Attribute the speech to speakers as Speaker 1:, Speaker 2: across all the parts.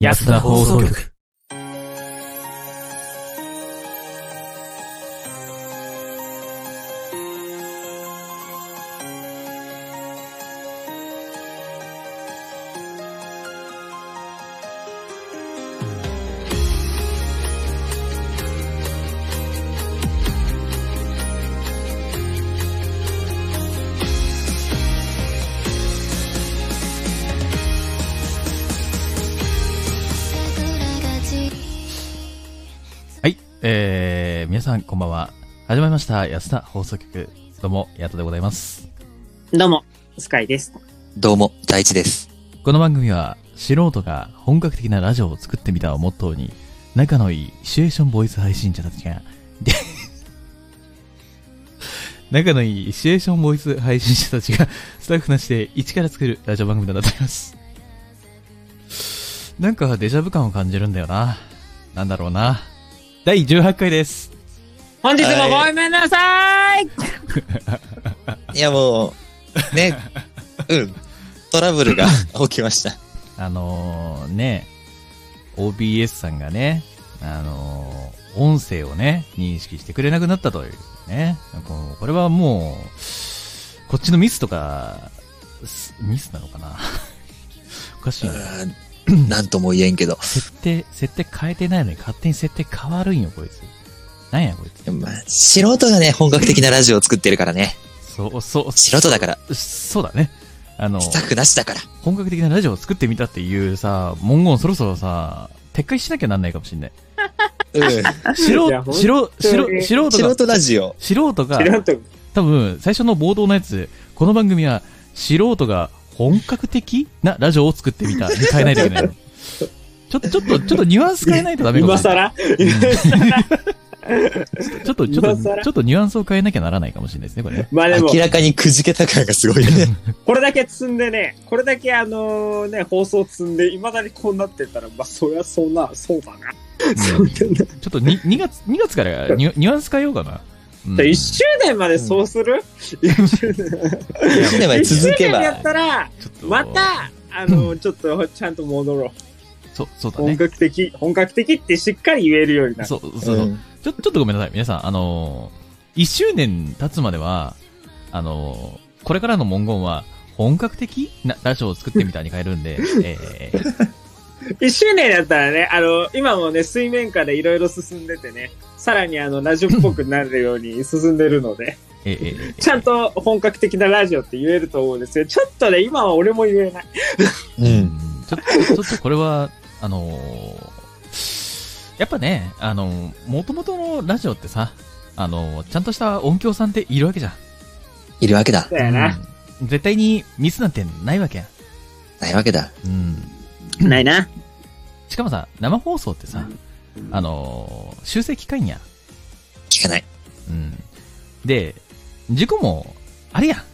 Speaker 1: 安田放送局。はい、えー、皆さんこんばんは。始まりました。安田放送局。どうも、ヤトでございます。
Speaker 2: どうも、スカイです。
Speaker 3: どうも、大地です。
Speaker 1: この番組は、素人が本格的なラジオを作ってみたをモットーに、仲のいいシチュエーションボイス配信者たちが、 で仲のいいシチュエーションボイス配信者たちが、スタッフなしで一から作るラジオ番組となっております。なんかデジャブ感を感じるんだよな。なんだろうな。第18回です。
Speaker 2: 本日もごめんなさい、
Speaker 3: いや、もう、 ね、うん、トラブ ルが起きました。
Speaker 1: あのーね、OBS さんがね、あのー音声をね、認識してくれなくなったというね。こうこれはもう、こっちのミスとか、すミスなのかな おかしいな。
Speaker 3: うーんなんとも言えんけど。
Speaker 1: 設定、設定変えてないのに勝手に設定変わるんよ、こいつ。なんや、こいつ。
Speaker 3: まあ、素人がね、本格的なラジオを作ってるからね。
Speaker 1: そう、そう、
Speaker 3: 素人だから、
Speaker 1: そうだね。あの、
Speaker 3: スタッフなしだから。
Speaker 1: 本格的なラジオを作ってみたっていうさ、文言そろそろさ、撤回しなきゃなんないかもしんない。
Speaker 3: うん。
Speaker 1: 素
Speaker 2: い
Speaker 1: 人、
Speaker 2: や本
Speaker 1: 素人、
Speaker 2: 当に
Speaker 1: 素人が
Speaker 3: 素人ラジオ。
Speaker 1: 素人が
Speaker 2: 知、らんとこ
Speaker 1: 多分、最初の冒頭のやつ、この番組は、素人が本格的なラジオを作ってみた。に変えないといけない の。ちょっと、ちょっと、ちょっとニュアンス変えないとダメかも
Speaker 2: 今
Speaker 1: しれない
Speaker 2: 更
Speaker 1: ちょっと、ちょっと、
Speaker 2: 今
Speaker 1: ちょっ
Speaker 2: 更
Speaker 1: とちょっとニュアンスを変えなきゃならないかもしれないですね、これね。
Speaker 2: まあでも
Speaker 3: 明、らかにくじけた感がすごいね。
Speaker 2: これだけ積んでね、これだけあのね、放送積んで、いまだにこうなってたら、まあそりゃそうな、そうだな。そうだな。
Speaker 1: ちょっとに 2, 月、2月からニュニュアンス変えようかな。うん
Speaker 2: 1周年までそうする、一周年。
Speaker 3: 1年まで続
Speaker 2: 一
Speaker 3: け
Speaker 2: 周年やった
Speaker 3: ば、
Speaker 2: ら、
Speaker 1: ちょっと
Speaker 2: また、あの、ちょっとちゃんと戻ろう。
Speaker 1: そう、そうだ
Speaker 2: 本
Speaker 1: ね。
Speaker 2: 格的、本格的ってしっかり言えるようになる。
Speaker 1: そう、そう
Speaker 3: う
Speaker 1: そう、
Speaker 3: ん。
Speaker 1: ちょ、ちょっとごめんなさい。皆さん、あのー、1周年経つまでは、あのー、これからの文言は、本格的なラジオを作ってみたに変えるんで、えー、
Speaker 2: 一周年だったらね、あの、今もね、水面下でいろいろ進んでてね、さらにあの、ラジオっぽくなるように進んでるので、
Speaker 1: えーえーえー
Speaker 2: ちゃんと本格的なラジオって言えると思うんですよ。ちょっとね、今は俺も言えない。
Speaker 3: う。
Speaker 1: うんんちょっと、ちょっとこれは、あのーやっぱね、あのー、もともとのラジオってさ、あのーちゃんとした音響さんっているわけじゃん。
Speaker 3: いるわけだ。
Speaker 2: だよな。
Speaker 1: うん絶対にミスなんてないわけや
Speaker 3: ないわけだ。
Speaker 1: ん。うん。
Speaker 2: ないな。
Speaker 1: しかもさ、生放送ってさ、あのー修正機関や。
Speaker 3: 聞かない。
Speaker 1: うん。で、事故も、あれや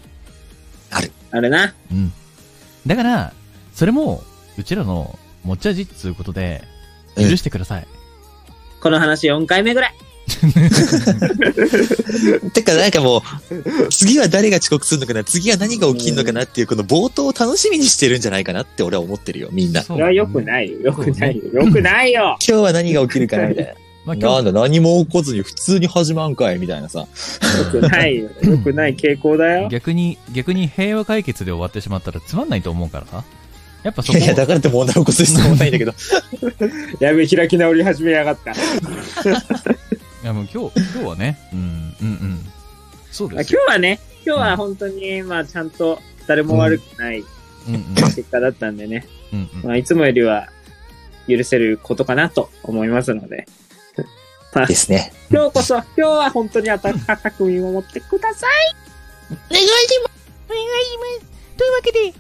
Speaker 2: あれな。
Speaker 1: ん。うん。だから、それも、うちらの持ち味っつうことで、許してください。
Speaker 2: この話4回目ぐらい。
Speaker 3: てか、なんかもう、次は誰が遅刻するのかな、次は何が起きるのかなっていう、この冒頭を楽しみにしてるんじゃないかなって俺は思ってるよ、みんな。
Speaker 1: そ
Speaker 2: それは良くないよ。良くないよ。良くないよ。
Speaker 3: 今日は何が起きるかな、みたいな。
Speaker 1: まあ、今
Speaker 3: な
Speaker 1: 日
Speaker 3: んだ、何も起こずに普通に始まんかい、みたいなさ。
Speaker 2: 良くないよ。良くない傾向だよ。
Speaker 1: 逆に、逆に平和解決で終わってしまったらつまんないと思うからさ。やっぱそ
Speaker 3: い
Speaker 1: こ
Speaker 3: やいや、だからって問題起こす必要もないんだけど。
Speaker 2: やべ、開き直り始めやがった。
Speaker 1: いやもう今日、今日はね、うん、うん、うん。そう
Speaker 2: 今
Speaker 1: です
Speaker 2: 日
Speaker 1: よ。
Speaker 2: はね、今日は本当に、まあ、ちゃんと誰も悪くない
Speaker 1: うん、うん、
Speaker 2: 結果だったんでね。
Speaker 1: うん、うん。
Speaker 2: まあ、いつもよりは許せることかなと思いますので、
Speaker 3: ですね。
Speaker 2: 今日こそ、今日は本当に温かく見守ってください。
Speaker 4: お願いします。というわけで、今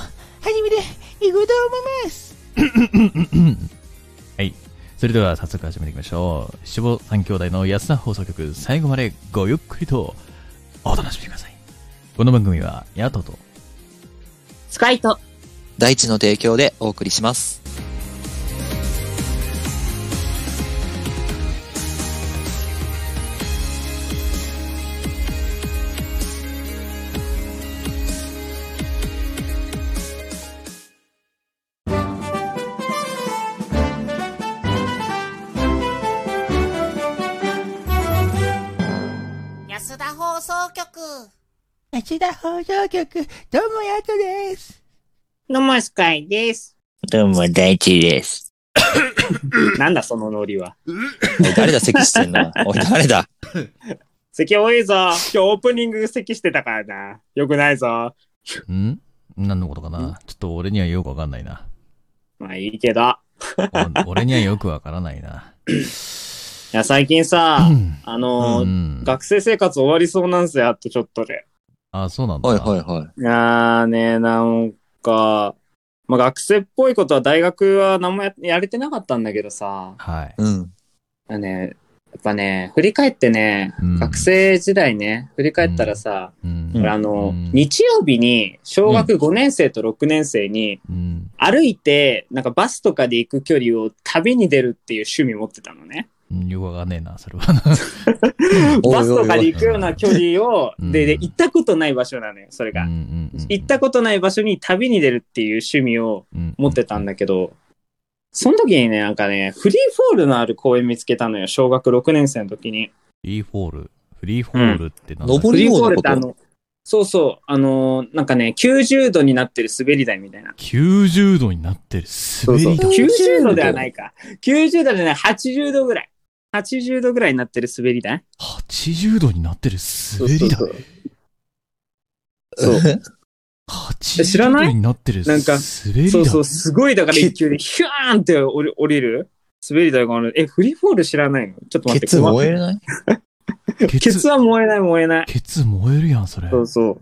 Speaker 4: 日も初めて行こうと思います。
Speaker 1: はい。それでは早速始めていきましょう。七五三兄弟の安田放送局、最後までごゆっくりとお楽しみください。この番組は、ヤトと、
Speaker 2: スカイト。
Speaker 3: 大地の提供でお送りします。
Speaker 1: 「
Speaker 5: 送局。
Speaker 4: 町田放送局、どうもやとです。
Speaker 2: どうも、スカイです。
Speaker 6: どうも、大地です。
Speaker 2: なんだ、そのノリは。
Speaker 3: おい誰だ、席してんのは。おい、誰だ。
Speaker 2: 席多いぞ。今日オープニング席してたからな。よくないぞ。
Speaker 1: ん何のことかなちょっと俺にはよくわかんないな。
Speaker 2: まあいいけど。
Speaker 1: お 俺にはよくわからないな。
Speaker 2: いや、最近さ
Speaker 1: う、ん
Speaker 2: あのー
Speaker 1: うん
Speaker 2: 学生生活終わりそうなんすよ、あとちょっとで。
Speaker 1: あ、そうなんだ。
Speaker 3: はいはいはい。
Speaker 2: いやーね、なんか、まあ、学生っぽいことは大学は何もややれてなかったんだけどさ、
Speaker 1: はい。
Speaker 3: うん。
Speaker 2: あのね、やっぱね、振り返ってね、
Speaker 1: うん
Speaker 2: 学生時代ね、振り返ったらさ、
Speaker 1: うん。
Speaker 2: 俺あの、
Speaker 1: うん
Speaker 2: 日曜日に小学5年生と6年生に
Speaker 1: うん。
Speaker 2: 歩いて、なんかバスとかで行く距離を旅に出るっていう趣味持ってたのね。
Speaker 1: うんよくわかんねえな、それは。
Speaker 3: おいおいおい
Speaker 2: バスとかで行くような距離を、
Speaker 1: うん
Speaker 2: で、で、行ったことない場所なのよ、それが。行ったことない場所に旅に出るっていう趣味を持ってたん
Speaker 1: だ。
Speaker 2: だけど、その時にね、なんかね、フリーフォールのある公園見つけたのよ、小学6年生の時に。
Speaker 1: フリーフォール。フリーフォールってなんだ
Speaker 3: 登
Speaker 2: フ
Speaker 3: フ
Speaker 2: リ
Speaker 3: リ
Speaker 2: ー
Speaker 3: ー
Speaker 2: フ
Speaker 3: フ
Speaker 2: ォール
Speaker 3: ォール
Speaker 2: っ
Speaker 3: の
Speaker 2: て
Speaker 3: こ
Speaker 2: あ
Speaker 3: と
Speaker 2: の、そうそう、あのーなんかね、90度になってる滑り台みたいな。
Speaker 1: 90度になってる。
Speaker 2: そう
Speaker 1: 滑
Speaker 2: そう。
Speaker 1: り台。
Speaker 2: 90度ではないか。90度でね、80度ぐらい。80度ぐらいになってる滑り台
Speaker 1: 80度になってる。滑り
Speaker 2: そう
Speaker 1: 台。
Speaker 2: そうそう そう。え知ら
Speaker 1: 80
Speaker 2: ない
Speaker 1: 度になってる。
Speaker 2: なんか
Speaker 1: 滑り台。
Speaker 2: そうそう、すごい、だから一級でヒューンって降り降りる滑り台がある。え、フリーフォール知らないのちょっと待って。
Speaker 3: ケツ燃えない
Speaker 1: ケ
Speaker 2: ケツ
Speaker 1: ツ、
Speaker 2: は燃えない燃えない。
Speaker 1: ケツ燃えるやん、それ。
Speaker 2: そうそう。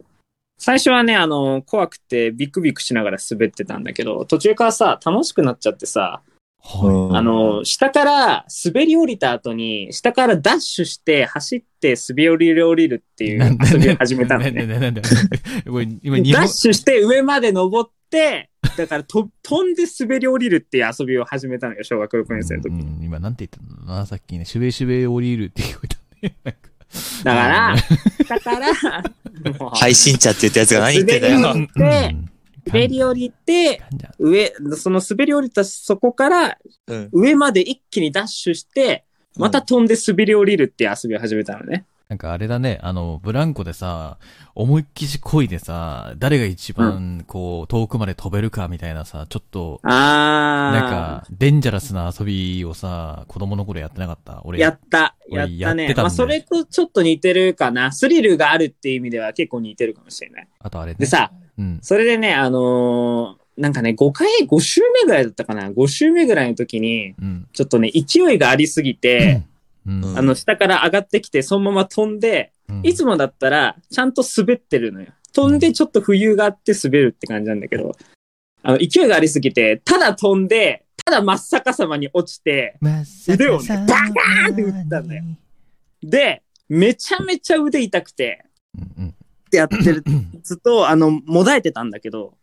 Speaker 2: 最初はね、あの、怖くてビクビクしながら滑ってたんだけど、途中からさ、楽しくなっちゃってさ、
Speaker 1: は
Speaker 2: あ、の、下から滑り降りた後に、下からダッシュして走って滑り降りる降りるって
Speaker 1: い。
Speaker 2: い
Speaker 1: なん
Speaker 2: う
Speaker 1: で
Speaker 2: 遊びを始めたの
Speaker 1: なん
Speaker 2: ね。
Speaker 1: でなんで これ今、日
Speaker 2: ダ
Speaker 1: 本
Speaker 2: ッ、シュして上まで登って、だからと飛んで滑り降りるっていう遊びを始めたのよ、小学6年生の時。
Speaker 1: うんうん今なんて言ったのなさっきね、しゅべしゅべ降りるって聞こえたね。なんか
Speaker 2: だから、だから、もう
Speaker 3: 配信者って言ったやつが何言ってんだ
Speaker 2: 滑
Speaker 3: よ。
Speaker 2: り降りて、滑
Speaker 1: ベ
Speaker 2: り降りて、上、その滑り降りたそこから
Speaker 3: うん。
Speaker 2: 上まで一気にダッシュして、また飛んで滑り降りるっていう遊びを始めたのね。
Speaker 1: なんかあれだね、あの、ブランコでさ、思いっきしこいでさ、誰が一番、こう、遠くまで飛べるかみたいなさ、ちょっと、
Speaker 2: あー。
Speaker 1: なんか、デンジャラスな遊びをさ、子供の頃やってなかった俺。
Speaker 2: やった。
Speaker 1: 俺
Speaker 2: やった
Speaker 1: やっ
Speaker 2: ね。
Speaker 1: てたんだよ
Speaker 2: まあ、それとちょっと似てるかな。スリルがあるっていう意味では結構似てるかもしれない。
Speaker 1: あとあれね。
Speaker 2: でさ、
Speaker 1: うん。
Speaker 2: それでね、あのーなんかね、5回、5周目ぐらいだったかな。5周目ぐらいの時に、
Speaker 1: うん。
Speaker 2: ちょっとね、勢いがありすぎて、
Speaker 1: うん。
Speaker 3: うん
Speaker 2: あの、下から上がってきて、そのまま飛んで、
Speaker 1: うん
Speaker 2: いつもだったら、ちゃんと滑ってるのよ。飛んでちょっと浮遊があって滑るって感じなんだけど、あの、勢いがありすぎて、ただ飛んで、ただ真っ逆さまに落ちて、腕をね、バカーンって打ったんだよ。で、めちゃめちゃ腕痛くて、
Speaker 1: うんうん。
Speaker 2: ってやってるずっと、あの、もだえてたんだけど、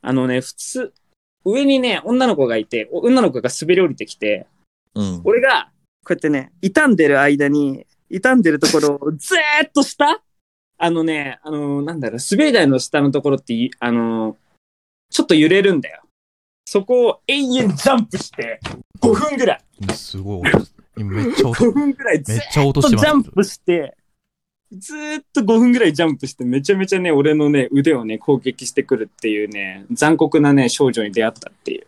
Speaker 2: あのね、普通、上にね、女の子がいて、お女の子が滑り降りてきて、
Speaker 3: うん。
Speaker 2: 俺が、こうやってね、傷んでる間に、傷んでるところをずーっと下あのね、あのーなんだろう、滑り台の下のところってい、あのーちょっと揺れるんだよ。そこを永遠ジャンプして、5分ぐらい、
Speaker 1: すごい音。今めっちゃ
Speaker 2: 5
Speaker 1: 音、
Speaker 2: 分ぐらいず
Speaker 1: めっ
Speaker 2: ーっ
Speaker 1: ちゃ音
Speaker 2: と
Speaker 1: し
Speaker 2: ジ
Speaker 1: てます。
Speaker 2: ャンプして、ずーっと5分ぐらいジャンプして、めちゃめちゃね、俺のね、腕をね、攻撃してくるっていうね、残酷なね、少女に出会ったっていう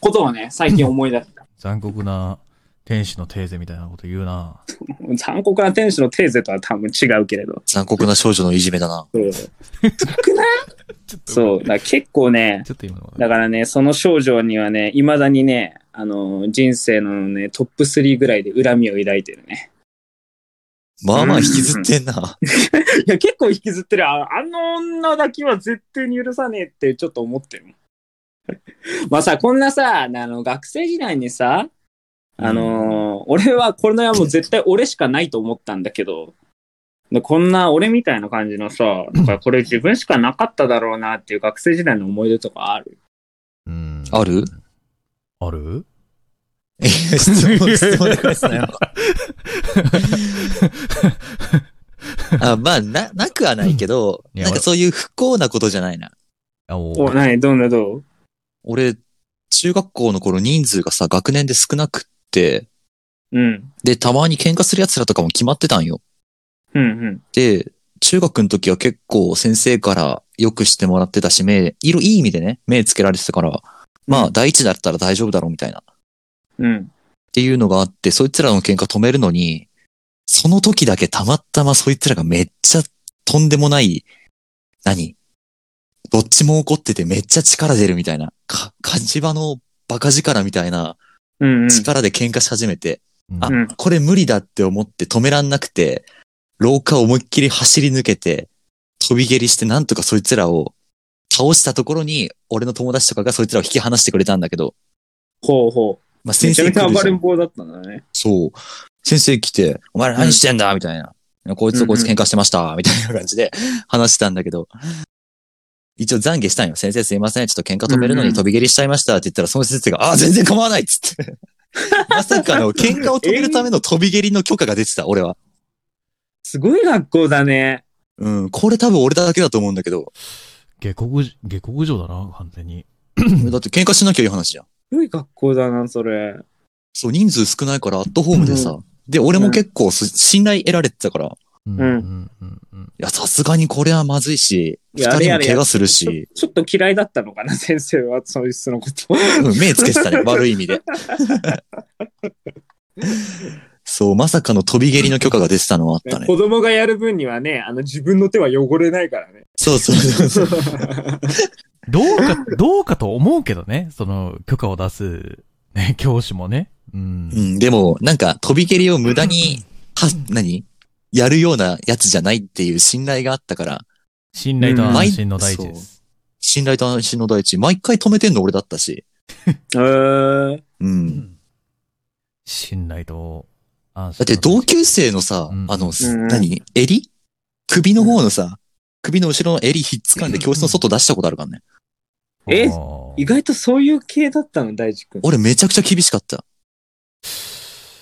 Speaker 2: ことをね、最近思い出 した。
Speaker 1: 残酷な天使のテーゼみたいなこと言うな。
Speaker 2: 残酷な天使のテーゼとは多分違うけれど。
Speaker 3: 残酷な少女のいじめだな。
Speaker 2: そう。少ない
Speaker 1: ちょっと
Speaker 2: そう。だから結構ね、
Speaker 1: ちょっと今の。
Speaker 2: だからね、その少女にはね、未だにね、あの、人生のね、トップ3ぐらいで恨みを抱いてるね。
Speaker 3: まあまあ引きずってんな。
Speaker 2: いや、結構引きずってる。ああの女だけは絶対に許さねえってちょっと思ってるもん。 まあさ、こんなさ、あの、学生時代にさ、あのー俺はこれはもう絶対俺しかないと思ったんだけど、でこんな俺みたいな感じのさ、だからこれ自分しかなかっただろうなっていう学生時代の思い出とかある
Speaker 1: うん。
Speaker 3: ある
Speaker 1: あ る
Speaker 3: いや質問、質問で返すなよ。 あまあ、な、なくはないけど、
Speaker 1: うんいや
Speaker 3: なんかそういう不幸なことじゃないな。
Speaker 1: あ、お
Speaker 2: お、なに、どんなどう
Speaker 3: 俺、中学校の頃人数がさ、学年で少なくって、
Speaker 2: うん。
Speaker 3: で、たまに喧嘩する奴らとかも決まってたんよ。
Speaker 2: うんうん。
Speaker 3: で、中学の時は結構先生からよくしてもらってたし、目、色、いい意味でね、目つけられてたから、まあ、第一だったら大丈夫だろうみたいな。っ
Speaker 2: うん。
Speaker 3: ていうのがあって、そいつらの喧嘩止めるのに、その時だけたまたまそいつらがめっちゃとんでもない、何どっちも怒っててめっちゃ力出るみたいな、か、火事場のバカ力みたいな
Speaker 2: うん、うん。
Speaker 3: 力で喧嘩し始めて、
Speaker 1: うん
Speaker 3: あ、
Speaker 2: うん
Speaker 3: これ無理だって思って止めらんなくて、廊下を思いっきり走り抜けて、飛び蹴りしてなんとかそいつらを倒したところに、俺の友達とかがそいつらを引き離してくれたんだけど、
Speaker 2: ほうほ
Speaker 3: まあ、
Speaker 2: う。め
Speaker 3: 先
Speaker 2: ちゃ
Speaker 3: 生
Speaker 2: めちゃ
Speaker 3: 来る
Speaker 2: 暴
Speaker 3: じ
Speaker 2: れん坊だ
Speaker 3: ゃん
Speaker 2: ったんだね。
Speaker 3: そう。先生来て、お前ら何してんだみたいな。こいつとこいつ喧嘩してましたみたいな感じで話したんだけど、一応懺悔したんよ。先生すいません。ちょっと喧嘩止めるのに飛び蹴りしちゃいましたって言ったら、その先生が、ああ、全然構わないっつ って。まさかの喧嘩を止めるための飛び蹴りの許可が出てた、俺は。
Speaker 2: すごい学校だね。
Speaker 3: うん、これ多分俺だけだと思うんだけど、
Speaker 1: 下克上、下克上だな、完全に。
Speaker 3: だって喧嘩しなきゃいい話じゃん。
Speaker 2: すごい学校だな、それ。
Speaker 3: そう、人数少ないからアットホームでさ、で、俺も結構す信頼得られてたから、い
Speaker 1: うん。
Speaker 2: うん
Speaker 1: うん。うんうん。
Speaker 3: や、さすがにこれはまずいし、
Speaker 2: い
Speaker 3: 二
Speaker 2: やあれ
Speaker 3: 人
Speaker 2: や
Speaker 3: も
Speaker 2: れ
Speaker 3: 怪我する
Speaker 2: ちょ
Speaker 3: し、
Speaker 2: ちょっと嫌いだったのかな、 先生は、そいつのこと。
Speaker 3: うん 目つけてたね、悪い意味で。そう、まさかの飛び蹴りの許可が出てたのはあったね。
Speaker 2: 子供がやる分にはね、あの、自分の手は汚れないからね。
Speaker 3: そうそうそうそう。
Speaker 1: どうか、 どうかと思うけどね、その許可を出す、ね、 教師もね。うん
Speaker 3: う。ん、でも、なんか、飛び蹴りを無駄に、は、何やるようなやつじゃないっていう信頼があったから、
Speaker 1: 信頼と安心の第一
Speaker 3: うん
Speaker 1: で
Speaker 3: 毎
Speaker 1: す。
Speaker 3: 信頼と安心の第一。毎回止めてんの俺だったし。
Speaker 2: えー、
Speaker 3: う。
Speaker 1: うんん信頼と安心。
Speaker 3: だって同級生のさ、
Speaker 1: うん
Speaker 3: あの、す
Speaker 2: うん
Speaker 3: 何襟首の方のさ、首の後ろの襟ひっつかんで教室の外出したことあるからね。
Speaker 2: え
Speaker 1: あー
Speaker 2: 意外とそういう系だったの、大地君。
Speaker 3: 俺めちゃくちゃ厳しかった。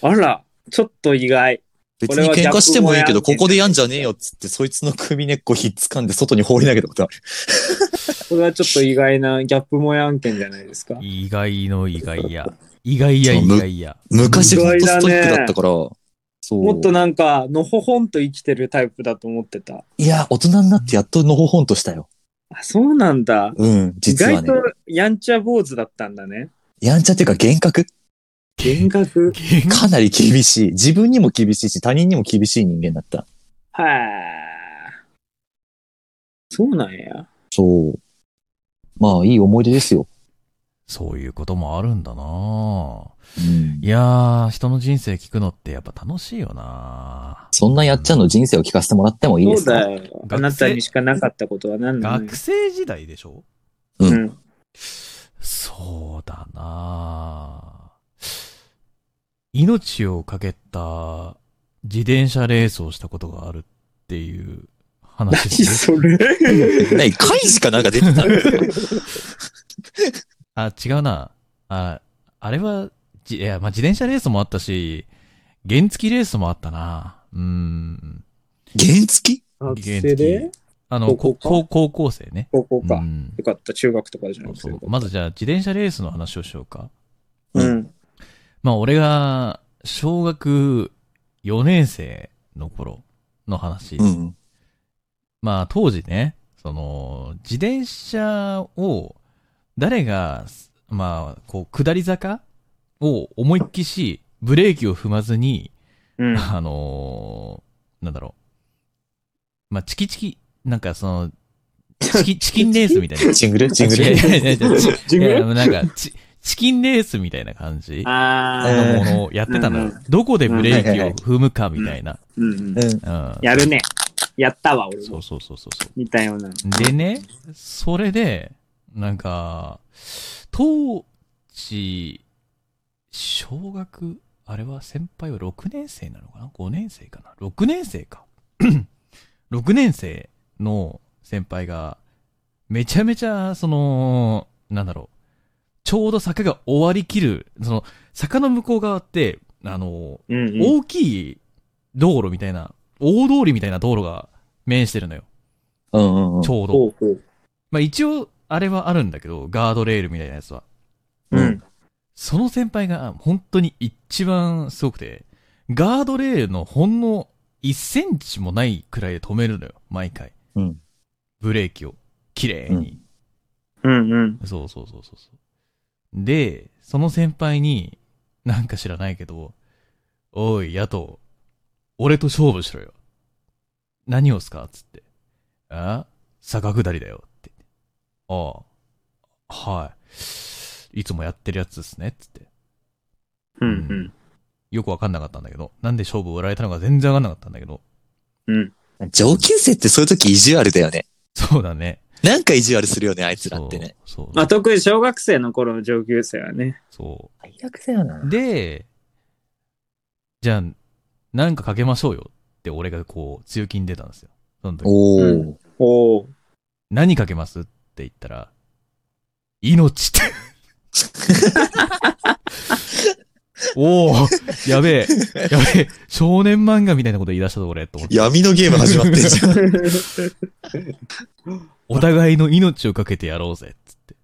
Speaker 2: あら、ちょっと意外。
Speaker 3: 別に喧嘩してもいいけど、
Speaker 2: これは逆もやって
Speaker 3: ここでやんじゃねえよっつって、そいつの首根っこひっつかんで外に放り投げたことある。
Speaker 2: これはちょっと意外なギャップ萌え案件じゃないですか。
Speaker 1: 意外の意外や。意外や
Speaker 3: そう
Speaker 1: 意
Speaker 3: む
Speaker 1: 外や。
Speaker 3: 昔ほんとストイッ
Speaker 2: 意外だ
Speaker 3: ク
Speaker 2: ね
Speaker 3: だったから、そう。
Speaker 2: もっとなんか、のほほんと生きてるタイプだと思ってた。
Speaker 3: いや、大人になってやっとのほほんとしたよ。
Speaker 2: あ、そうなんだ。
Speaker 3: うん、
Speaker 2: 意
Speaker 3: 実は
Speaker 2: 外
Speaker 3: ね
Speaker 2: と。やんちゃ坊主だったんだね。
Speaker 3: やんちゃっていうか幻覚
Speaker 2: 幻 覚。
Speaker 1: 喧嘩
Speaker 3: かなり厳しい。自分にも厳しいし、他人にも厳しい人間だった。
Speaker 2: はい。そうなんや。
Speaker 3: そう。まあ、いい思い出ですよ。
Speaker 1: そういうこともあるんだな
Speaker 3: うん
Speaker 1: いやー、人の人生聞くのってやっぱ楽しいよな
Speaker 3: そんなやっちゃんの人生を聞かせてもらってもいい
Speaker 2: そ
Speaker 3: で
Speaker 2: う
Speaker 3: すか
Speaker 2: だよ。あなたにしかなかったことは何なのよ
Speaker 1: 学生時代でしょ
Speaker 2: うん。
Speaker 1: そうだな命をかけた自転車レースをしたことがあるっていう話
Speaker 2: 何
Speaker 1: です。
Speaker 2: それ
Speaker 3: ね、怪事かなんか出てた
Speaker 1: あ、違うな。あ、あれは、じいや、まあ、自転車レースもあったし、原付きレースもあったな。うん。
Speaker 3: 原付き
Speaker 2: 学
Speaker 1: 原
Speaker 2: 生で
Speaker 1: 付あの、
Speaker 2: 高校
Speaker 1: こ
Speaker 2: か
Speaker 1: 高高校生ね。
Speaker 2: 高校か。
Speaker 1: う
Speaker 2: よ
Speaker 1: ん
Speaker 2: かった、中学とかじゃなくて
Speaker 1: そう。まずじゃあ、自転車レースの話をしようか。
Speaker 2: うん。
Speaker 1: まあ、俺が、小学4年生の頃の話。
Speaker 3: うん。
Speaker 1: まあ、当時ね、その、自転車を、誰が、まあ、こう、下り坂を思いっきし、ブレーキを踏まずに、
Speaker 2: うん。
Speaker 1: あのーなんだろう。まあ、チキチキ、なんかその、チキ、チキンレースみたい な。
Speaker 3: ジングルジング
Speaker 1: いや
Speaker 3: ル
Speaker 1: いやいやいや
Speaker 2: ジングル
Speaker 1: いやなんか、チ、チキンレースみたいな感じ
Speaker 2: あ
Speaker 1: のも
Speaker 2: ー
Speaker 1: のをやってたの
Speaker 2: う
Speaker 1: よ
Speaker 2: ん。
Speaker 1: どこでブレーキを踏むかみたいな。
Speaker 2: うんうん。
Speaker 3: うん。
Speaker 1: うん。
Speaker 2: やるね。やったわ、俺
Speaker 1: そ
Speaker 2: も
Speaker 1: う。そうそうそうそう。
Speaker 2: 似たような。
Speaker 1: でね、それで、なんか、当時、小学、あれは先輩は6年生なのかな ?5 年生かな ?6 年生か。6年生の先輩が、めちゃめちゃ、その、なんだろう。ちょうど坂が終わりきる、その、坂の向こう側って、あの、
Speaker 2: うんうん。
Speaker 1: 大きい道路みたいな、大通りみたいな道路が面してるのよ。
Speaker 3: うんうんうん
Speaker 1: ち。ょうど。
Speaker 2: ほうほう。
Speaker 1: まあ一応、あれはあるんだけど、ガードレールみたいなやつは。
Speaker 2: うん。
Speaker 1: その先輩が本当に一番すごくて、ガードレールのほんの1センチもないくらいで止めるのよ、毎回。
Speaker 3: うん
Speaker 1: ブレーキを。綺麗に。
Speaker 2: うんうん。
Speaker 1: そうそうそうそうそう。で、その先輩に、なんか知らないけど、おい、野党、俺と勝負しろよ。何をすかつって。あ坂下りだよ。って。ああ。はい。いつもやってるやつですね。つって。
Speaker 2: うん
Speaker 1: よくわかんなかったんだけど、なんで勝負を売られたのか全然わかんなかったんだけど。
Speaker 3: 上級生ってそういう時意地悪だよね。
Speaker 1: そうだね。
Speaker 3: なんか意地悪するよね、あいつらってね。
Speaker 1: そう。
Speaker 2: まあ、特に小学生の頃の上級生はね。
Speaker 1: そ
Speaker 3: 最悪だよな
Speaker 1: う。で、じゃあ、なんかかけましょうよって俺がこう、強気に出たんですよ。その時
Speaker 3: お
Speaker 2: う
Speaker 3: ー。
Speaker 2: おお。
Speaker 1: 何かけますって言ったら、命って。おおやべえ、やべえ、少年漫画みたいなこと言い出したぞ俺、と思って。
Speaker 3: 闇のゲーム始まってん じゃ ん。
Speaker 1: お互いの命をかけてやろうぜ、つって。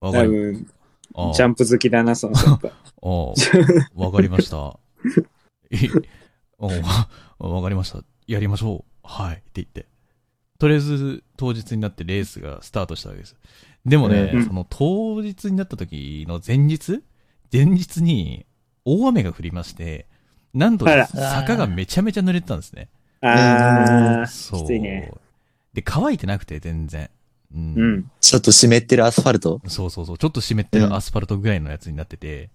Speaker 1: わか
Speaker 2: 多
Speaker 1: る。
Speaker 2: 分、
Speaker 1: ああ
Speaker 2: ジャンプ好きだな、その先 輩。
Speaker 1: ああ、わかりました。いおうわかりました。やりましょう。はい。って言って。とりあえず、当日になってレースがスタートしたわけです。でもね、
Speaker 2: うん
Speaker 1: その当日になった時の前日前日に大雨が降りまして、なんと
Speaker 2: あら
Speaker 1: 坂がめちゃめちゃ濡れてたんですね。
Speaker 2: ああ、
Speaker 1: そう。
Speaker 2: きついね
Speaker 1: で、乾いてなくて全然。うん
Speaker 2: うん。
Speaker 3: ちょっと湿ってるアスファルト。
Speaker 1: そうそうそう。ちょっと湿ってるアスファルトぐらいのやつになってて、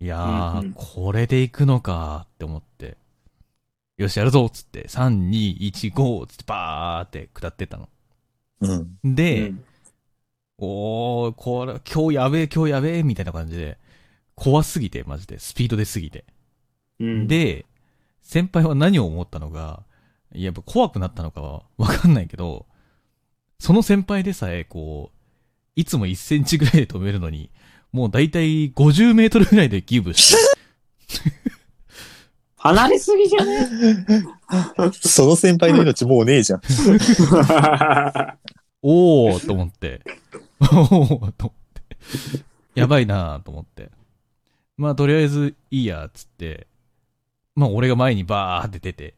Speaker 1: いやー、
Speaker 2: うんうん
Speaker 1: これで行くのかって思って、よし、やるぞっつって、3、2、1、5つってバーって下ってったの。
Speaker 3: うん。
Speaker 1: で、
Speaker 2: うん
Speaker 1: おー、これ、今日やべえ、今日やべえ、みたいな感じで、怖すぎて、マジで。スピード出すぎて。
Speaker 2: うん、
Speaker 1: で、先輩は何を思ったのが、いややっぱ怖くなったのかはわかんないけど、その先輩でさえ、こう、いつも1センチぐらいで止めるのに、もうだいたい50メートルぐらいでギブして、
Speaker 2: 離れすぎじゃね
Speaker 3: その先輩の命もうねえじゃん。
Speaker 1: おーと思って、おーと思って、やばいなーと思って。まあとりあえずいいや、つって、まあ俺が前にバーって出て、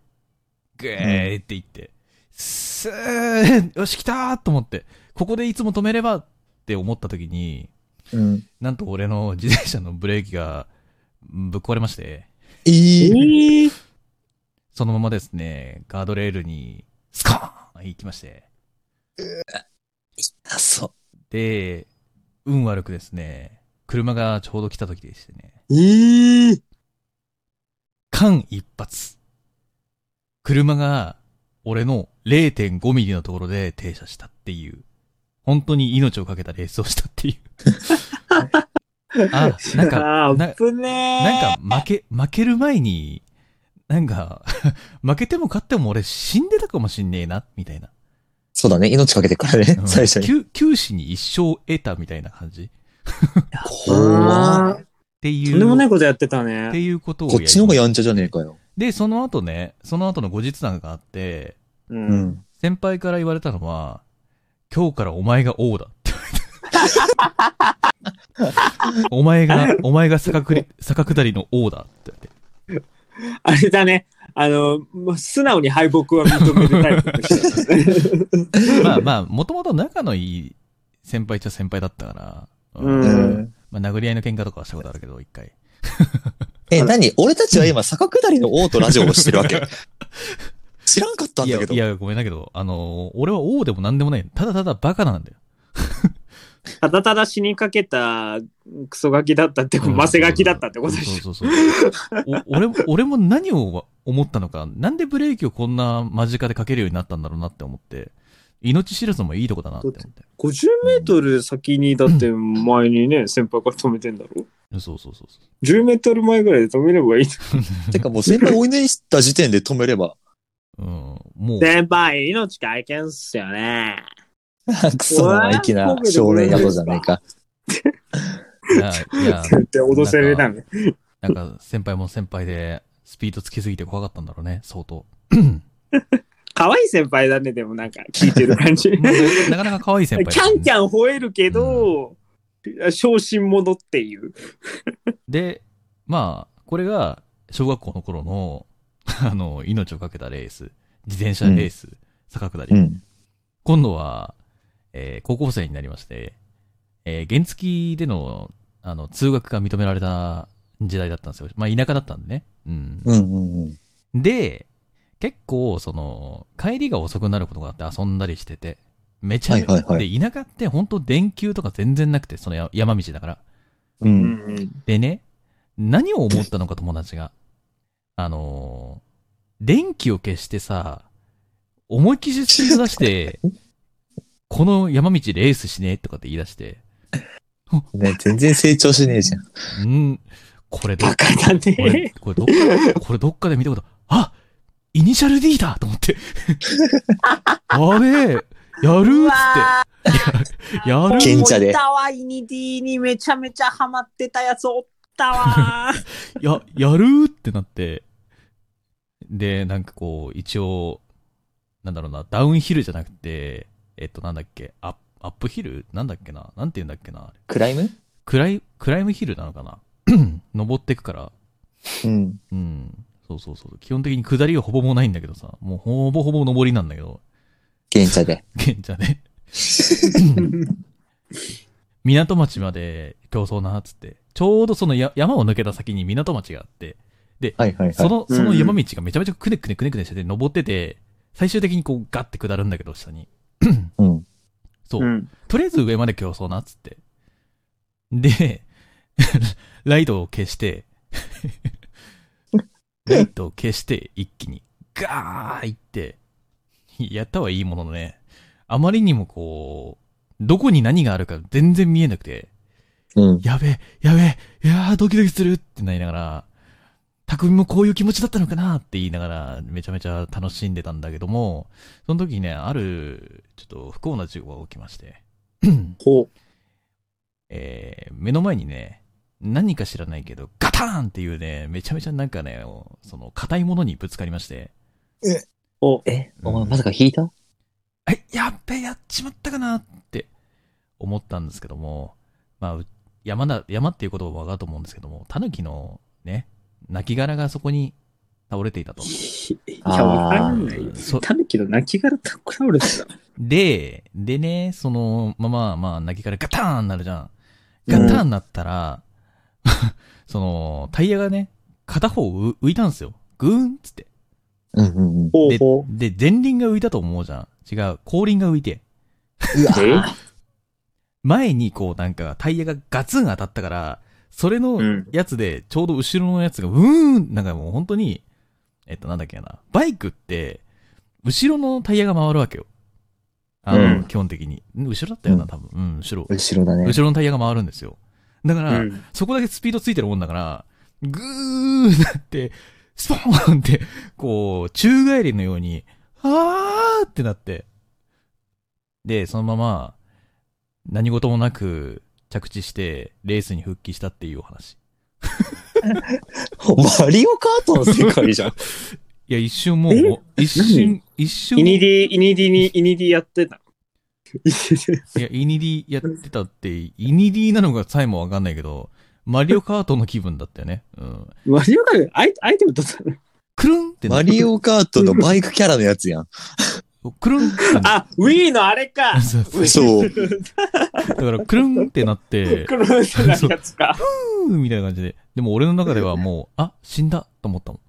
Speaker 1: ぐーって行って、すー、よし来たーと思って、ここでいつも止めればって思った時に、
Speaker 3: うん。
Speaker 1: なんと俺の自転車のブレーキがうんぶっ壊れまして、
Speaker 3: え
Speaker 2: え
Speaker 3: ー、
Speaker 2: ー、
Speaker 1: そのままですね、ガードレールにスカーン行きまして、
Speaker 3: あ、そう。
Speaker 1: で、運悪くですね、車がちょうど来た時でしてね、
Speaker 2: えー、
Speaker 1: 間一発。車が俺の0.5ミリのところで停車したっていう、本当に命をかけたレースをしたっていう。あ、なんか、
Speaker 2: あ
Speaker 1: な
Speaker 2: ー、ぶねー。
Speaker 1: なんか負け、負ける前に、なんか、 負けても勝っても俺死んでたかもしんねえな、みたいな。
Speaker 3: そうだね。命かけてからね
Speaker 1: う。ん
Speaker 3: 最初に。
Speaker 1: 九九死に一生を得たみたいな感じ。っ
Speaker 3: 怖っ
Speaker 2: あ
Speaker 1: て
Speaker 2: ー
Speaker 1: いう。
Speaker 2: とんでもないことやってた
Speaker 1: って
Speaker 2: ね。
Speaker 1: いうことを
Speaker 3: こっちの方が
Speaker 1: やり
Speaker 3: やんちゃじゃねえかよ。
Speaker 1: で、その後ね、その後の後日談があって、
Speaker 2: う。
Speaker 3: うんん。
Speaker 1: 先輩から言われたのは、今日からお前が王だって 言われた。お前が、お前が坂くり坂下りの王だって
Speaker 2: あれだね。あの、もう素直に敗北は認めるタイプの 人だね。
Speaker 1: 言われて。まあまあ、もともと仲のいい先輩っちゃ先輩だったから、
Speaker 2: うん
Speaker 3: うん
Speaker 1: まあ殴り合いの喧嘩とかはしたことあるけど、一回。
Speaker 3: え、何俺たちは今、坂下りの王とラジオをしてるわ け知らんかった
Speaker 1: い
Speaker 3: んだ
Speaker 1: や、
Speaker 3: けど
Speaker 1: い。や、ごめんだけど、あのー俺は王でも何でもない。ただただバカなんだよ。
Speaker 2: ただただ死にかけたクソガキだったってこと、マセガキだったってことでしょ。
Speaker 1: そうそうそうそうお俺も、 俺も何を思ったのか、なんでブレーキをこんな間近でかけるようになったんだろうなって思って、命知らずもいいとこだなって思って。
Speaker 2: 50メートル先にだって前にね、先輩から止めてんだろ
Speaker 1: そうそうそうそ
Speaker 2: ?10 メートル前ぐらいで止めればいい。
Speaker 3: てかもう先輩追い抜いた時点で止めれば。
Speaker 1: う。うん、もう、
Speaker 2: 先輩、命危険っすよね。
Speaker 3: クソ生意気な少年宿じゃねえか。
Speaker 1: いや、いや
Speaker 2: って言って脅せれたの。
Speaker 1: なんか先輩も先輩で、スピードつきすぎて怖かったんだろうね、相当。
Speaker 2: 可愛い先輩だね、でもなんか聞いてる感じ。
Speaker 1: まあなかなか可愛い先輩だ
Speaker 2: キ
Speaker 1: った
Speaker 2: ャ
Speaker 1: ね、
Speaker 2: ンキャン吠えるけど、昇進者っていう。
Speaker 1: で、まあ、これが、小学校の頃の、あの、命をかけたレース、自転車レース、坂下り、
Speaker 3: うん。
Speaker 1: 今度は、えー高校生になりまして、えー原付きでの、あの、通学が認められた時代だったんですよ。まあ、田舎だったんでね。うん。
Speaker 3: うんうんうん。
Speaker 1: で、結構、その、帰りが遅くなることがあって遊んだりしてて、めちゃめちゃ、
Speaker 3: はいはいは
Speaker 1: で、田舎って本当電球とか全然なくて、そのや山道だから。
Speaker 3: う。
Speaker 2: うんんうん。
Speaker 1: でね、何を思ったのか友達が。あのー電気を消してさ、思いっきりスピード出して、この山道レースしねえとかって言い出して、
Speaker 3: ね、全然成長しねえじゃん。
Speaker 1: うん、これど
Speaker 2: バカだ
Speaker 1: これ
Speaker 2: ね。
Speaker 1: これどっか、これどっかで見たこと、あイニシャル D だと思 って。あれやるっ
Speaker 2: う
Speaker 1: つ
Speaker 2: わ
Speaker 1: って。ややる
Speaker 3: 賢者で
Speaker 2: いたわ、イニディにめちゃめちゃハマってたやつおったわ。
Speaker 1: や、やるってなって、で、なんかこう、一応、なんだろうな、ダウンヒルじゃなくて、えっと、なんだっけ、アップアップヒルなんだっけななんて言うんだっけな
Speaker 3: クライム
Speaker 1: クライ、クライムヒルなのかな 登ってくから、
Speaker 3: うん。
Speaker 1: うん。そうそうそう。基本的に下りはほぼもうないんだけどさ、もうほぼほぼ登りなんだけど、
Speaker 3: 賢者で。
Speaker 1: 現地はね。港町まで競争な、つって。ちょうどそのや山を抜けた先に港町があって、
Speaker 3: はいはいはい。
Speaker 1: その、
Speaker 2: うん
Speaker 1: その山道がめちゃめちゃくねくねくねくねしてて、登ってて、最終的にこうガッて下るんだけど、下に。
Speaker 3: うん。
Speaker 1: そう。
Speaker 2: うん。
Speaker 1: とりあえず上まで競争な、つって。で、 ライトを消して、 ライトを消して、一気に、ガーいって、やったはいいもののね、あまりにもこう、どこに何があるか全然見えなくて、
Speaker 3: うん。
Speaker 1: やべえ、やべえ、いやードキドキするってなりながら、匠もこういう気持ちだったのかなって言いながら、めちゃめちゃ楽しんでたんだけども、その時にね、ある、ちょっと不幸な事故が起きまして、
Speaker 2: ほ
Speaker 1: えー目の前にね、何か知らないけど、ガターンっていうね、めちゃめちゃなんかね、その、硬いものにぶつかりまして、
Speaker 3: え、
Speaker 1: お前ま
Speaker 3: さか引いた
Speaker 1: え、やっべ、やっちまったかなって思ったんですけども、まあ、う山だ、山っていうことは分かると思うんですけども、タヌキのね、亡骸がそこに倒れていたと。
Speaker 2: う。いや、わかんないよ。
Speaker 1: そ
Speaker 2: タヌキの泣き殻たこれ俺だ。
Speaker 1: で、でね、その、まあまあまあ、泣きからガターンなるじゃん。ガターンなったら、 その、タイヤがね、片方う浮いたんですよ。グーンっつって。
Speaker 3: うんうんうん。
Speaker 2: ほう
Speaker 1: で
Speaker 2: ほう。、
Speaker 1: で、前輪が浮いたと思うじゃん。違う、後輪が浮いて。前にこうなんかタイヤがガツン当たったから、それの
Speaker 2: うん
Speaker 1: やつで、ちょうど後ろのやつが、うーんなんかもう本当に、えっとなんだっけな、バイクって、後ろのタイヤが回るわけよ。あの、
Speaker 2: うん
Speaker 1: 基本的に。ん後ろだったよ
Speaker 3: う
Speaker 1: な、
Speaker 3: ん
Speaker 1: 多分。うん、後ろ。
Speaker 3: 後ろだね。
Speaker 1: 後ろのタイヤが回るんですよ。だから、
Speaker 2: うん
Speaker 1: そこだけスピードついてるもんだから、ぐーなって、スポーンって、こう、宙返りのように、あーってなって。で、そのまま、何事もなく着地して、レースに復帰したっていうお話。
Speaker 3: マリオカートの世界じゃん。
Speaker 1: いや、一瞬もう
Speaker 2: え、
Speaker 1: 一瞬、一瞬、
Speaker 2: イニ
Speaker 1: い
Speaker 2: ディ、イニディに、イニディやってた。
Speaker 1: や、イニディやってたって、イニディなのかさえもわかんないけど、マリオカートの気分だったよね。うん。
Speaker 2: マリオカート、アイアイテム取ったの
Speaker 1: くるんってな
Speaker 3: マ
Speaker 1: る
Speaker 3: リオカートのバイクキャラのやつやん。
Speaker 1: くるんって なる
Speaker 2: あ、ウィーのあれか。
Speaker 1: そうそう
Speaker 3: そう。
Speaker 1: だから、くるんってなって、
Speaker 2: クローズなやつか。
Speaker 1: ふーみたいな感じで。でも俺の中ではもう、あ、死んだと思ったもん。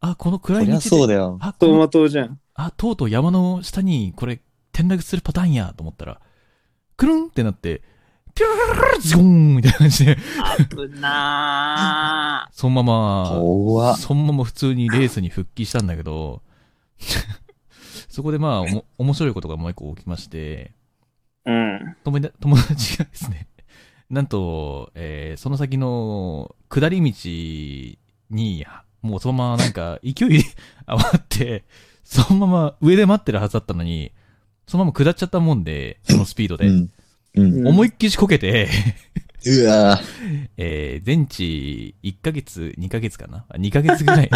Speaker 1: あ、この
Speaker 3: そ
Speaker 1: 暗い
Speaker 3: り
Speaker 1: 道
Speaker 3: ゃ
Speaker 1: で。
Speaker 3: そうだよ。
Speaker 1: あ、こ
Speaker 2: ト
Speaker 1: の
Speaker 2: マトじゃん。
Speaker 1: あ、とうとう山の下にこれ転落するパターンやと思ったら、くるんってなって、ピュルルルズゴーンみたいな感じで、
Speaker 2: 危な
Speaker 1: そのま
Speaker 3: 怖
Speaker 1: ま、
Speaker 3: っ
Speaker 1: そのまま普通にレースに復帰したんだけど、そこでまあ、おも面白いことがもう一個起きまして、
Speaker 2: うん。
Speaker 1: 友達友達がですね、 なんと、えーその先の下り道に、もうそのままなんか勢いで 余って、そのまま上で待ってるはずだったのに、そのまま下っちゃったもんで、そのスピード
Speaker 3: う
Speaker 1: で。
Speaker 3: ん。うん。
Speaker 1: 思いっきりしこけて、
Speaker 3: うわ
Speaker 1: えー全治1ヶ月、2ヶ月かな ?2 ヶ月ぐらい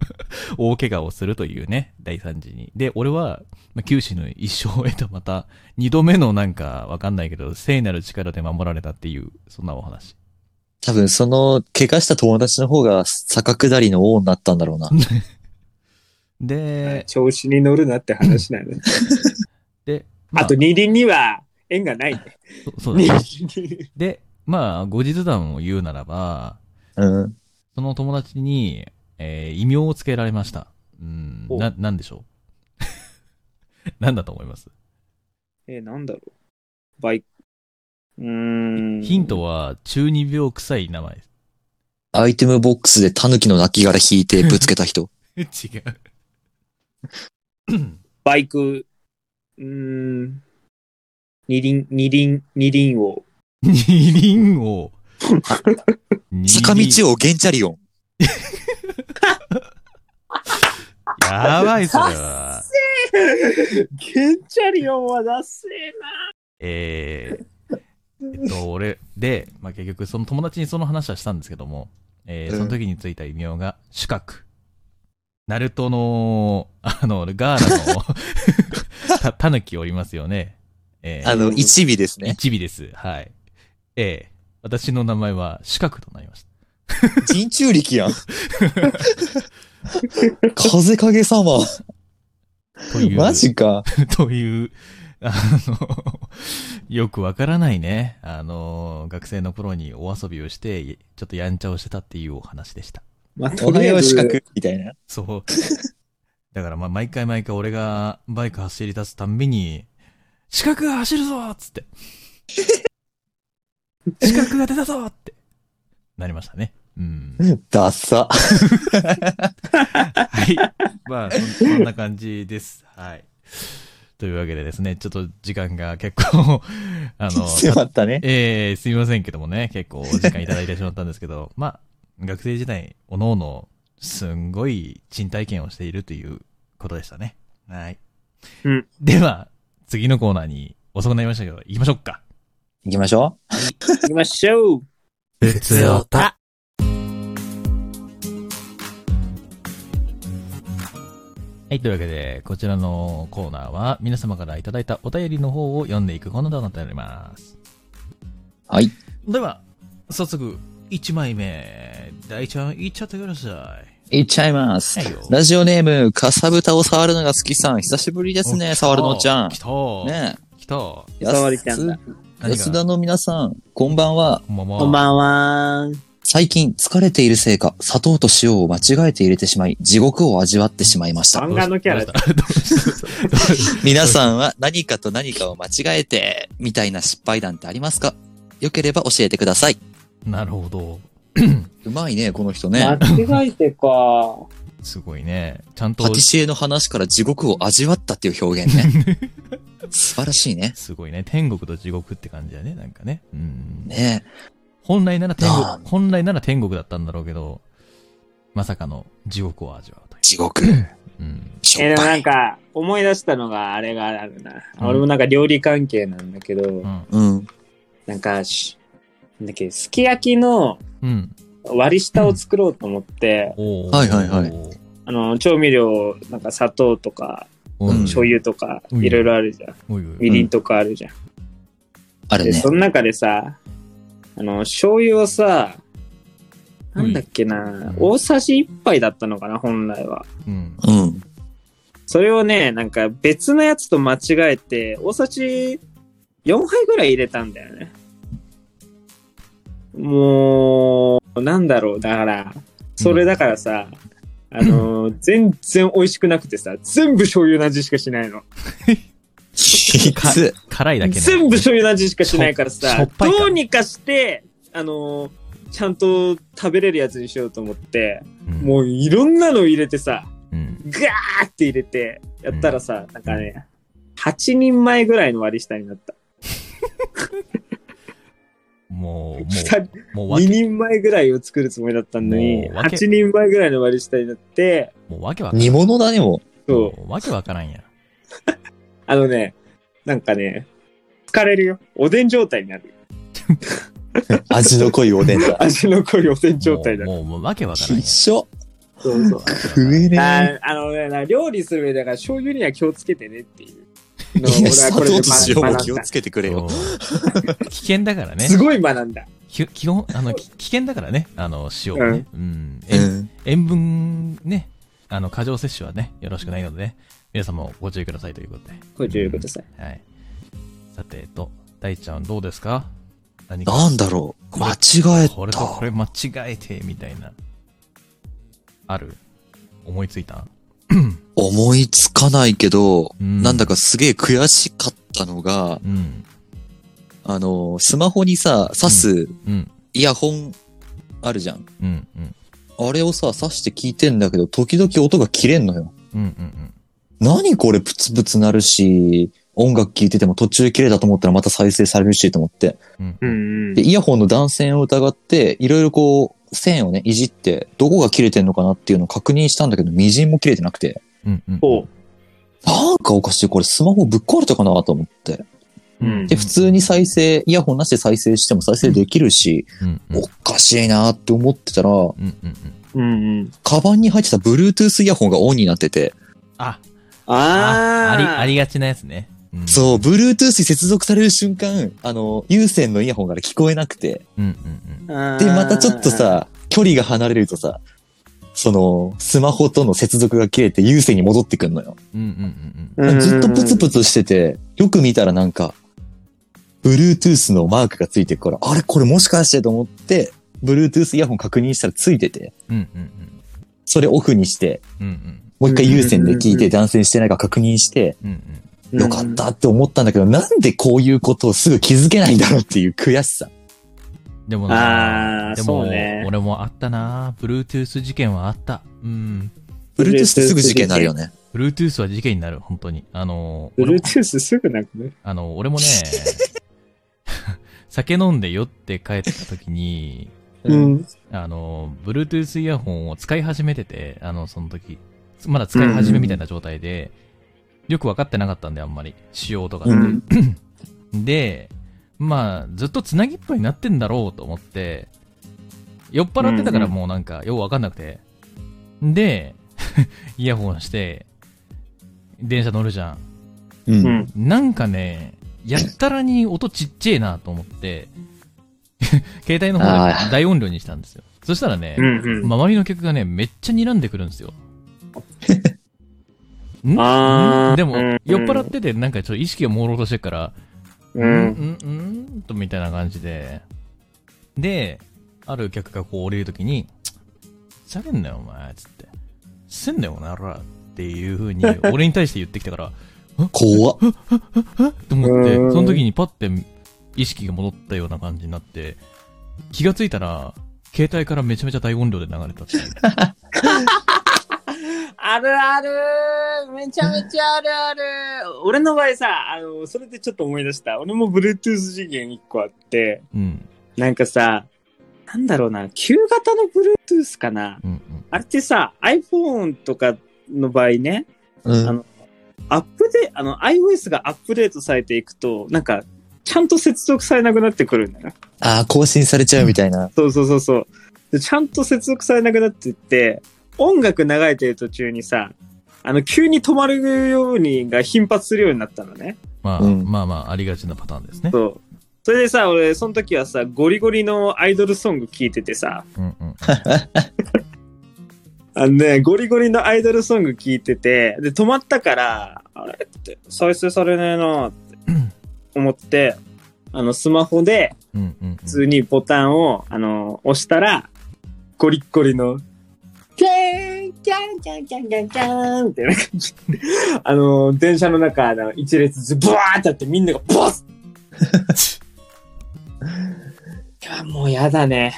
Speaker 1: 大怪我をするというね、大惨事に。で、俺は、まあ、九死の一生を得たまた、二度目のなんかわかんないけど、聖なる力で守られたっていう、そんなお話。
Speaker 3: 多分その、怪我した友達の方が坂下りの王になったんだろうな。
Speaker 1: で、
Speaker 2: 調子に乗るなって話なんで。
Speaker 1: で、ま
Speaker 2: あと二輪には縁がないね。
Speaker 1: そそうだ
Speaker 2: 二
Speaker 1: ね。
Speaker 2: 輪に
Speaker 1: で、まあ、後日談を言うならば、
Speaker 3: うん。
Speaker 1: その友達に、えー異名をつけられました。うん、
Speaker 2: お
Speaker 1: な、なんでしょうなんだと思います
Speaker 2: えー、なんだろう。バイク。うーん。
Speaker 1: ヒントは、中二病臭い名前です。
Speaker 3: アイテムボックスで狸の亡骸引いてぶつけた人。
Speaker 1: 違う。
Speaker 2: バイク、うーん。二輪、二輪、二輪を。
Speaker 1: 二輪を、二輪
Speaker 3: 坂道王ゲンチャリオン。
Speaker 1: やばいっすよ。
Speaker 2: ケンチャリオンはだせえな。
Speaker 1: えー、えっと、俺、で、まあ、結局、その友達にその話はしたんですけども、えー
Speaker 3: うん
Speaker 1: その時についた異名が、主角。ナルトの、あの、ガーラの、 た、たぬきおりますよね。えー
Speaker 3: あの、一尾で すね。
Speaker 1: 一尾です。はい。ええ私の名前は、主角となりました。
Speaker 3: 人中 力やん。風影様。
Speaker 1: という。
Speaker 3: マジか。
Speaker 1: という、あの、 よくわからないね、あの、学生の頃にお遊びをして、ちょっとやんちゃをしてたっていうお話でした。
Speaker 2: まあ、と
Speaker 3: おは
Speaker 2: り
Speaker 3: よ
Speaker 2: あえ
Speaker 3: う
Speaker 2: ず
Speaker 3: 四、角みたいな。
Speaker 1: そう。だからまあ、毎回毎回俺がバイク走り出すたんびに、四角が走るぞっつ って。四角が出たぞって。なりましたね。うん。
Speaker 3: ダッサ。
Speaker 1: はい。まあそん、そんな感じです。はい。というわけでですね、ちょっと時間が結構、 あの、
Speaker 3: 迫ったね。
Speaker 1: えー、すみませんけどもね、結構お時間いただいてしまったんですけど、 まあ、学生時代、おのおの、すんごい賃体験をしているということでしたね。はい。
Speaker 2: うん
Speaker 1: では、次のコーナーに遅くなりましたけど、行きましょうか。
Speaker 3: 行きましょ
Speaker 2: 行きましょう。
Speaker 1: う
Speaker 4: つおた。
Speaker 1: はい、というわけで、こちらのコーナーは、皆様からいただいたお便りの方を読んでいくコーナーとなっております。
Speaker 3: はい。
Speaker 1: では、早速、1枚目、大ちゃん、いっちゃってください。
Speaker 3: う。行っちゃいます
Speaker 1: はいよ。
Speaker 3: ラジオネーム、かさぶたを触るのが好きさん。久しぶりで
Speaker 1: です
Speaker 3: ね、触るのおっちゃん
Speaker 1: 来。た。
Speaker 3: ね
Speaker 1: 来た。
Speaker 3: え。
Speaker 2: 触りちゃんだ。
Speaker 1: 何が
Speaker 3: 安田の皆さん、こんばんは。
Speaker 1: もも
Speaker 2: こんばんは。
Speaker 3: 最近疲れているせいか、砂糖と塩を間違えて入れてしまい、地獄を味わってしまいました。
Speaker 2: 漫画のキャラ
Speaker 1: どうしたどうしたどうした
Speaker 3: 皆さんは何かと何かを間違えて、みたいな失敗談ってありますかよければ教えてください。
Speaker 1: なるほど。
Speaker 3: うまいね、この人ね。
Speaker 2: 間違えて か。
Speaker 1: すごいね。ちゃんと
Speaker 3: パティ、シエの話から地獄を味わったっていう表現ね。 素晴らしいね。
Speaker 1: すごいね。天国と地獄って感じだね。なんかね。うん。
Speaker 3: ねえ。
Speaker 1: 本来なら天
Speaker 3: あ
Speaker 1: 国、本来なら天国だったんだろうけど、まさかの地獄を味わうとい
Speaker 3: 地獄。
Speaker 1: う。うん。
Speaker 3: し
Speaker 2: えー、
Speaker 3: ょっ
Speaker 2: でも
Speaker 3: ぱ
Speaker 2: ないん。か、思い出したのがあれがあるな。
Speaker 1: うん
Speaker 2: 俺もなんか料理関係なんだけど、
Speaker 1: うん。
Speaker 3: うん。
Speaker 2: なんかし、なんだっけ、すき焼きの
Speaker 1: うん。
Speaker 2: 割り下を作ろうと思って、
Speaker 1: おー
Speaker 3: はいはいはい
Speaker 2: あの、調味料、なんか砂糖とか、
Speaker 1: おー
Speaker 3: うん
Speaker 2: 醤油とか、
Speaker 1: うん
Speaker 2: いろいろあるじゃん。
Speaker 1: おいおい
Speaker 2: みりんとかあるじゃん。
Speaker 3: あれ
Speaker 2: で、
Speaker 3: ね
Speaker 2: そ。の中でさ、あの、醤油をさ、なんだっけな、
Speaker 1: うん
Speaker 2: 大さじ1杯だったのかな、本来は。
Speaker 1: うん。
Speaker 3: うん。
Speaker 2: それをね、なんか別のやつと間違えて、大さじ4杯ぐらい入れたんだよね。もう、なんだろう、だから、それだからさ、あの、全然美味しくなくてさ、全部醤油の味しかしないの。
Speaker 3: き つ。
Speaker 1: 辛いだけね
Speaker 2: 全部醤油の味しかしないから
Speaker 1: しょ
Speaker 2: さ、
Speaker 1: っぱいか
Speaker 2: どうにかして、あの、ちゃんと食べれるやつにしようと思って、
Speaker 1: うん
Speaker 2: もういろんなの入れてさ、
Speaker 1: うん。
Speaker 2: ガーって入れて、やったらさ、なんかね、8人前ぐらいの割り下になった。
Speaker 1: もう、も
Speaker 2: 2
Speaker 1: う、もうわけ、
Speaker 2: 人前ぐらいを作るつもりだったのに、
Speaker 1: もうわけ
Speaker 2: 8人前ぐらいの割り下になって、
Speaker 1: もうわけわかん
Speaker 3: 煮物だね、も
Speaker 2: そう、
Speaker 1: もうわけわからんや。
Speaker 2: あのね、なんかね、疲れるよ。おでん状態になる。
Speaker 3: う。味の濃いおでん だ。
Speaker 2: 味の濃いおでん状態になる。
Speaker 1: もう、もうもうわけわからん や
Speaker 3: 一。緒。
Speaker 2: そうそう。
Speaker 3: 食えねえ。
Speaker 2: ああのね、な料理する上でだから醤油には気をつけてねっていうのを
Speaker 3: いや、
Speaker 2: 俺は
Speaker 3: 砂
Speaker 2: これ
Speaker 3: 糖
Speaker 2: で
Speaker 3: と塩
Speaker 2: 学
Speaker 3: も
Speaker 2: ん
Speaker 3: 気を
Speaker 2: だ
Speaker 3: つ。けてくれよ。
Speaker 1: そう危険だからね。
Speaker 2: すごい学んだ。
Speaker 1: 危き基本、あの、き危険だからね、あの、塩はね。うん。
Speaker 3: う
Speaker 1: 塩
Speaker 3: ん。
Speaker 1: 塩分ね、あの、過剰摂取はね、よろしくないのでね、皆さんもご注意くださいということで。
Speaker 2: ご注意ください。
Speaker 1: はい。さて、えっと、大ちゃんどうですか何か
Speaker 3: なんだろう。
Speaker 1: これ
Speaker 3: 間違え
Speaker 1: これとこ
Speaker 3: た。
Speaker 1: れ間違えて、みたいな。ある思いついた
Speaker 3: 思いつかないけど、
Speaker 1: うん
Speaker 3: なんだかすげえ悔しかったのが、
Speaker 1: うん。
Speaker 3: あの、スマホにさ、挿す
Speaker 1: うん。
Speaker 3: イヤホンあるじゃん。
Speaker 1: うん。うん。
Speaker 3: あれをさ、挿して聞いてんだけど、時々音が切れんのよ。
Speaker 1: うん。うん。
Speaker 3: 何これプツプツなるし、音楽聴いてても途中切れたと思ったらまた再生されるしと思って。
Speaker 1: うん。
Speaker 2: う
Speaker 1: うん。
Speaker 2: ん、うん
Speaker 3: で、。イヤホンの断線を疑って、いろいろこう、線をね、いじって、どこが切れてんのかなっていうのを確認したんだけど、微塵も切れてなくて。
Speaker 1: うん。うん。
Speaker 2: ほ
Speaker 3: なんかおかしい、これスマホぶっ壊れたかなと思って。
Speaker 2: う。うん。
Speaker 3: で、普通に再生、イヤホンなしで再生しても再生できるし、
Speaker 1: うん。うん。
Speaker 3: おかしいなって思ってたら、
Speaker 1: うん。うん。
Speaker 2: うんうん。
Speaker 3: カバンに入ってた Bluetooth イヤホンがオンになってて、
Speaker 1: あ、あ
Speaker 2: あ
Speaker 1: あ
Speaker 2: あ
Speaker 1: り、ありがちなやつね。うん
Speaker 3: そう、Bluetooth に接続される瞬間、あの、有線のイヤホンから聞こえなくて、
Speaker 1: うん。うん。
Speaker 2: あー
Speaker 3: で、またちょっと、さ、距離が離れるとさ、その、スマホとの接続が切れて有線に戻ってくんのよ。
Speaker 1: うん。うん。うん。うん。
Speaker 2: うん
Speaker 3: ずっとプツプツしてて、よく見たらなんか、Bluetooth のマークがついてるから、あれこれもしかしてと思って、Bluetooth イヤホン確認したらついてて、
Speaker 1: うん。うん。
Speaker 3: それオフにして、
Speaker 1: うん。うん。
Speaker 3: もう一回有線で聞い
Speaker 2: うんうんう
Speaker 3: て
Speaker 2: ん
Speaker 3: 断線してないか確認して、
Speaker 1: うん。うん。
Speaker 2: うん
Speaker 3: よかっ。たって思ったんだけど、なんでこういうことをすぐ気づけないんだろうっていう悔しさ。
Speaker 1: でもな
Speaker 2: あー
Speaker 1: で
Speaker 2: そ
Speaker 1: も、
Speaker 2: うね
Speaker 1: 俺もあったな Bluetooth 事件はあった。うん。
Speaker 3: Bluetooth ってすぐ事件になるよね。
Speaker 1: Bluetooth は事件になる、本当に。あのー、俺も
Speaker 2: Bluetooth すぐなくね。
Speaker 1: あの、俺もね、酒飲んで酔って帰った時に、
Speaker 2: うん。
Speaker 1: あの、Bluetooth イヤホンを使い始めてて、あの、その時。まだ使い始めみたいな状態で、よく分かってなかったんで、あんまり。仕様とか。
Speaker 3: うん。
Speaker 1: で、まあ、ずっとつなぎっぱになってんだろうと思って、酔っ払ってたから
Speaker 2: うん
Speaker 1: もうなんか、ようわかんなくて。で、 イヤホンして、電車乗るじゃん。
Speaker 3: う。
Speaker 2: うんん。
Speaker 1: なんかね、やったらに音ちっちゃいなと思って、 携帯の方
Speaker 3: あ
Speaker 1: で大音量にしたんですよ。そしたらね、
Speaker 2: うん。うん。
Speaker 1: 周りの客がね、めっちゃ睨んでくるん ですよ。ん
Speaker 2: あー
Speaker 1: んでも、
Speaker 2: うん
Speaker 1: 酔っ払ってて、なんかちょっと意識が朦朧としてるから、
Speaker 2: う。
Speaker 1: うんん、うん、うん、とみたいな感じで。で、ある客がこう降りるときに、ふざけんなよ、お前、つって。せんなよ、この野郎っていう風に、俺に対して言ってきたから、
Speaker 3: 怖っ。
Speaker 1: と思って、
Speaker 2: うん
Speaker 1: その時にパッて意識が戻ったような感じになって、気がついたら、携帯からめちゃめちゃ大音量で流れたっていう。
Speaker 2: あるあるーめちゃめちゃあるあるー俺の場合さ、あの、それでちょっと思い出した。俺も Bluetooth 次元1個あって、
Speaker 1: うん、
Speaker 2: なんかさ、なんだろうな、旧型の Bluetooth かな
Speaker 1: うん、
Speaker 2: あれってさ、iPhone とかの場合ね、
Speaker 3: うん。
Speaker 2: アップデあの、iOS がアップデートされていくと、なんか、ちゃんと接続されなくなってくるんだよ。
Speaker 3: ああ、更新されちゃうみたいな。
Speaker 2: そうそうそうそう。でちゃんと接続されなくなってって、音楽流れてる途中にさ、あの、急に止まるようにが頻発するようになったのね。
Speaker 1: まあ、
Speaker 3: うん
Speaker 1: まあまあ、ありがちなパターンですね。
Speaker 2: そう。それでさ、俺、その時はさ、ゴリゴリのアイドルソング聞いててさ、
Speaker 1: うん、うん、
Speaker 2: あのね、ゴリゴリのアイドルソング聞いてて、で、止まったから、あれって、再生されねえなって思って、あの、スマホで、
Speaker 1: うん、うん。
Speaker 2: 普通にボタンを、あの、押したら、ゴリッゴリの、キャーン、キャン、キャン、キャン、キャン、キャーンみたいな感じ。あの、電車の中、あの、一列ずつ、ブワーってやって、みんなが、ボス いや、もうやだね。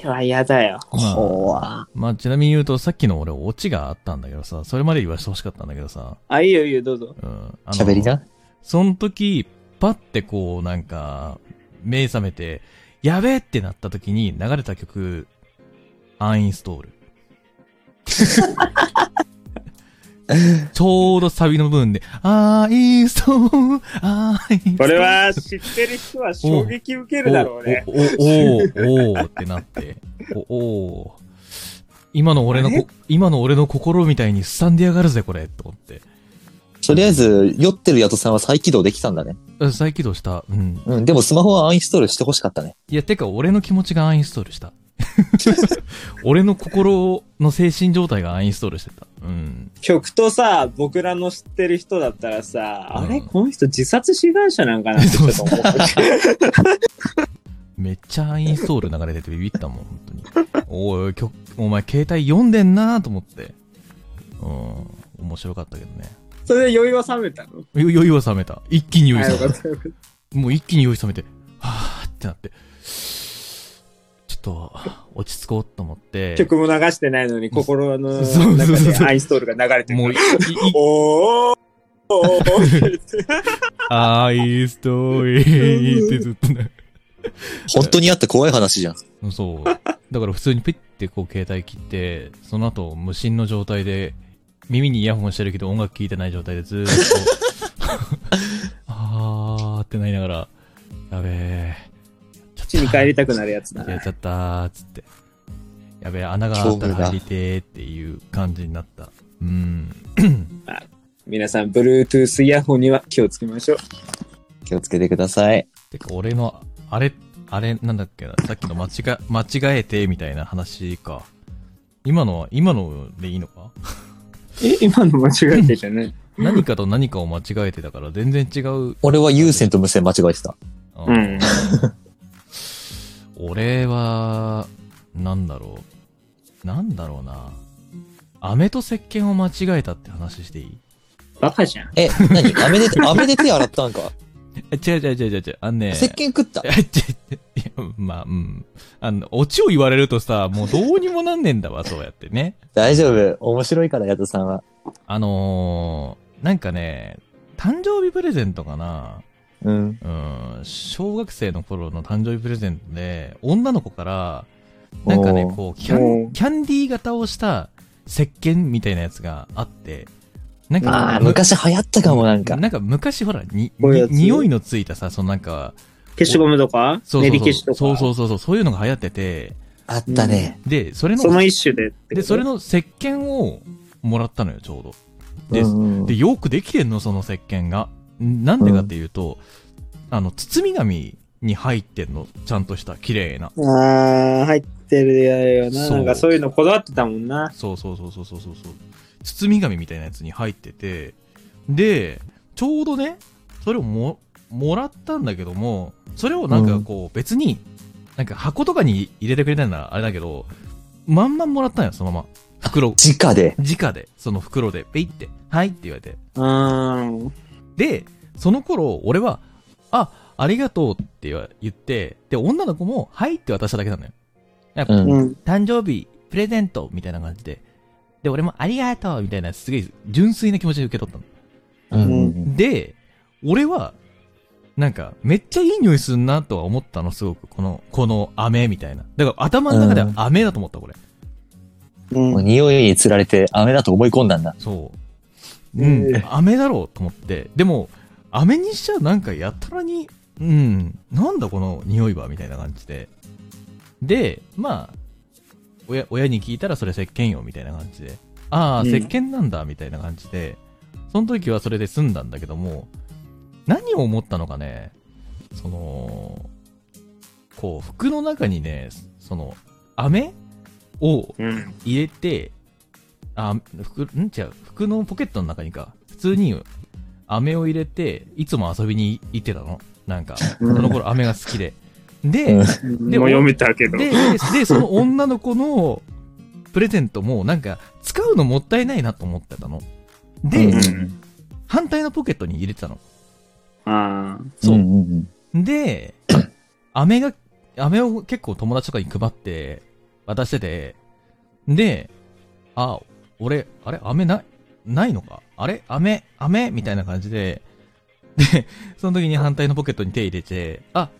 Speaker 2: いや、やだよ。
Speaker 1: まあ
Speaker 2: 怖
Speaker 1: まあ、ちなみに言うと、さっきの俺、オチがあったんだけどさ、それまで言わせてほしかったんだけどさ、
Speaker 2: あ、いいよ、いいよ、どうぞ。
Speaker 1: うん。あの
Speaker 3: 喋りな。
Speaker 1: その時、パッてこう、なんか、目覚めて、やべえってなった時に流れた曲、アンインストール。ちょうどサビの部分で、アンインストール、アンインストール。
Speaker 2: これは、知ってる人は衝撃受けるだろうね。
Speaker 1: お、お、お、お、おーってなって、お、おー、今の俺のこ、今の俺の心みたいにすさんでやがるぜ、これ、と思って。
Speaker 3: とりあえず、酔ってるヤトさんは再起動できたんだね。
Speaker 1: うん再起動した。うん。
Speaker 3: うん、でもスマホはアンインストールしてほしかったね。
Speaker 1: いや、てか俺の気持ちがアンインストールした。 俺の心の精神状態がアンインストールしてた。うん。
Speaker 2: 曲とさ、僕らの知ってる人だったらさ、
Speaker 1: うん
Speaker 2: あれこの人自殺志願者なんかなってちょっと思う。
Speaker 1: めっちゃアンインストール流れててビビったもん、本当に。おいおい、曲お前携帯読んでんなと思って。うん。面白かったけどね。
Speaker 2: それで酔いは冷めたの
Speaker 1: よ酔いは冷めた。一気に酔い
Speaker 2: あ
Speaker 1: 冷
Speaker 2: よ
Speaker 1: め
Speaker 2: か
Speaker 1: た
Speaker 2: っ。たよかっ
Speaker 1: もう一気に酔い冷めて、はぁーってなって、ちょっと、落ち着こうと思ったて、
Speaker 2: 曲も流してないのに心の
Speaker 1: そうそう
Speaker 2: 中
Speaker 1: そう
Speaker 2: で
Speaker 1: そう
Speaker 2: アインストールが流れて
Speaker 1: もう
Speaker 2: る
Speaker 1: い、。いい
Speaker 2: おーおー
Speaker 1: アイストーリーってずっとね。
Speaker 3: 本当にあった怖い話じゃん。
Speaker 1: そう。だから普通にピッてこう携帯切って、その後無心の状態で、耳にイヤホンしてるけど音楽聴いてない状態でずーっと、 あーってなりながら、やべえ。こっ
Speaker 2: 家に帰りたくなるやつだ
Speaker 1: や
Speaker 2: な
Speaker 1: っ。ちゃったーっつって。やべえ、穴があったら入りてーっていう感じになった。うん。
Speaker 2: 皆さん、Bluetooth イヤホンには気をつけましょう。
Speaker 3: 気をつけてください。
Speaker 1: てか、俺の、あれ、あれ、なんだっけな、さっきの間違、間違えてみたいな話か。今のは、今のでいいのか
Speaker 2: え、今の間違えてじゃない
Speaker 1: 何かと何かを間違えてたから全然違う。
Speaker 3: 俺は有線と無線間違えてた。
Speaker 1: あ
Speaker 2: う
Speaker 1: ー
Speaker 2: ん。
Speaker 1: 俺は、なんだろう。なんだろうな。飴と石鹸を間違えたって話していい
Speaker 2: バカじゃん。
Speaker 3: え、何飴で、飴で手洗っ たんか。
Speaker 1: え違う違う違う違う違う。あのね。
Speaker 3: 石鹸食った
Speaker 1: い。やちいや、まあ、うん。あの、オチを言われるとさ、もうどうにもなんねえんだわ、そうやってね。
Speaker 3: 大丈夫。面白いから、ヤトさんは。
Speaker 1: あのー、なんかね、誕生日プレゼントかな
Speaker 3: うん。
Speaker 1: うん、小学生の頃の誕生日プレゼントで、女の子から、なんかね
Speaker 3: お、ー
Speaker 1: こう、キャ
Speaker 2: お
Speaker 1: ン、
Speaker 2: ー
Speaker 1: キャンディー型をした石鹸みたいなやつがあって、なん
Speaker 3: あ
Speaker 1: か
Speaker 3: あ、、昔流行ったかも、なんか。
Speaker 1: なんか昔ほら、に、
Speaker 2: こういうや
Speaker 1: に
Speaker 2: つ
Speaker 1: 匂いのついたさ、そのなんか、
Speaker 2: 消しゴムとか
Speaker 1: そう
Speaker 2: 練
Speaker 1: そうそ
Speaker 2: り消
Speaker 1: う、
Speaker 2: しとか。
Speaker 1: そうそうそうそう、そういうのが流行ってて、
Speaker 3: あったね。
Speaker 1: で、それの
Speaker 2: その一種でってこと。
Speaker 1: で、それの石鹸をもらったのよ、ちょうど。で、
Speaker 3: うん
Speaker 1: でよくできてんの、その石鹸が。んなんでかっていうと、あの、包み紙に入ってんの、ちゃんとした、綺麗な。
Speaker 2: あー、入ってるやよな。
Speaker 1: そう
Speaker 2: なんかそういうのこだわってたもんな。
Speaker 1: そうそうそうそうそうそうそう。包み紙みたいなやつに入ってて、で、ちょうどね、それをも、もらったんだけども、それをなんかこう、別に、なんか箱とかに入れてくれたいならあれだけど、まんまんもらったんよ、そのまま。袋、
Speaker 3: 直で。
Speaker 1: 直で、その袋で、ペイって、はいって言われて。
Speaker 2: うーん。
Speaker 1: で、その頃、俺は、あ、ありがとうって言わ言って、で、女の子も、はいって渡しただけなのよ。
Speaker 3: うん。
Speaker 2: うん。
Speaker 1: 誕生日、プレゼントみたいな感じで。で、俺もありがとうみたいな、すげえ純粋な気持ちで受け取った
Speaker 3: うん。
Speaker 1: の。で、俺は、なんか、めっちゃいい匂いすんなとは思ったの、すごく。この、この飴みたいな。だから頭の中では飴だと思った、これ。
Speaker 2: うん
Speaker 3: もう匂いに釣られて、飴だと思い込んだんだ。
Speaker 1: そう。う
Speaker 2: え
Speaker 1: ん
Speaker 2: え、
Speaker 1: 飴だろうと思って。でも、飴にしちゃなんかやたらに、うん、なんだこの匂いはみたいな感じで。で、まあ、親、親に聞いたらそれ石鹸よみたいな感じで。ああ、
Speaker 2: うん
Speaker 1: 石鹸なんだみたいな感じで。その時はそれで済んだんだけども、何を思ったのかね、その、こう、服の中にね、その、飴を
Speaker 2: うん。
Speaker 1: 入れて、あ、服、ん違う、服のポケットの中にか、普通に飴を入れて、いつも遊びに行ってたの。なんか、そ
Speaker 2: うん
Speaker 1: の頃飴が好き で。で、
Speaker 3: うん
Speaker 2: でもう読めたけど。
Speaker 1: で、で、でその女の子のプレゼントも、なんか、使うのもったいないなと思ってたの。で、
Speaker 3: うん
Speaker 1: 反対のポケットに入れてたの。
Speaker 2: あー
Speaker 1: そう。
Speaker 3: んんん
Speaker 1: で、飴が、飴を結構友達とかに配って、渡してて、で、あ、俺、あれ飴な、ないのかあれ飴、飴みたいな感じで、 で、その時に反対のポケットに手入れて、あ、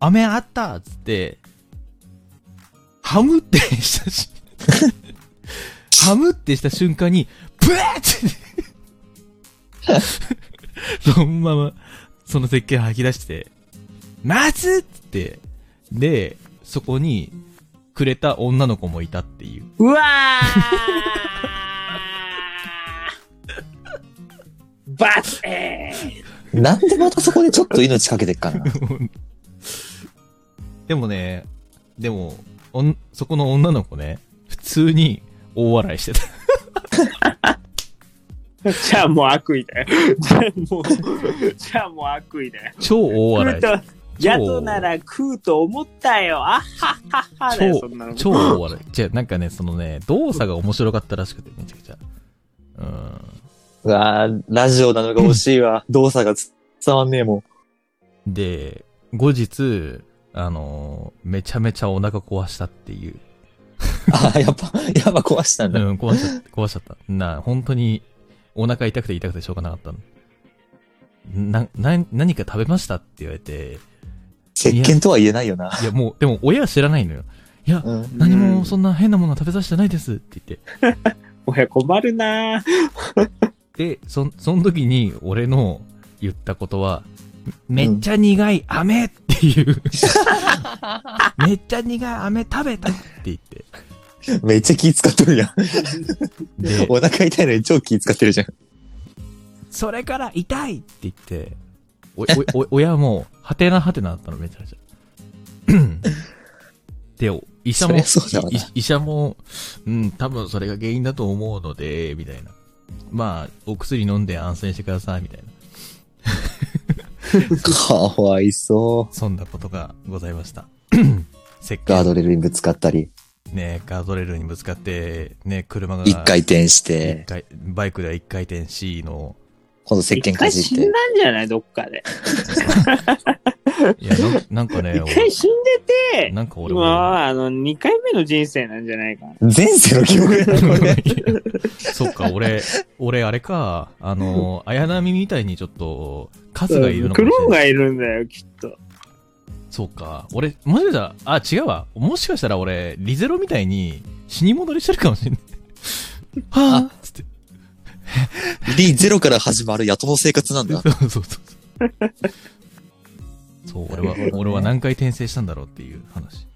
Speaker 1: 飴あったっつって、ハムってしたし、ハムってした瞬間に、ブエーって、そのまま、その石鹸吐き出して、まずっつって、で、そこに、くれた女の子もいたっていう。
Speaker 2: うわ バツえー
Speaker 3: なんでまたそこでちょっと命かけてっかな。
Speaker 1: でもね、でも、おんそこの女の子ね、普通に大笑いして た。
Speaker 2: じゃあもう悪意だよ。じゃあもう、じゃあもう悪意だよ。
Speaker 1: 超大
Speaker 2: 食。
Speaker 1: 笑いう
Speaker 2: と、野党なら食うと思ったよ。あっはっはっはだよ、そんなの。
Speaker 1: 超大笑い。じゃなんかね、そのね、動作が面白かったらしくて、めちゃくちゃ。うん。
Speaker 3: うわーラジオなのが惜しいわ。 動作がつ伝わんねえもん。
Speaker 1: で、後日、あのーめちゃめちゃお腹壊したっていう。
Speaker 3: ああ、やっぱ、やっぱ壊したんだ。
Speaker 1: うん、壊しちゃった、壊しちゃった。な、本当に、お腹痛くて痛くてしょうがなかったの。な、な、何か食べましたって言われて、
Speaker 3: 石鹸とは言えないよな。
Speaker 1: いや、もう、でも親は知らないのよ。いや、
Speaker 3: うん。
Speaker 1: 何もそんな変なものは食べさせてないですって言っ
Speaker 2: 親困るなぁ
Speaker 1: て。で、そ、その時に俺の言ったことは、めっちゃ苦い飴って いう。めっちゃ苦い飴食べたって言って。
Speaker 3: めっちゃ気使っとるやん。
Speaker 1: で、
Speaker 3: お腹痛いのに超気使ってるじゃん。
Speaker 1: それから痛いって言って、お、お、 お、親も、はてなはてなだったの、めちゃめち ゃ。で、お医者も、
Speaker 3: そりゃそうだわない
Speaker 1: 医者も、うん、多分それが原因だと思うので、みたいな。まあ、お薬飲んで安静してください、みたいな。
Speaker 3: かわいそ
Speaker 1: そんなことがございま した。せっ
Speaker 3: う。ガ
Speaker 1: か
Speaker 3: ードレールにぶつかったり、
Speaker 1: くね、ガードレールにぶつかって、ね、車が、
Speaker 3: 一回転し
Speaker 1: 一
Speaker 3: て、
Speaker 1: 回、バイクでは一回転 C の、
Speaker 3: 今度
Speaker 2: 一
Speaker 3: 石鹸
Speaker 2: 回
Speaker 3: かじ
Speaker 2: 死
Speaker 3: っ
Speaker 2: ん
Speaker 3: て。
Speaker 2: だんじゃないどっかで。
Speaker 1: いや、なんなんかね
Speaker 2: 一、回死んで
Speaker 1: 俺
Speaker 2: て、
Speaker 1: なんか俺
Speaker 2: 今
Speaker 1: も、
Speaker 2: はあの、二回目の人生なんじゃないかな。
Speaker 3: 前世の記憶やな、こ れ。
Speaker 1: そっか、俺、俺あれか、あの、綾波みたいにちょっと、数がいるのか
Speaker 2: ク
Speaker 1: も
Speaker 2: ロ
Speaker 1: し
Speaker 2: ーン
Speaker 1: れない。
Speaker 2: がいるんだよ、きっと。
Speaker 1: そうか、俺、もしかしたら、あ、違うわ。もしかしたら俺、リゼロみたいに死に戻りしてるかもしれない。はぁつって。
Speaker 3: リゼロから始まる雇の生活なんだ。
Speaker 1: そうそうそう。そう、俺は、俺は何回転生したんだろうっていう話。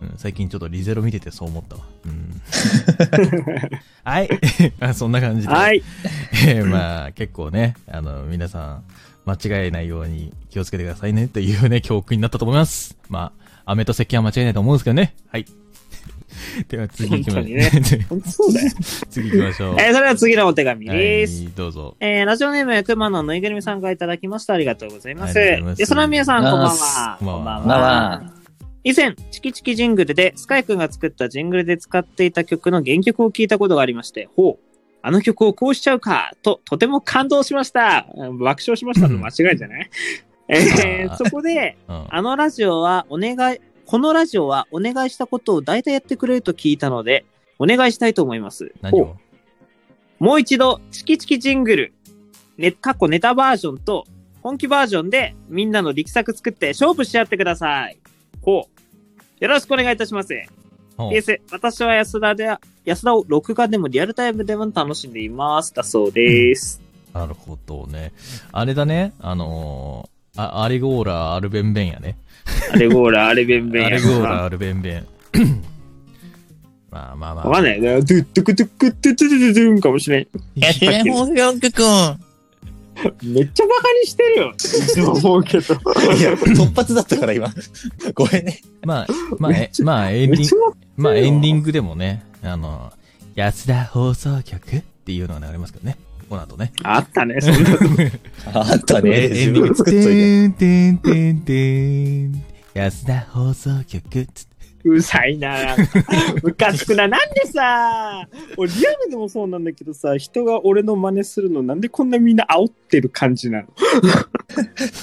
Speaker 1: うん、最近ちょっとリゼロ見ててそう思ったわ。 うん。はい。 あそんな感じで。
Speaker 2: はい。
Speaker 1: えー まあ、結構ね、あの、皆さん、間違えないように気をつけてくださいねというね、教訓になったと思います。まあ、飴と石鹸は間違いないと思うんですけどね。はい。 では次行きましょう。
Speaker 2: 本当にね本当そうだよ。
Speaker 1: 次行きましょう。
Speaker 2: えーそれでは次のお手紙です。
Speaker 1: はい、どうぞ。
Speaker 2: えーラジオネーム、くまのぬいぐるみさんからいただきました。ありがとうございます。
Speaker 1: ありがとうございます
Speaker 2: えそらみやさん、こんばんは。
Speaker 1: こんばんは
Speaker 3: こんばんは
Speaker 2: 以前、チキチキジングルで、スカイくんが作ったジングルで使っていた曲の原曲を聞いたことがありまして、ほう、あの曲をこうしちゃうか、と、とても感動しました。うん爆笑しましたの間違いじゃないえー
Speaker 1: あー
Speaker 2: そこで、
Speaker 1: うん。
Speaker 2: あのラジオはお願い、このラジオはお願いしたことを大体やってくれると聞いたので、お願いしたいと思います。
Speaker 1: 何
Speaker 2: ほ
Speaker 1: を
Speaker 2: うもう一度、チキチキジングル、ね、かっこネタバージョンと、本気バージョンで、みんなの力作作って勝負し合ってください。ほう。よろしくお願いいたします。
Speaker 1: ほう
Speaker 2: PS、私は安田で、安田を録画でもリアルタイムでも楽しんでいます。だそうです。
Speaker 1: なるほどね。あれだね、あのーあ、アレゴーラ、アルベンベンやね。
Speaker 2: あれゴーラ、あれベンベン
Speaker 1: ア
Speaker 2: や
Speaker 1: レ
Speaker 2: な
Speaker 1: ゴーラ、アルベンベン。 まあまあまあ。
Speaker 2: わか んない。ドゥッドゥクドゥクドゥドゥドゥドゥンかもしれん。
Speaker 6: 安田放送局。
Speaker 2: めっちゃバカにしてるよ。いつも思うけど。
Speaker 3: いや、突発だったから今。ごめんね。
Speaker 1: まあ、まあ、えまあ、エン
Speaker 2: め
Speaker 1: ディング
Speaker 2: っちゃ。
Speaker 1: まあエンディングでもね、あの、安田放送局っていうのが流れますけどね。この後ね。
Speaker 2: あったね、そんな。
Speaker 3: あったね。
Speaker 1: えエ
Speaker 3: 自
Speaker 1: ンディン
Speaker 3: 分
Speaker 1: グ
Speaker 3: で作っといて。
Speaker 1: てんてんてんてん。安田放送局つって。
Speaker 2: うざいな。むかつくな。なんでさ、俺リアルでもそうなんだけどさ、人が俺の真似するの、なんでこんなみんな煽ってる感じなの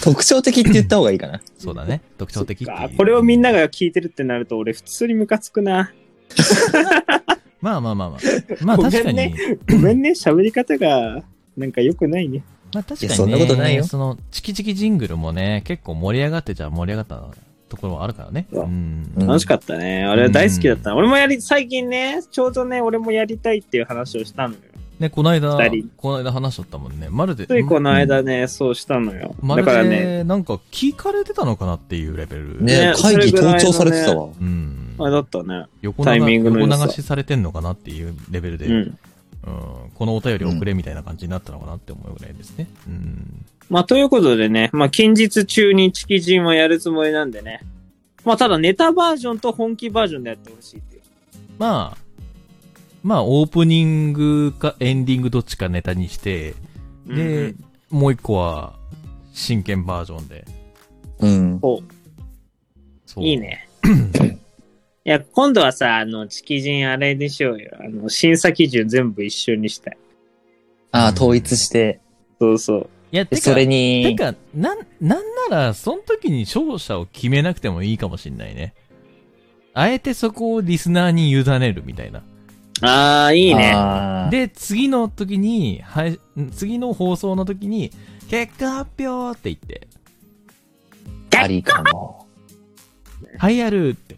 Speaker 3: 特徴的って言った方がいいかな。
Speaker 1: そうだね。特徴的って
Speaker 2: か
Speaker 1: いう
Speaker 2: これをみんな。が聞いてるってなると、俺普通にムカつくな。
Speaker 1: まあまあまあまあ。まあ
Speaker 2: ごめんね
Speaker 1: 確かに、
Speaker 2: ごめんね、喋り方が、なんか良くないね。
Speaker 1: まあ確かに、
Speaker 3: い
Speaker 1: ね、
Speaker 3: やそんなことないよ
Speaker 1: その、チキチキジングルもね、結構盛り上がってじゃあ盛り上がったところもあるからね。
Speaker 2: う
Speaker 1: うんん。
Speaker 3: うん
Speaker 2: 楽しかったね。俺は大好きだった。俺もやり、最近ね、ちょうどね、俺もやりたいっていう話をしたのよ。
Speaker 1: ね、この間
Speaker 2: 二人、
Speaker 1: この間話しとったもんね。まるで。
Speaker 2: ついこの間ね、そうしたのよ。
Speaker 1: ま
Speaker 2: だ
Speaker 1: る
Speaker 2: から
Speaker 1: で、
Speaker 2: ね、
Speaker 1: なんか聞かれてたのかなっていうレベル。
Speaker 3: ね
Speaker 2: ね
Speaker 3: 会議盗聴されてたわ。
Speaker 1: うん。
Speaker 2: あれだったね。
Speaker 1: 横
Speaker 2: タイ
Speaker 1: 流
Speaker 2: ミングの良さ
Speaker 1: 横流しされてんのかなっていうレベルで、
Speaker 2: うん。
Speaker 1: うん、このお便り送れみたいな感じになったのかなって思うぐらいですね。うん。
Speaker 2: まあ、ということでね、まあ、近日中にチキジンはやるつもりなんでね。まあ、ただネタバージョンと本気バージョンでやってほしいっていう。
Speaker 1: まあ、まあ、オープニングかエンディングどっちかネタにして、
Speaker 2: うんう
Speaker 1: で
Speaker 2: ん、
Speaker 1: もう一個は、真剣バージョンで。
Speaker 3: うん。
Speaker 2: ほ
Speaker 1: そう
Speaker 2: う、いい。 ね。いや、今度はさ、あの、チキジンあれでしょうよ。あの、審査基準全部一緒にしたい。
Speaker 3: ああ、統一して、
Speaker 2: そうそう。
Speaker 1: いや、て
Speaker 3: で
Speaker 1: か、
Speaker 3: それ
Speaker 1: て
Speaker 3: に、
Speaker 1: か、なん、なんなら、その時に勝者を決めなくてもいいかもしんないね。あえてそこをリスナーに委ねるみたいな。
Speaker 2: ああ、いいね。
Speaker 3: あー
Speaker 1: で、次の時に、はい、ん次の放送の時に、結果発表って言って、
Speaker 3: ありかも。
Speaker 1: はい、やるって。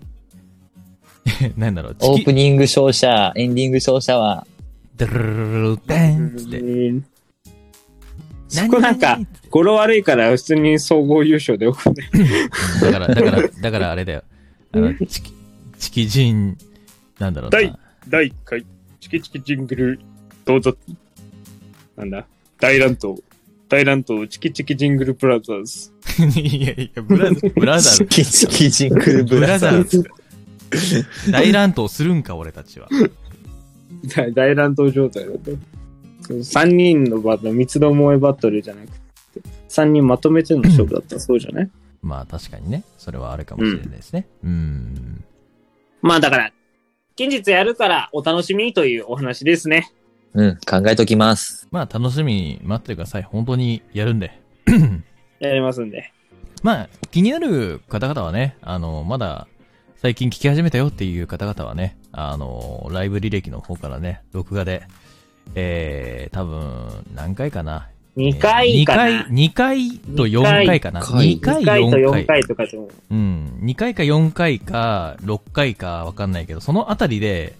Speaker 1: なんだろう、
Speaker 3: オープ
Speaker 1: ン。
Speaker 3: ニング勝者、エンディング勝者は、
Speaker 1: ドゥルルルルルデンっつって。
Speaker 2: うんそこなんか、語呂悪いから普通に総合優勝でよくね。
Speaker 1: だから、だから、だからあれだよ。あの、チキ、チキジン、なんだろう
Speaker 2: 第
Speaker 1: な。
Speaker 2: 第1回、チキチキジングル、どうぞ。なんだ、大乱闘。大乱闘、チキチキジングルブラザーズ。
Speaker 1: いやいや、ブラザー、ブラザ
Speaker 3: チ
Speaker 1: ー、
Speaker 3: キチキジングルブ
Speaker 1: ブラ
Speaker 3: ラザ
Speaker 1: ザー
Speaker 3: ーズ。
Speaker 1: ズ。大乱闘するんか、俺たちは。
Speaker 2: 大大乱闘状態だと。3人のバトル、三つどもえバトルじゃなくて、3人まとめての勝負だったらそうじゃない
Speaker 1: まあ確かにね、それはあるかもしれないですね。うん。
Speaker 2: まあだから、近日やるからお楽しみにというお話ですね。
Speaker 3: うん、考えときます。
Speaker 1: まあ楽しみに待ってください。本当にやるんで。
Speaker 2: やりますんで。
Speaker 1: まあ気になる方々はね、あの、まだ最近聞き始めたよっていう方々はね、あの、ライブ履歴の方からね、録画で、えー、多分何回かな。
Speaker 2: 2回かな。
Speaker 1: 2回、2回と4回かな。
Speaker 3: 二
Speaker 1: 2
Speaker 3: 回
Speaker 1: 回、
Speaker 2: 2回と4
Speaker 1: 4回
Speaker 2: 回。とかと思う。
Speaker 1: うん。2回か4回か、6回かわかんないけど、そのあたりで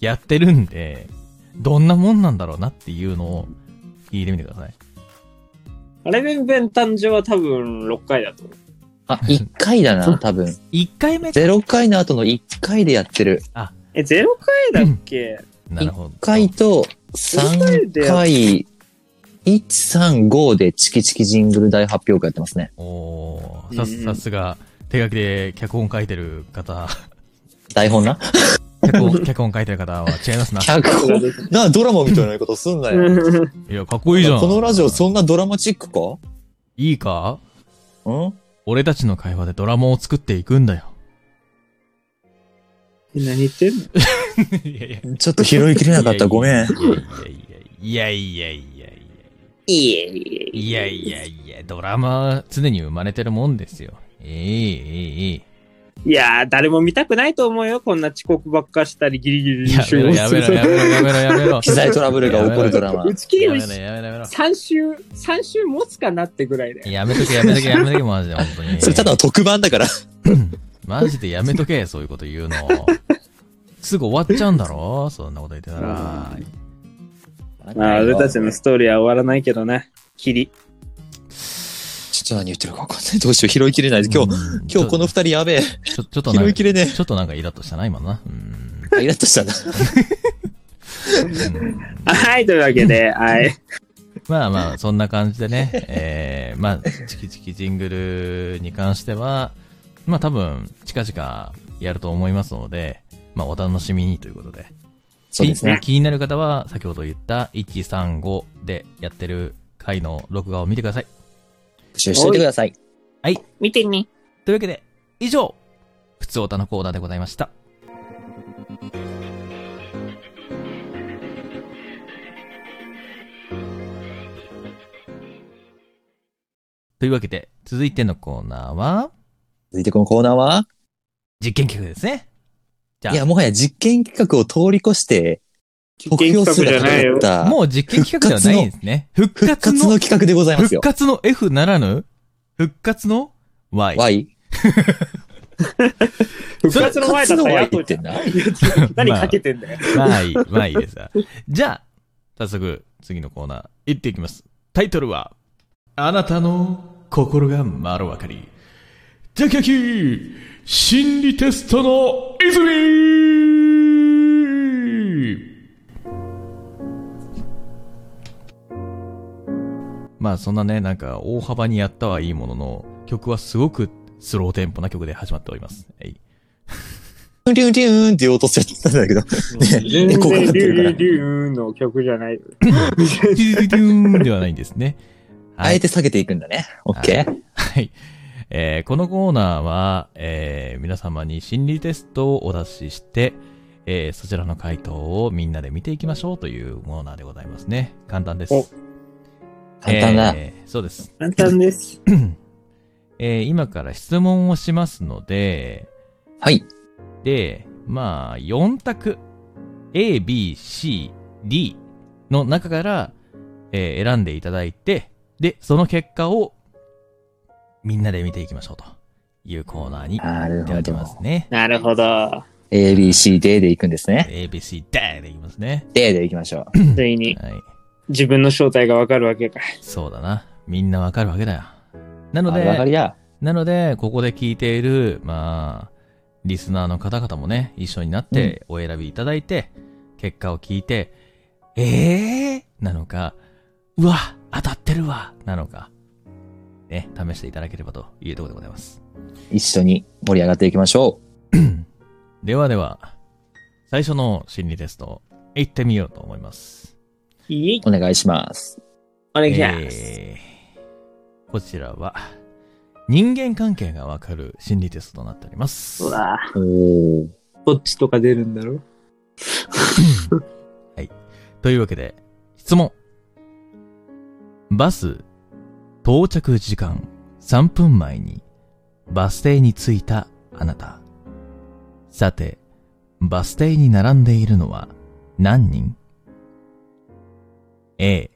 Speaker 1: やってるんで、どんなもんなんだろうなっていうのを聞いてみてください。
Speaker 2: あれ弁弁誕生は多分6回だと思う。
Speaker 3: あ、1回だな、多分。
Speaker 1: 1回目か。
Speaker 3: 0回の後の1回でやってる。
Speaker 2: え、0回だっけ
Speaker 1: なるほど。
Speaker 3: 1回と3回、1、3、5でチキチキジングル大発表会やってますね。
Speaker 1: おーさ
Speaker 2: う
Speaker 1: す、
Speaker 2: ん
Speaker 1: さすが、手書きで脚本書いてる方、
Speaker 3: 台本な。
Speaker 1: 脚本、脚本書いてる方は違いますな。
Speaker 3: 脚本。な、ドラマみたいなことすん なよ。
Speaker 1: いや、かっこいいじゃん。
Speaker 3: このラジオそんなドラマチックか
Speaker 1: いいか
Speaker 3: うん
Speaker 1: 俺たちの会話でドラマを作っていくんだよ。
Speaker 2: 何言ってんの
Speaker 1: いやいや。
Speaker 3: ちょっと拾い きれなかった。ごめん。
Speaker 1: いやいやいやいやいやいやいやいや。
Speaker 2: いえいえ
Speaker 1: いやいやいや、ドラマは常に生まれてるもんですよ。ええええ
Speaker 2: いやー、誰も見たくないと思うよ。こんな遅刻ばっかしたり、ギリギリ
Speaker 1: ええ。
Speaker 2: に
Speaker 1: やめ
Speaker 2: 集
Speaker 1: ろ
Speaker 2: 合
Speaker 1: や
Speaker 2: す
Speaker 1: めろ
Speaker 2: る。
Speaker 1: や めろやめろやめろ。
Speaker 3: 機材トラブルが起こるドラマ
Speaker 2: 打。ち切り
Speaker 1: や
Speaker 2: を
Speaker 1: め
Speaker 2: し
Speaker 1: ろやめろやめろ。
Speaker 2: 3週、3週持つかなってぐらいで。
Speaker 1: やめとけやめとけやめとけマジで本当に。
Speaker 3: それただの特番だから。
Speaker 1: マジでやめとけそういうこと言う の。すぐ終わっちゃうんだろそんなこと言ってたら。
Speaker 2: まあ、俺たちのストーリーは終わらないけどね。切り。
Speaker 3: ちょっと何言ってるかわかんない。どうしよう、拾いきれない。今日、
Speaker 1: うん
Speaker 3: 今日この二人やべえ。
Speaker 1: ちょちょっとなん
Speaker 3: 拾い
Speaker 1: か
Speaker 3: き
Speaker 1: ち
Speaker 3: れね
Speaker 1: ょっとなんかイラッとしたな今のな。 うん
Speaker 3: え。イラッとしたな。
Speaker 1: うん
Speaker 2: はい、というわけ で、はい。
Speaker 1: まあまあ、そんな感じでね、えー、まあ、チキチキジングルに関しては、まあ多分、近々やると思いますので、まあお楽しみにということで。
Speaker 3: そうですね。
Speaker 1: 気気になる方は、先ほど言った135でやってる回の録画を見てください。
Speaker 3: 復習しておいてください。
Speaker 2: 見てね。
Speaker 1: というわけで、以上、普通おたのコーナーでございました。というわけで、続いてのコーナーは、
Speaker 3: 続いてこのコーナーは
Speaker 1: 実験企画ですね。じゃ
Speaker 3: いや、
Speaker 1: あ、
Speaker 3: もはや実験企画を通り越して、
Speaker 2: 実験企画じゃないよ
Speaker 3: 得票数が高かった
Speaker 1: もう実験企画ではないんですね。復
Speaker 3: 復
Speaker 1: 活
Speaker 3: 活
Speaker 1: の、
Speaker 3: の企画でございます
Speaker 1: 復
Speaker 3: よ。
Speaker 1: 活の F ならぬ、復活の Y。
Speaker 3: Y?
Speaker 2: 復活の前だったらやっ
Speaker 3: 復活
Speaker 2: と
Speaker 3: の Y ってな。
Speaker 2: 何かけてんだよ。
Speaker 1: まあいい、まあいいですわ。じゃあ、早速、次のコーナー、行っていきます。タイトルは、あなたの心がまろわかり、ジャキャキ心理テストの泉まあそんなね、なんか大幅にやったはいいものの、曲はすごくスローテンポな曲で始まっております。はい
Speaker 3: ンリュンリュンっていう音しちゃったん だけど。
Speaker 2: 全
Speaker 3: エ
Speaker 2: 然
Speaker 3: コーかかって
Speaker 2: リュ
Speaker 3: るから
Speaker 2: ウリュウの曲じゃない。
Speaker 1: ドゥドゥドゥーンではないんですね。
Speaker 3: あえて下げていくんだね。オッケー。
Speaker 1: はい。えーこのコーナーは、えー皆様に心理テストをお出しして、えーそちらの回答をみんなで見ていきましょうというコーナーでございますね。簡単です
Speaker 2: お。
Speaker 3: 簡単だ。
Speaker 1: えー そうです。
Speaker 2: 簡単です。
Speaker 1: えー今から質問をしますので、
Speaker 3: はい。
Speaker 1: で、まあ、4択。A, B, C, D の中から、えー選んでいただいて、で、その結果をみんなで見ていきましょうというコーナーに
Speaker 3: な
Speaker 1: な
Speaker 3: る
Speaker 1: ってお
Speaker 3: ほ
Speaker 1: り
Speaker 3: ど。
Speaker 1: ますね。
Speaker 2: なるほど。
Speaker 3: A, B, C, D でいくんですね。
Speaker 1: A, B, C, D でいきますね。
Speaker 3: D でいきましょ
Speaker 2: ついに
Speaker 1: はい。
Speaker 2: 自分の正体がわかるわけか。
Speaker 1: そうだな。みんなわかるわけだよ。な
Speaker 3: う。
Speaker 1: の
Speaker 3: あわか
Speaker 1: で、
Speaker 3: りや。
Speaker 1: なので、ここで聞いている、まあ、リスナーの方々もね、一緒になってお選びいただいて、結果を聞いて、ええー、なのか、うわ、当たってるわ、なのか、ね、試していただければというところでございます。
Speaker 3: 一緒に盛り上がっていきましょ。
Speaker 1: ではでは、最初の心理テスト、行ってみようと思います。
Speaker 2: いいう
Speaker 3: お願いします。
Speaker 2: お願いします。
Speaker 1: えーこちらは、人間関係がわかる心理テストとなっております。
Speaker 2: うわ
Speaker 3: おー。
Speaker 2: どっちとか出るんだろう
Speaker 1: というわけで、質問。バス、到着時間3分前に、バス停に着いたあなた。さて、バス停に並んでいるのは何人 ?A、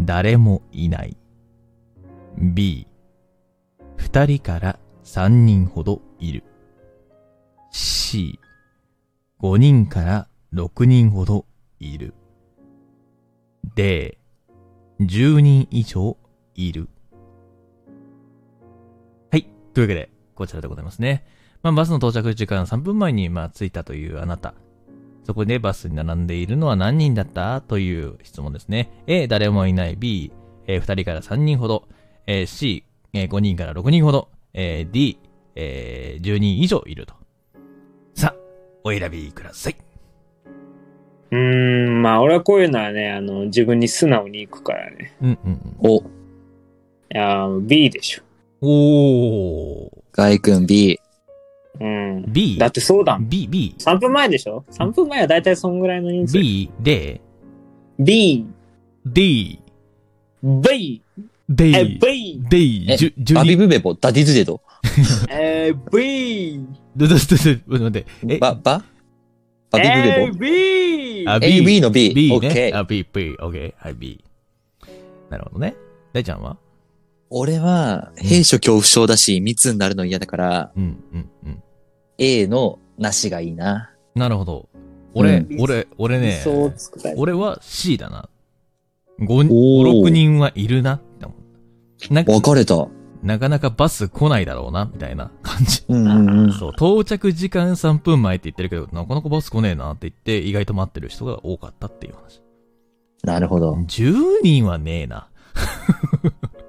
Speaker 1: 誰もいない。B、二人から三人ほどいる。C、五人から六人ほどいる。で、10人以上いる。はい。というわけで、こちらでございますね。まあ、バスの到着時間3分前に、まあ、着いたというあなた。そこでバスに並んでいるのは何人だったという質問ですね。A、誰もいない。B、えー2人から3人ほど。えー C、えー5人から6人ほど。えー D、えー10人以上いると。さあ、お選びください。
Speaker 2: うーん、まあ俺はこういうのはね、あの、自分に素直に行くからね。
Speaker 1: うんうんうん。
Speaker 3: お、
Speaker 2: いやー、B でしょ。
Speaker 1: おー。
Speaker 3: ガイ君 B。
Speaker 2: うん。
Speaker 1: B、
Speaker 2: だってそうだもん。
Speaker 1: B、B、
Speaker 2: 3分前でしょ ?3 分前はだいたいそんぐらいの人数。
Speaker 1: B、D、
Speaker 2: B、
Speaker 1: D、
Speaker 2: B、え、
Speaker 1: D、
Speaker 2: B、
Speaker 1: D、
Speaker 3: え
Speaker 1: じゅ、じゅ
Speaker 3: バビ
Speaker 1: に、
Speaker 3: ブベボ、ダディズデド。
Speaker 2: えー、B、
Speaker 1: ど、ど、ど、ど、待って、え、
Speaker 3: バ、ババビ
Speaker 2: えー、
Speaker 3: ブ
Speaker 2: B!
Speaker 1: あ、
Speaker 3: ベボ。A, B
Speaker 1: B、
Speaker 3: の B。
Speaker 1: B
Speaker 3: オッケ
Speaker 1: ね。
Speaker 3: ー。
Speaker 1: あ、B、B、オッケー、はい、B。なるほどね。大ちゃんは
Speaker 3: 俺は、閉所恐怖症だし、密になるの嫌だから、
Speaker 1: うん、うん、うん。
Speaker 3: A のなしがいいな。
Speaker 1: なるほど。俺、
Speaker 2: うん
Speaker 1: 俺、俺ね、
Speaker 2: そうつくタイプ
Speaker 1: 俺は C だな。5、
Speaker 3: おー
Speaker 1: 6人はいるなって思う。なんか、
Speaker 3: 分かれた。
Speaker 1: なかなかバス来ないだろうな、みたいな感じ。
Speaker 3: うんうんうん。
Speaker 1: そう、到着時間3分前って言ってるけど、なかなかバス来ねえなって言って、意外と待ってる人が多かったっていう話。
Speaker 3: なるほど。
Speaker 1: 10人はねえな。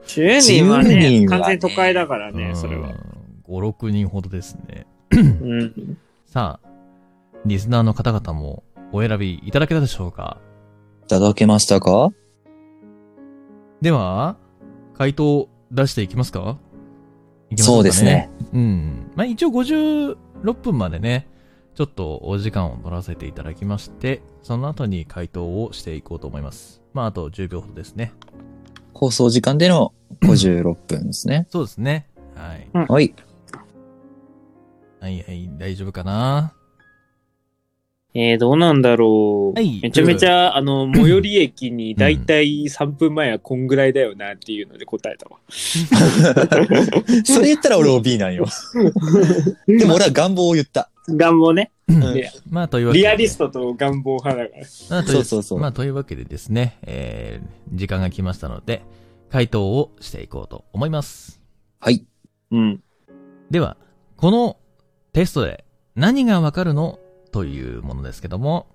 Speaker 2: 10人は
Speaker 3: 10
Speaker 2: ね、
Speaker 3: 人はね
Speaker 2: 完全に都会だから
Speaker 1: う
Speaker 2: ね、
Speaker 1: ん
Speaker 2: それは。。
Speaker 1: 5、6人ほどですね。
Speaker 2: うん。
Speaker 1: さあ、リスナーの方々もお選びいただけたでしょうか
Speaker 3: いただけましたか
Speaker 1: では、回答出していきますかいきましょ
Speaker 3: そう
Speaker 1: か
Speaker 3: ですね。。
Speaker 1: うん。まあ、一応56分までね、ちょっとお時間を取らせていただきまして、その後に回答をしていこうと思います。まあ、あと10秒ほどですね。
Speaker 3: 放送時間での56分ですね。
Speaker 1: そうですね。はい。
Speaker 3: はい。
Speaker 1: はいはい、大丈夫かな
Speaker 2: えー、どうなんだろう。
Speaker 1: はい
Speaker 2: めちゃめちゃ、あの、最寄り駅にだいたい3分前はこんぐらいだよなっていうので答えたわ。
Speaker 3: それ言ったら 俺も B なんよ。でも俺は願望を言った。
Speaker 2: 願望ね。
Speaker 3: うん
Speaker 2: で
Speaker 1: まあ、というわけで。
Speaker 2: リアリストと願望派だから。
Speaker 1: まあ、とい
Speaker 3: そうそうそう
Speaker 1: まあ、というわけでですね、えー、時間が来ましたので、回答をしていこうと思います。
Speaker 3: はい。
Speaker 2: うん。
Speaker 1: では、このテストで何がわかるのというものですけども、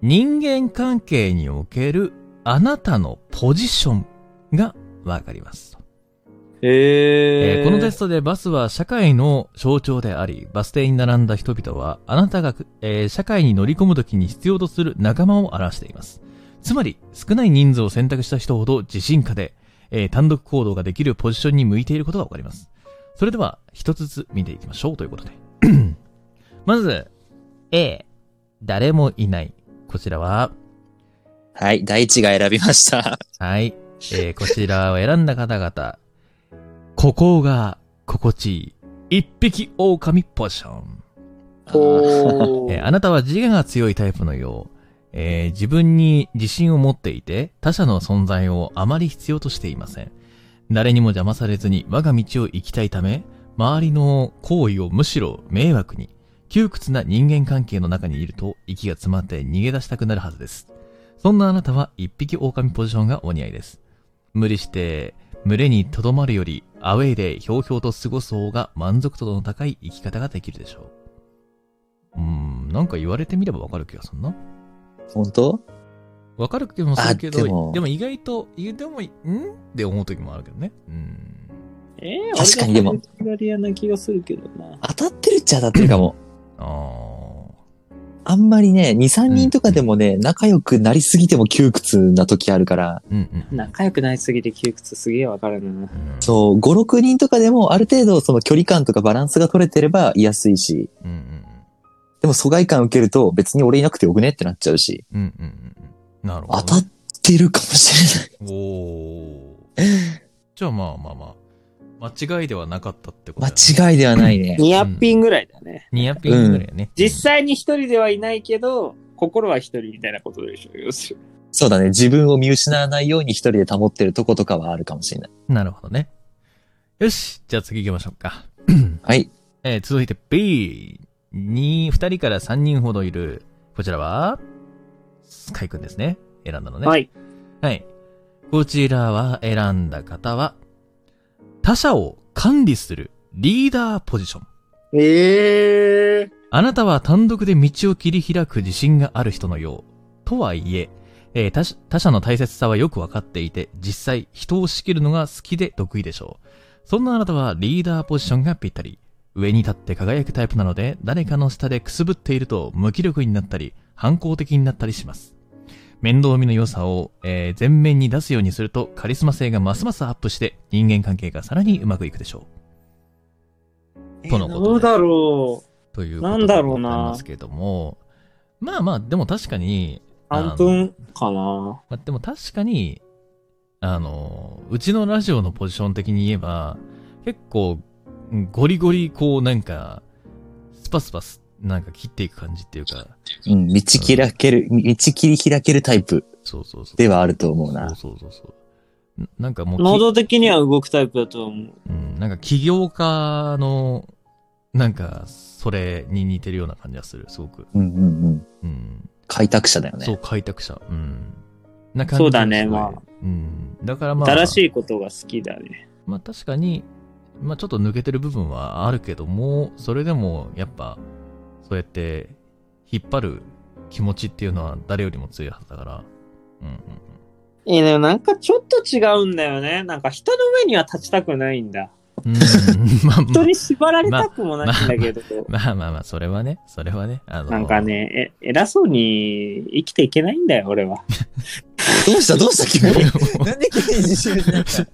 Speaker 1: 人間関係におけるあなたのポジションがわかりますと。え
Speaker 2: え
Speaker 1: ーこのテストでバスは社会の象徴であり、バス停に並んだ人々は、あなたが、えー社会に乗り込むときに必要とする仲間を表しています。つまり、少ない人数を選択した人ほど自信家で、えー単独行動ができるポジションに向いていることがわかります。それでは、一つずつ見ていきましょうということで。まず、A、誰もいない。こちらは、
Speaker 3: はい、第一が選びました。
Speaker 1: はい。えーこちらを選んだ方々。ここが心地いい。一匹狼ポジション。
Speaker 2: お
Speaker 1: えーあなたは自我が強いタイプのよう。えー自分に自信を持っていて、他者の存在をあまり必要としていません。誰にも邪魔されずに我が道を行きたいため、周りの行為をむしろ迷惑に、窮屈な人間関係の中にいると息が詰まって逃げ出したくなるはずです。そんなあなたは一匹狼ポジションがお似合いです。無理して、群れに留まるより、アウェイでひょうひょうと過ごす方が満足度の高い生き方ができるでしょう。うーん、なんか言われてみればわかる気がするな。
Speaker 3: 本当
Speaker 1: わかる気もするけど、
Speaker 3: あ
Speaker 1: で
Speaker 3: で
Speaker 1: も
Speaker 3: も
Speaker 1: 意外と、いでも、んって思う時もあるけどね。うん。
Speaker 2: えー
Speaker 3: 確かにでも。
Speaker 2: ガリアな気がするけどな。
Speaker 3: 当たってるっちゃ当たってるかも。
Speaker 1: あー
Speaker 3: あんまりね、2、3人とかでもね、仲良くなりすぎても窮屈な時あるから、
Speaker 1: うんうん。
Speaker 2: 仲良くなりすぎて窮屈すげえわかるな。
Speaker 1: うん
Speaker 3: そう、5、6人とかでもある程度その距離感とかバランスが取れてれば居やすいし、
Speaker 1: うんうん
Speaker 3: でも疎外感受けると別に俺いなくてよくねってなっちゃうし、
Speaker 1: うん。うんうんうんうん。なるほ
Speaker 3: 当
Speaker 1: ど。
Speaker 3: たってるかもしれない。
Speaker 1: おお。じゃあまあまあまあ。間違いではなかったってことだね、
Speaker 3: 間違いではないね。
Speaker 2: ニアピンぐらいだね。
Speaker 1: ニアピンぐらいやね。
Speaker 2: 実際に一人ではいないけど、心は一人みたいなことでしょ。要するに。
Speaker 3: そうだね。自分を見失わないように一人で保ってるとことかはあるかもしれない。
Speaker 1: うんなるほどね。よし。じゃあ次行きましょうか。
Speaker 3: はい。
Speaker 1: えー続いて B に、2人から3人ほどいる、こちらは、スカイくんですね。選んだのね。。
Speaker 2: はいい。
Speaker 1: はい。こちらは、選んだ方は、他者を管理するリーダーポジション。
Speaker 2: ええ
Speaker 1: あなたは単独で道を切り開く自信がある人のよう。とはいえ、えー他者他者の大切さはよくわかっていて、実際人を仕切るのが好きで得意でしょう。そんなあなたはリーダーポジションがぴったり。上に立って輝くタイプなので、誰かの下でくすぶっていると無気力になったり、反抗的になったりします。面倒見の良さを、えー前面に出すようにすると、カリスマ性がますますアップして、人間関係がさらにうまくいくでしょう。とのこと
Speaker 2: ど
Speaker 1: で
Speaker 2: う
Speaker 1: す
Speaker 2: だろう。
Speaker 1: ということ
Speaker 2: なん
Speaker 1: で
Speaker 2: だ
Speaker 1: ござ
Speaker 2: ろう
Speaker 1: い
Speaker 2: な
Speaker 1: ますけども、まあまあ、でも確かに、
Speaker 2: 半分かな。
Speaker 1: まあ、でも確かに、あの、うちのラジオのポジション的に言えば、結構、うんゴリゴリ、こう、なんか、スパスパス、なんか切っていく感じっていうか、
Speaker 3: うん。道開ける、道切り開けるタイプ
Speaker 1: そうそうそう。
Speaker 3: ではあると思うな。
Speaker 1: そうそうそうそう。ななんかもうき、
Speaker 2: 能動的には動くタイプだと思う。
Speaker 1: うん、なんか起業家の、なんか、それに似てるような感じがする、すごく。
Speaker 3: うんうんうん。
Speaker 1: うん。
Speaker 3: 開拓者だよ
Speaker 1: そ
Speaker 3: ね。
Speaker 1: う、開拓者。うん。な感じ
Speaker 2: そうだね
Speaker 1: すごい
Speaker 2: まあ。
Speaker 1: うん。だからまあ、
Speaker 2: 新しいことが好きだね。
Speaker 1: まあ確かに、まあちょっと抜けてる部分はあるけども、それでもやっぱ、そうやって引っ張る気持ちっていうのは誰よりも強いはずだから。うんうんうん。
Speaker 2: いや、でもなんかちょっと違うんだよね。なんか人の上には立ちたくないんだ。
Speaker 1: うん、まあま
Speaker 2: 人に縛られたくもないんだけど。
Speaker 1: あ、まあまあまあ、それはね、それはね、あの、
Speaker 2: なんかね、え、偉そうに生きていけないんだよ、俺は。
Speaker 3: どうしたどうした急
Speaker 1: もう、
Speaker 3: に。なんで急に自信失っ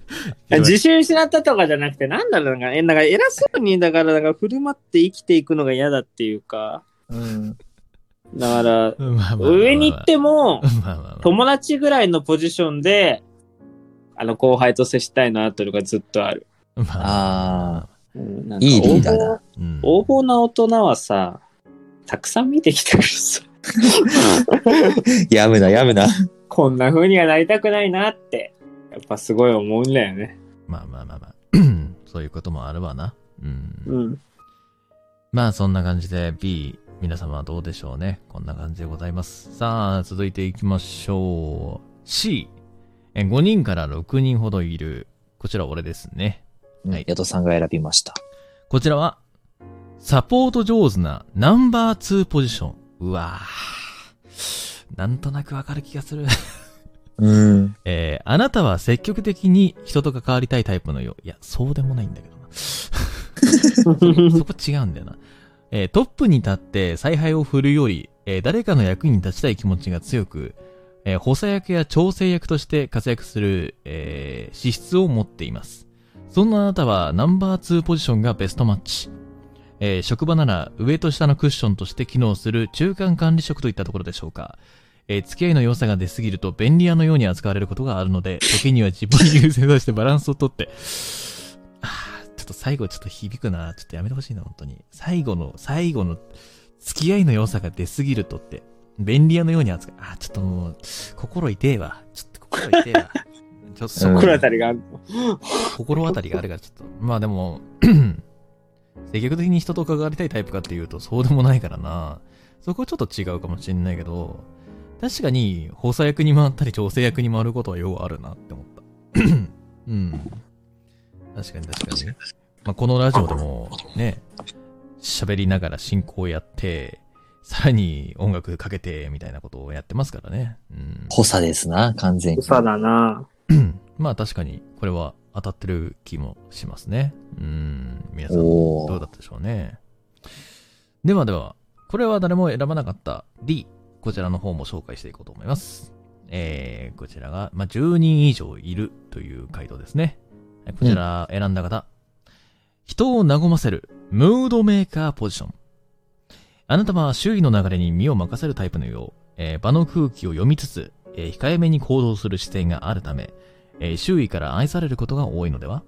Speaker 3: た
Speaker 2: 自信失ったとかじゃなくて、なんだろうなんか、え、なんか偉そうに、だから、なんか振る舞って生きていくのが嫌だっていうか、
Speaker 3: うん。
Speaker 2: だから、
Speaker 1: まあまあまあ
Speaker 2: 上に行っ、て
Speaker 1: ま
Speaker 2: も、
Speaker 1: あまあまあ、
Speaker 2: 友達ぐらいのポジションで、あの、後輩と接したいな、というのがずっとある。
Speaker 1: まあまあまあ
Speaker 3: あ
Speaker 2: うんなん
Speaker 3: あ、
Speaker 2: か
Speaker 3: いいリーダーだ。
Speaker 1: うん
Speaker 2: 横暴横暴な大人はさ、たくさん見てきたからさ、
Speaker 3: やむな、やむな。
Speaker 2: こんな風にはなりたくないなって、やっぱすごい思うんだよね。
Speaker 1: まあまあまあま あ。そういうこともあるわな。うん。
Speaker 2: うん。
Speaker 1: まあそんな感じで B、皆様はどうでしょうね。こんな感じでございます。さあ、続いていきましょう。C、え5人から6人ほどいる。こちら俺ですね。
Speaker 3: はい。ヤトさんが選びました。
Speaker 1: こちらは、サポート上手なナンバー2ポジション。うわぁ。なんとなくわかる気がする。
Speaker 3: うん。
Speaker 1: えーあなたは積極的に人と関わりたいタイプのよう。いや、そうでもないんだけどな。そこ違うんだよな。えートップに立って采配を振るより、えー誰かの役に立ちたい気持ちが強く、えー補佐役や調整役として活躍する、えー資質を持っています。そんなあなたはナンバー2ポジションがベストマッチ。えー職場なら上と下のクッションとして機能する中間管理職といったところでしょうか。えー付き合いの良さが出すぎると便利屋のように扱われることがあるので、時には自分優先としてバランスをとって、あーちょっと最後ちょっと響くな。ちょっとやめてほしいな、本当に。最後の、最後の、付き合いの良さが出すぎるとって、便利屋のように扱う。あー、ちょっともう、心痛えわ。ちょっと心痛えわ。ちょっとそこ
Speaker 2: 心当たりがある。
Speaker 1: 心当たりがあるからちょっと。まあでも、 積極的に人と関わりたいタイプかっていうとそうでもないからな。そこはちょっと違うかもしれないけど、確かに補佐役に回ったり調整役に回ることはようあるなって思った。 うん。確かに確かに。まあ、このラジオでもね、喋りながら進行やって、さらに音楽かけてみたいなことをやってますからね。うん。
Speaker 3: 補佐ですな、完全に。
Speaker 2: さだな。
Speaker 1: まあ確かに、これは当たってる気もしますね。うん、皆さん、
Speaker 3: お
Speaker 1: どう
Speaker 3: ー
Speaker 1: だったでしょうね。ではでは、これは誰も選ばなかった D、こちらの方も紹介していこうと思います。えー、こちらが、まあ、10人以上いるという回答ですね。こちら選んだ方、人を和ませる、ムードメーカーポジション。あなたは周囲の流れに身を任せるタイプのよう、えー場の空気を読みつつ、えー控えめに行動する姿勢があるため、えー周囲から愛されることが多いのでは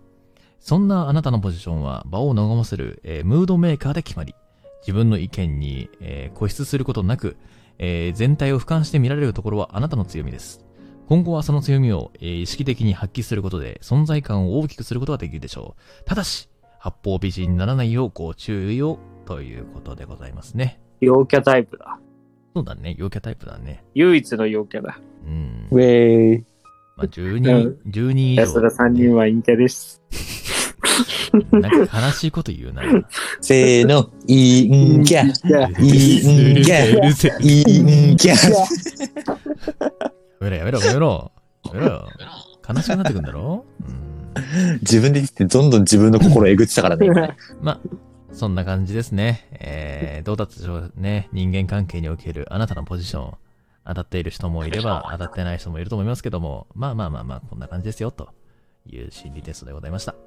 Speaker 1: そんなあなたのポジションは場を和ませる、えームードメーカーで決まり、自分の意見に、えー固執することなく、えー全体を俯瞰して見られるところはあなたの強みです。今後はその強みを、えー意識的に発揮することで存在感を大きくすることができるでしょう。ただし、八方美人にならないようご注意をということでございますね。
Speaker 2: 陽キャタイプだ。
Speaker 1: そうだね、陽キャタイプだね。
Speaker 2: 唯一の陽キャだ。
Speaker 1: うん。
Speaker 2: ウェイ。
Speaker 1: まあ、10人、10人以上。
Speaker 2: 安田3人は陰キャです。
Speaker 1: なんか悲しいこと言うな。
Speaker 3: せーの、いいんきゃ、いいんきゃ、
Speaker 1: うるせえ
Speaker 3: いいん きゃ。
Speaker 1: やめろやめろやめろやめろよ悲しくなってくんだろうん
Speaker 3: 自分で言ってどんどん自分の心をえぐってたからね。今
Speaker 1: まあそんな感じですねえー、どうだったでしょうね人間関係におけるあなたのポジション当たっている人もいれば当たってない人もいると思いますけどもまあまあまあまあこんな感じですよという心理テストでございましたは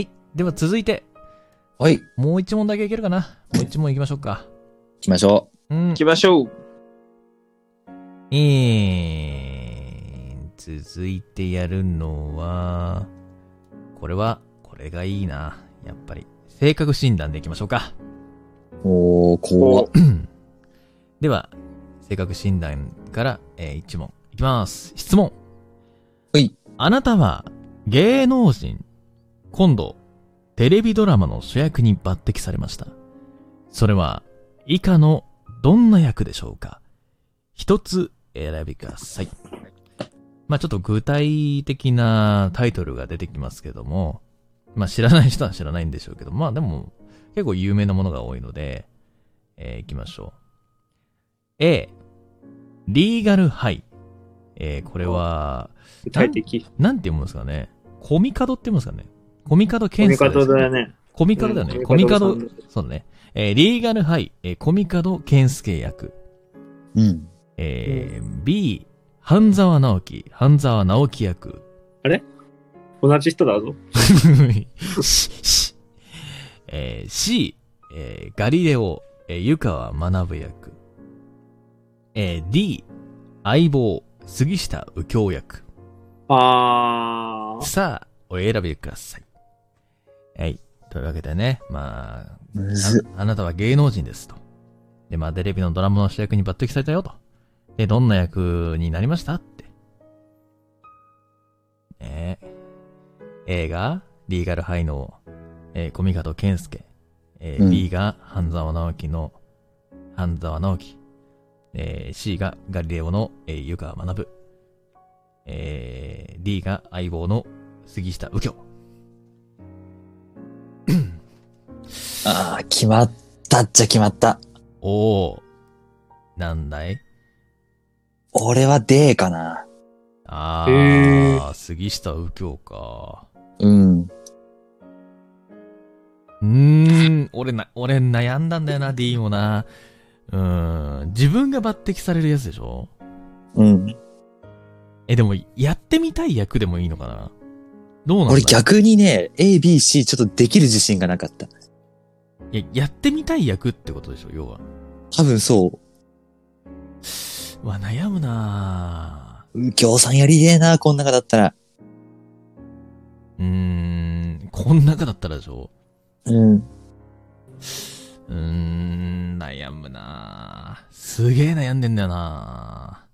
Speaker 1: いでは続いて
Speaker 3: はい、行
Speaker 1: もう一問だけいけるかなもう一問いきましょうか
Speaker 3: きましょ
Speaker 1: うん
Speaker 2: 行きましょう。
Speaker 1: えー、続いてやるのは、これは、これがいいな。やっぱり。性格診断でいきましょうか。
Speaker 3: う。おー、怖っ。
Speaker 1: では、性格診断から、えー、1問。いきます。質問。
Speaker 3: はい。
Speaker 1: あなたは、芸能人、今度、テレビドラマの主役に抜擢されました。それは、以下の、どんな役でしょうか一つ選びください。まあちょっと具体的なタイトルが出てきますけども、まあ知らない人は知らないんでしょうけど、まあでも、結構有名なものが多いので、えー行きましょう。A、リーガルハイ。えーこれは、
Speaker 2: 具体的。
Speaker 1: なんて読むんですかね。コミカドって読むんですかね。コミカド
Speaker 2: 読
Speaker 1: 検
Speaker 2: み
Speaker 1: 査です
Speaker 2: 方
Speaker 1: よね
Speaker 2: だよね。
Speaker 1: コミカドだよね。
Speaker 2: うん
Speaker 1: コミカド
Speaker 2: コミカドさ
Speaker 1: そ
Speaker 2: ん、
Speaker 1: うだね。えーリーガルハイ、えーコミカド健介役。
Speaker 3: うん。
Speaker 1: えー B、半沢直樹、半沢直樹役。
Speaker 2: 同じ人だぞ。
Speaker 1: ししえー C、えーガリレオ、えー湯川学役。えー D、相棒、杉下右京役。
Speaker 2: あー。
Speaker 1: さあ、お選びください。はい。というわけでね、まあ、
Speaker 3: むず
Speaker 1: ああなたは芸能人ですと。で、まあ、テレビのドラマの主役に抜擢されたよと。で、どんな役になりましたって。ねえ。A が、リーガルハイの、えー、コミカド健介。えー
Speaker 3: うん
Speaker 1: B が、半沢直樹の、半沢直樹。えー C が、ガリレオの、えー、湯川学。えー D が、相棒の、杉下右京。
Speaker 3: あー、決まったっちゃ決まった。
Speaker 1: おー。なんだい
Speaker 3: 俺は D かな。
Speaker 1: あ
Speaker 2: へ
Speaker 1: あ、杉下右京か。
Speaker 3: うん。
Speaker 1: うーん、 俺な、俺悩んだんだよな、D もな。うーん、自分が抜擢されるやつでしょ
Speaker 3: うん。
Speaker 1: え、でも、やってみたい役でもいいのかなどうなんだ
Speaker 3: 俺逆にね、A、B、C ちょっとできる自信がなかった。
Speaker 1: いや、やってみたい役ってことでしょ、要は。
Speaker 3: 多分そう
Speaker 1: わ、悩むなぁ
Speaker 3: う。右京さんやりてえな、こん中だったら。
Speaker 1: うーん、こん中だったらでしょ
Speaker 3: うん。
Speaker 1: うーん、悩むなぁ。すげえ悩んでんだよな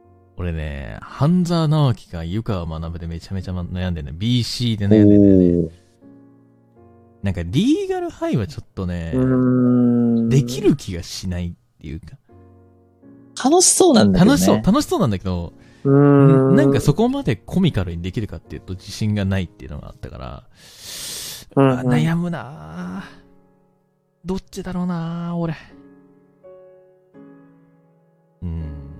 Speaker 1: ぁ。俺ね、半沢直樹か湯川学でめちゃめちゃ悩んでんだよ。BC で
Speaker 3: お
Speaker 1: 悩んでんだよね。
Speaker 3: ー。
Speaker 1: なんか、リーガルハイはちょっとね、
Speaker 2: ん
Speaker 1: できる気がしないっていうか。
Speaker 3: 楽しそうなんだけどね。
Speaker 1: 楽しそう、楽しそうなんだけど、
Speaker 2: うーん。
Speaker 1: なんかそこまでコミカルにできるかっていうと自信がないっていうのがあったから、
Speaker 2: うん
Speaker 1: あ悩むなぁどっちだろうなぁ俺。うん。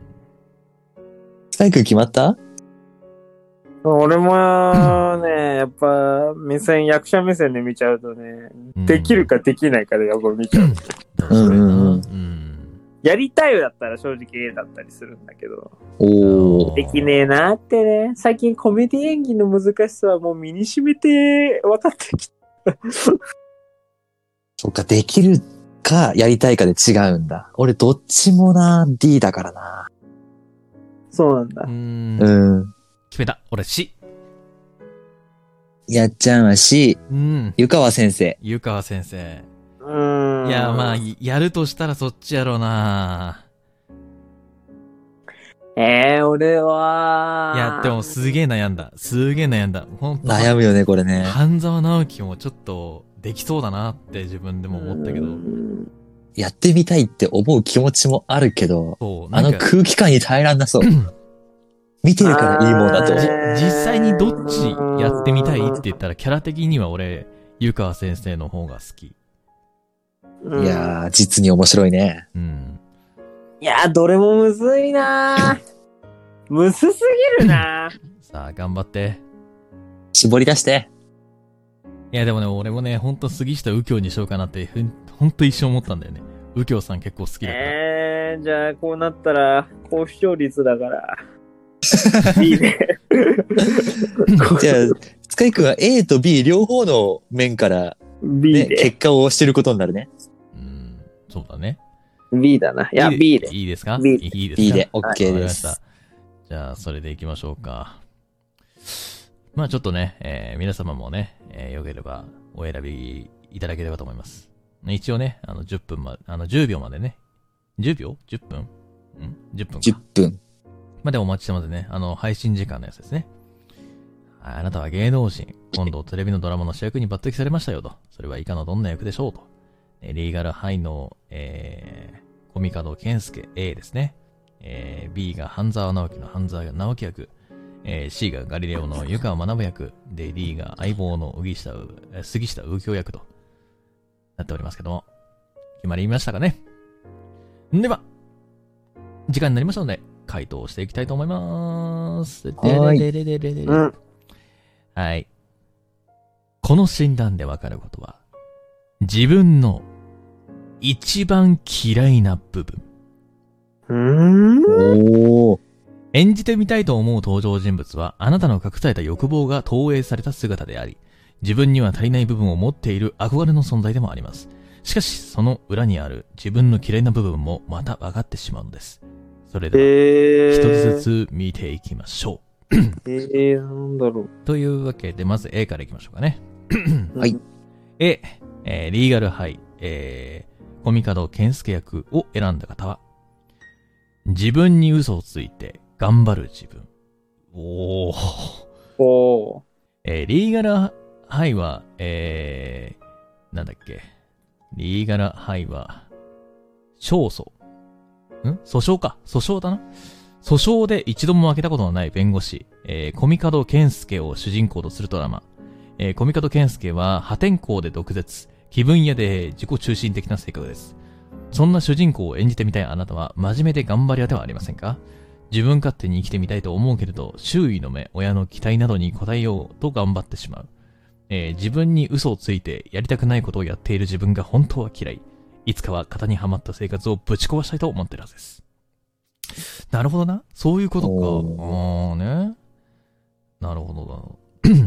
Speaker 3: スカイ君決まった
Speaker 2: 俺もね、 やっぱ、目線、役者目線で見ちゃうとね、
Speaker 1: うん
Speaker 2: できる。かできないかでやっぱ見ちゃう。
Speaker 1: だからそれな
Speaker 3: うんうんうん
Speaker 1: うん。
Speaker 2: やりたいだったら正直 A だったりするんだけど、
Speaker 3: おー。
Speaker 2: できねえなってね、最近コメディ演技の難しさはもう身に染めて分かってきた。
Speaker 3: そうか、できるか、やりたいかで違うんだ。俺どっちもな、D だからな。
Speaker 2: そうなんだ
Speaker 1: う。ん。
Speaker 3: うん。
Speaker 1: 決めた。俺 C。
Speaker 3: やっちゃんは C、
Speaker 1: うん。
Speaker 3: 湯川先生。
Speaker 1: 湯川先生。
Speaker 2: うーん。
Speaker 1: いや、まあ、やるとしたらそっちやろうな
Speaker 2: えー、俺は。
Speaker 1: いや、でもすげえ悩んだ。すげえ悩んだ。ほんと
Speaker 3: 悩むよね、これね。
Speaker 1: 半沢直樹もちょっとできそうだなって自分でも思ったけど
Speaker 2: う。ん
Speaker 3: やってみたいって思う気持ちもあるけど、
Speaker 1: そう、な
Speaker 3: あ
Speaker 1: ん
Speaker 3: の
Speaker 1: か、
Speaker 3: 空気感に耐えらんなそう。見てるからいいもんだ
Speaker 2: あ
Speaker 3: と
Speaker 2: ー
Speaker 1: じ
Speaker 3: 思う。
Speaker 1: 実際にどっちやってみたいって言ったら、キャラ的には俺、湯川先生の方が好き。
Speaker 2: うん
Speaker 3: いやー、実に面白いね。
Speaker 1: うん。
Speaker 2: いやー、どれもむずい なーむずすぎるなー
Speaker 1: さあ、頑張って。
Speaker 3: 絞り出して。
Speaker 1: いや、でもね、俺もね、ほんと杉下右京にしようかなって、ふんほんと一生思ったんだよね。右京さん結構好きだから。
Speaker 2: えー、じゃあ、こうなったら、高視聴率だ から。いいね。
Speaker 3: じ ゃあ、つかいくんは A と B 両方の面から、
Speaker 2: B
Speaker 3: ね、
Speaker 2: で。
Speaker 3: 結果をしてることになるね。
Speaker 1: うん、そうだね。
Speaker 2: B だな。いや、B で。
Speaker 1: いいですかい
Speaker 2: B
Speaker 1: いですか
Speaker 3: B で
Speaker 2: はい
Speaker 3: OK
Speaker 1: わかり
Speaker 3: で
Speaker 1: まし
Speaker 3: す。
Speaker 1: た。じゃあ、それで行きましょうか。まあちょっとね、えー皆様もね、えーよければお選びいただければと思います。一応ね、あの、10分ま、あの、10秒までね。10秒 ?10 分ん ?10 分
Speaker 3: 10
Speaker 1: か。
Speaker 3: 分。
Speaker 1: までお待ちしてますね。あの、配信時間のやつですね。はいあなたは芸能人。今度テレビのドラマの主役に抜擢されましたよと。それは以下のどんな役でしょうと。えーリーガルハイの、えー、コミカド健介 A ですね。えー B が半沢直樹の半沢直樹役。えー C がガリレオの湯川学役。で、D が相棒の右下う、えー杉下右京役となっておりますけども。決まりましたかね。では、時間になりましたので、回答していきたいと思います。
Speaker 3: はい
Speaker 1: でれれれれれれ
Speaker 2: うん。
Speaker 1: はい。この診断でわかることは、自分の一番嫌いな部分。
Speaker 2: うーん。
Speaker 3: おー。
Speaker 1: 演じてみたいと思う登場人物は、あなたの隠された欲望が投影された姿であり、自分には足りない部分を持っている憧れの存在でもあります。しかし、その裏にある自分の嫌いな部分もまた分かってしまうのです。それ
Speaker 2: え
Speaker 1: では、一
Speaker 2: ー、
Speaker 1: つずつ見ていきましょ
Speaker 2: えー、なんだろう。
Speaker 1: う。というわけで、まず A からいきましょうかね。
Speaker 3: はい。
Speaker 1: A、えーリーガルハイ、えー、コミカド健介役を選んだ方は、自分に嘘をついて頑張る自分。おー。
Speaker 2: おー。
Speaker 1: えーリーガルハイは、えー、なんだっけ。リーガルハイは、勝訴。ん訴訟か。訴訟だな。訴訟で一度も負けたことのない弁護士、えー、コミカドケンスケを主人公とするドラマ。えー、コミカドケンスケは破天荒で毒舌、気分屋で自己中心的な性格です。そんな主人公を演じてみたいあなたは真面目で頑張り屋ではありませんか自分勝手に生きてみたいと思うけれど、周囲の目、親の期待などに応えようと頑張ってしまう。えー自分に嘘をついてやりたくないことをやっている自分が本当は嫌い。いつかは型にはまった生活をぶち壊したいと思ってるはずです。なるほどな。そういうことか。あ
Speaker 3: お
Speaker 1: ーね。なるほどだな。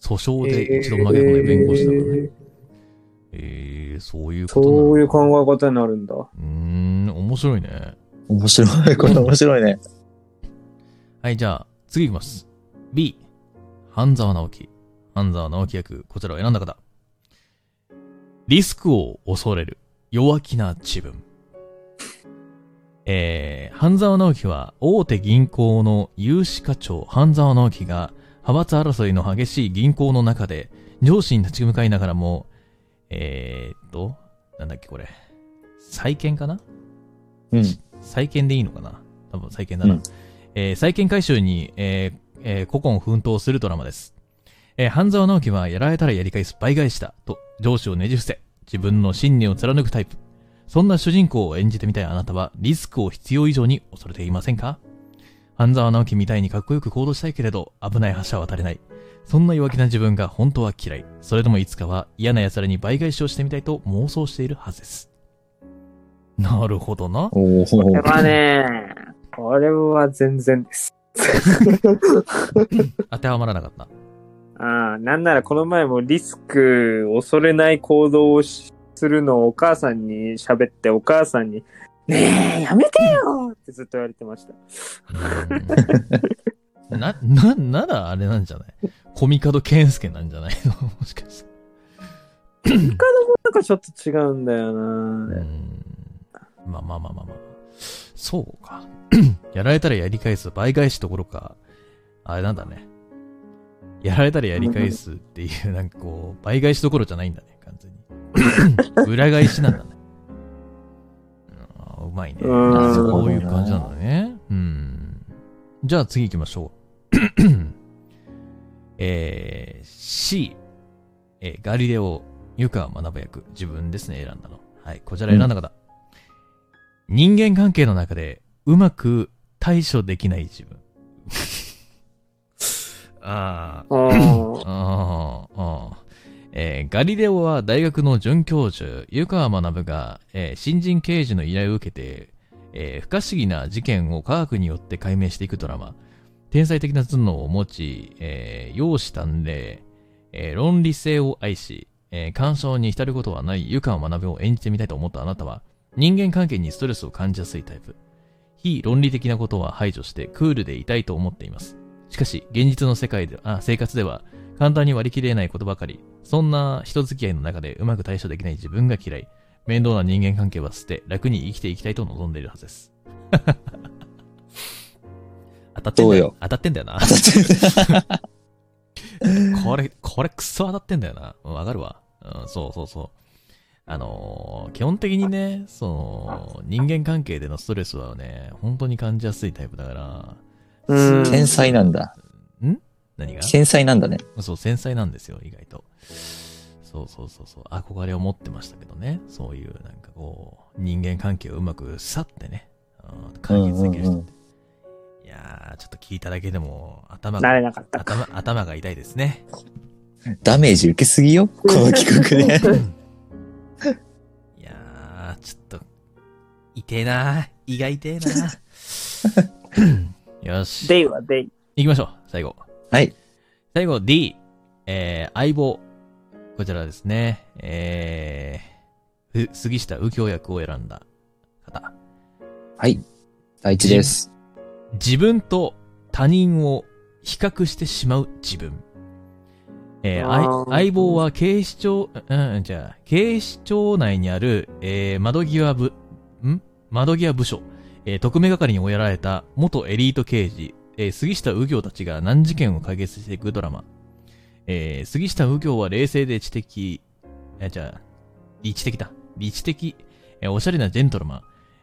Speaker 1: 訴訟で一度負け込んで弁護士だからね。えー、そういうことなの
Speaker 2: そういう考え方になるんだ。
Speaker 1: うーん、面白いね。
Speaker 3: 面白い。これ面白いね。
Speaker 1: はい、じゃあ、次いきます。B、半沢直樹。半沢直樹役、こちらを選んだ方。リスクを恐れる、弱気な自分。えー、半沢直樹は、大手銀行の有志課長、半沢直樹が、派閥争いの激しい銀行の中で、上司に立ち向かいながらも、えーっと、なんだっけこれ、再建かな
Speaker 3: うん。
Speaker 1: 再建でいいのかな多分再建だな。
Speaker 3: うん
Speaker 1: えー再建回収に、えーえー古今奮闘するドラマです。えー半沢直樹はやられたらやり返す倍返しだと上司をねじ伏せ、自分の信念を貫くタイプ。そんな主人公を演じてみたいあなたはリスクを必要以上に恐れていませんか半沢直樹みたいにかっこよく行動したいけれど危ない橋は渡れない。そんな弱気な自分が本当は嫌い。それでもいつかは嫌な奴らに倍返しをしてみたいと妄想しているはずです。なるほどな。
Speaker 3: おー
Speaker 2: これは ね、これは全然です。
Speaker 1: 当てはまらなかった。
Speaker 2: ああ、なんならこの前もリスク、恐れない行動をしするのをお母さんに喋って、お母さんに、ねえ、やめてよってずっと言われてました。
Speaker 1: うんな、な、ならあれなんじゃないコミカドケンスケなんじゃない のもしかして。
Speaker 2: なんかちょっと違うんだよな
Speaker 1: うんまあまあまあまあまあ。そうか。 やられたらやり返す倍返しどころか、あれなんだね。やられたらやり返すっていう、なんかこう、倍返しどころじゃないんだね、完全に。裏返しなんだね。うんうまいね。
Speaker 2: うん
Speaker 1: そういう感じなんだね。うん。じゃあ次行きましょう。 えー、C、えーガリレオ、湯川学役、自分ですね、選んだの。はい、こちら選んだ方。人間関係の中で、うまく対処できない自分。ああ、
Speaker 2: あー
Speaker 1: ああ、ああ。えーガリレオは大学の准教授、湯川学が、えー新人刑事の依頼を受けて、えー不可思議な事件を科学によって解明していくドラマ。天才的な頭脳を持ち、えー容姿端麗、えー論理性を愛し、えー感傷に浸ることはない湯川学を演じてみたいと思ったあなたは、人間関係にストレスを感じやすいタイプ。非論理的なことは排除してクールでいたいと思っています。しかし、現実の世界で、あ、生活では、簡単に割り切れないことばかり。そんな人付き合いの中でうまく対処できない自分が嫌い。面倒な人間関係は捨て、楽に生きていきたいと望んでいるはずです。 当たってんだ
Speaker 3: どう
Speaker 1: よ
Speaker 3: よ。
Speaker 1: 当たってんだよな。これ、これくそ当たってんだよな。うんわかるわ。うん、そうそうそう。あのー基本的にね、その、人間関係でのストレスはね、本当に感じやすいタイプだから、
Speaker 2: うん
Speaker 3: 繊細なんだ。
Speaker 1: 何が
Speaker 3: 繊細なんだね。
Speaker 1: そう、繊細なんですよ、意外と。そうそうそうそう、憧れを持ってましたけどね。そういう、なんかこう、人間関係をうまくさってね、うん解決できる人って。
Speaker 3: うんうん
Speaker 1: いやー、ちょっと聞いただけでも、頭
Speaker 2: 慣
Speaker 1: が、
Speaker 2: れなかったか。
Speaker 1: 頭、頭が痛いですね。
Speaker 3: ダメージ受けすぎよ。この企画ね。
Speaker 1: いやー、ちょっと、痛えなー。胃が痛えな ー。よし。
Speaker 2: デイはデイ。
Speaker 1: 行きましょう、最後。
Speaker 3: はい。
Speaker 1: 最後、D。えー、相棒。こちらですね。えー、ふ杉下右京役を選んだ方。
Speaker 3: はい。第一です。
Speaker 1: 自分と他人を比較してしまう自分。えーあい
Speaker 2: あー
Speaker 1: 相棒は警視庁、うん、うんじゃあ、警視庁内にある、えー窓際部、ん窓際部署、えー特命係に追いやられた元エリート刑事、えー杉下右京たちが難事件を解決していくドラマ。えー杉下右京は冷静で知的、えじゃあ、理知的だ。理知的、えーおしゃれなジェントルマン。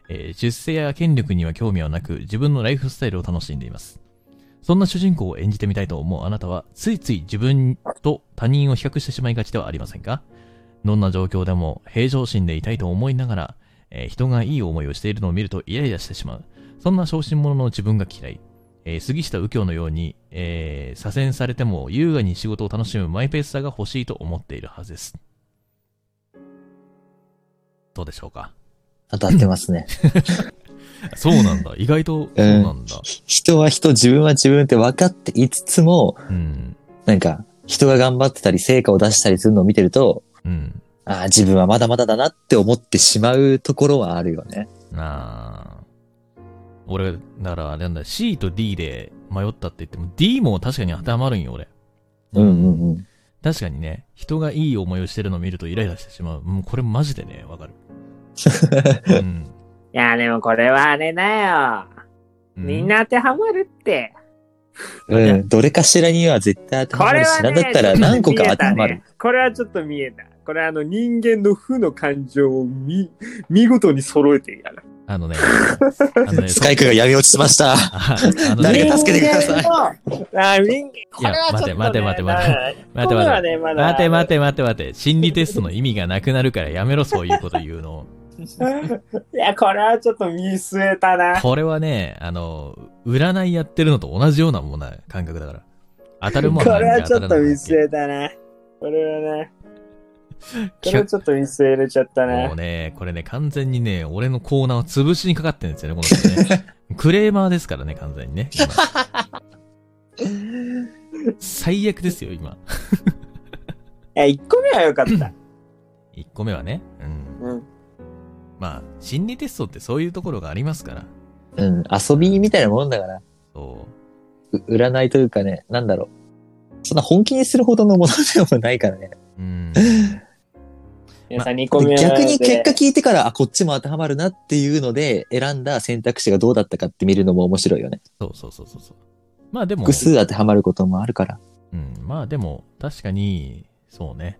Speaker 1: えー出世や権力には興味はなく、自分のライフスタイルを楽しんでいます。そんな主人公を演じてみたいと思うあなたは、ついつい自分と他人を比較してしまいがちではありませんかどんな状況でも平常心でいたいと思いながら、えー人がいい思いをしているのを見るとイライラしてしまう。そんな小心者の自分が嫌い。えー杉下右京のように、えー左遷されても優雅に仕事を楽しむマイペースさが欲しいと思っているはずです。どうでしょうか
Speaker 3: 当たってますね。
Speaker 1: そうなんだ。 意外とそうなんだ。
Speaker 3: 人は人、自分は自分って分かっていつつも、
Speaker 1: うん。
Speaker 3: なんか、人が頑張ってたり、成果を出したりするのを見てると、
Speaker 1: うん。
Speaker 3: ああ、自分はまだまだだなって思ってしまうところはあるよね。
Speaker 1: なあ。俺、だから、なんだ、C と D で迷ったって言っても、D も確かに当てはまるんよ、俺。
Speaker 3: うんうんうん。
Speaker 1: 確かにね、人がいい思いをしてるのを見るとイライラしてしまう。うん、これマジでね、わ かる。うん。
Speaker 2: いや、でもこれはあれだよ。
Speaker 1: う
Speaker 2: みん、な当てはまるって。
Speaker 3: うん、どれかしらには絶対当て
Speaker 2: こ
Speaker 3: はま
Speaker 2: れ
Speaker 3: る
Speaker 2: は
Speaker 3: し、
Speaker 2: ね、
Speaker 3: なんだったら何個か当てはまる
Speaker 2: 見え。たねこれはちょっと見えた。これはあの人間の負の感情を見、 見事に揃えているから。
Speaker 1: あ のね、あのね、
Speaker 3: スカイクが闇落ちしました。
Speaker 1: ああの
Speaker 3: 誰
Speaker 1: ね
Speaker 3: か、助けてください
Speaker 2: 人間 の。あ、人間、これはちょっと、ね、
Speaker 1: 待て待て待て待て
Speaker 2: これ
Speaker 1: 待
Speaker 2: は
Speaker 1: て。
Speaker 2: ね、まだ。
Speaker 1: 待て待て待て待て。心理テストの意味がなくなるからやめろ、そういうこと言うの。
Speaker 2: いや、これはちょっと見据えた な。
Speaker 1: これはね、あの、占いやってるのと同じようなもんな感覚だから。当たるも
Speaker 2: こ
Speaker 1: んは
Speaker 2: れは
Speaker 1: 何
Speaker 2: ち
Speaker 1: 当
Speaker 2: ょ
Speaker 1: た
Speaker 2: っ
Speaker 1: らな
Speaker 2: と
Speaker 1: い
Speaker 2: 見
Speaker 1: もん
Speaker 2: 据えたな。これはね、これはちょっと見据えれちゃっ
Speaker 1: も
Speaker 2: た
Speaker 1: う
Speaker 2: な。
Speaker 1: ね、これね、完全にね、俺のコーナーを潰しにかかってるんですよね、この人 ね。クレーマーですからね、完全にね。今最悪ですよ、今。
Speaker 2: いや、1個目は良かった。
Speaker 1: 1個目はね。うん。
Speaker 2: うん。
Speaker 1: まあ、心理テストってそういうところがありますから。
Speaker 3: うん、遊びみたいなもんだから。
Speaker 1: そう
Speaker 3: 占いというかね、なんだろう。そんな本気にするほどのものでもないからね。
Speaker 1: う。う ん。
Speaker 2: 皆さん2個目は
Speaker 3: 逆に
Speaker 2: で
Speaker 3: 結果聞いてから、あ、こっちも当てはまるなっていうので、選んだ選択肢がどうだったかって見るのも面白いよね。
Speaker 1: そうそうそうそうそう。まあでも
Speaker 3: 複、数当てはまることもあるから。
Speaker 1: うん。まあでも、確かに、そうね。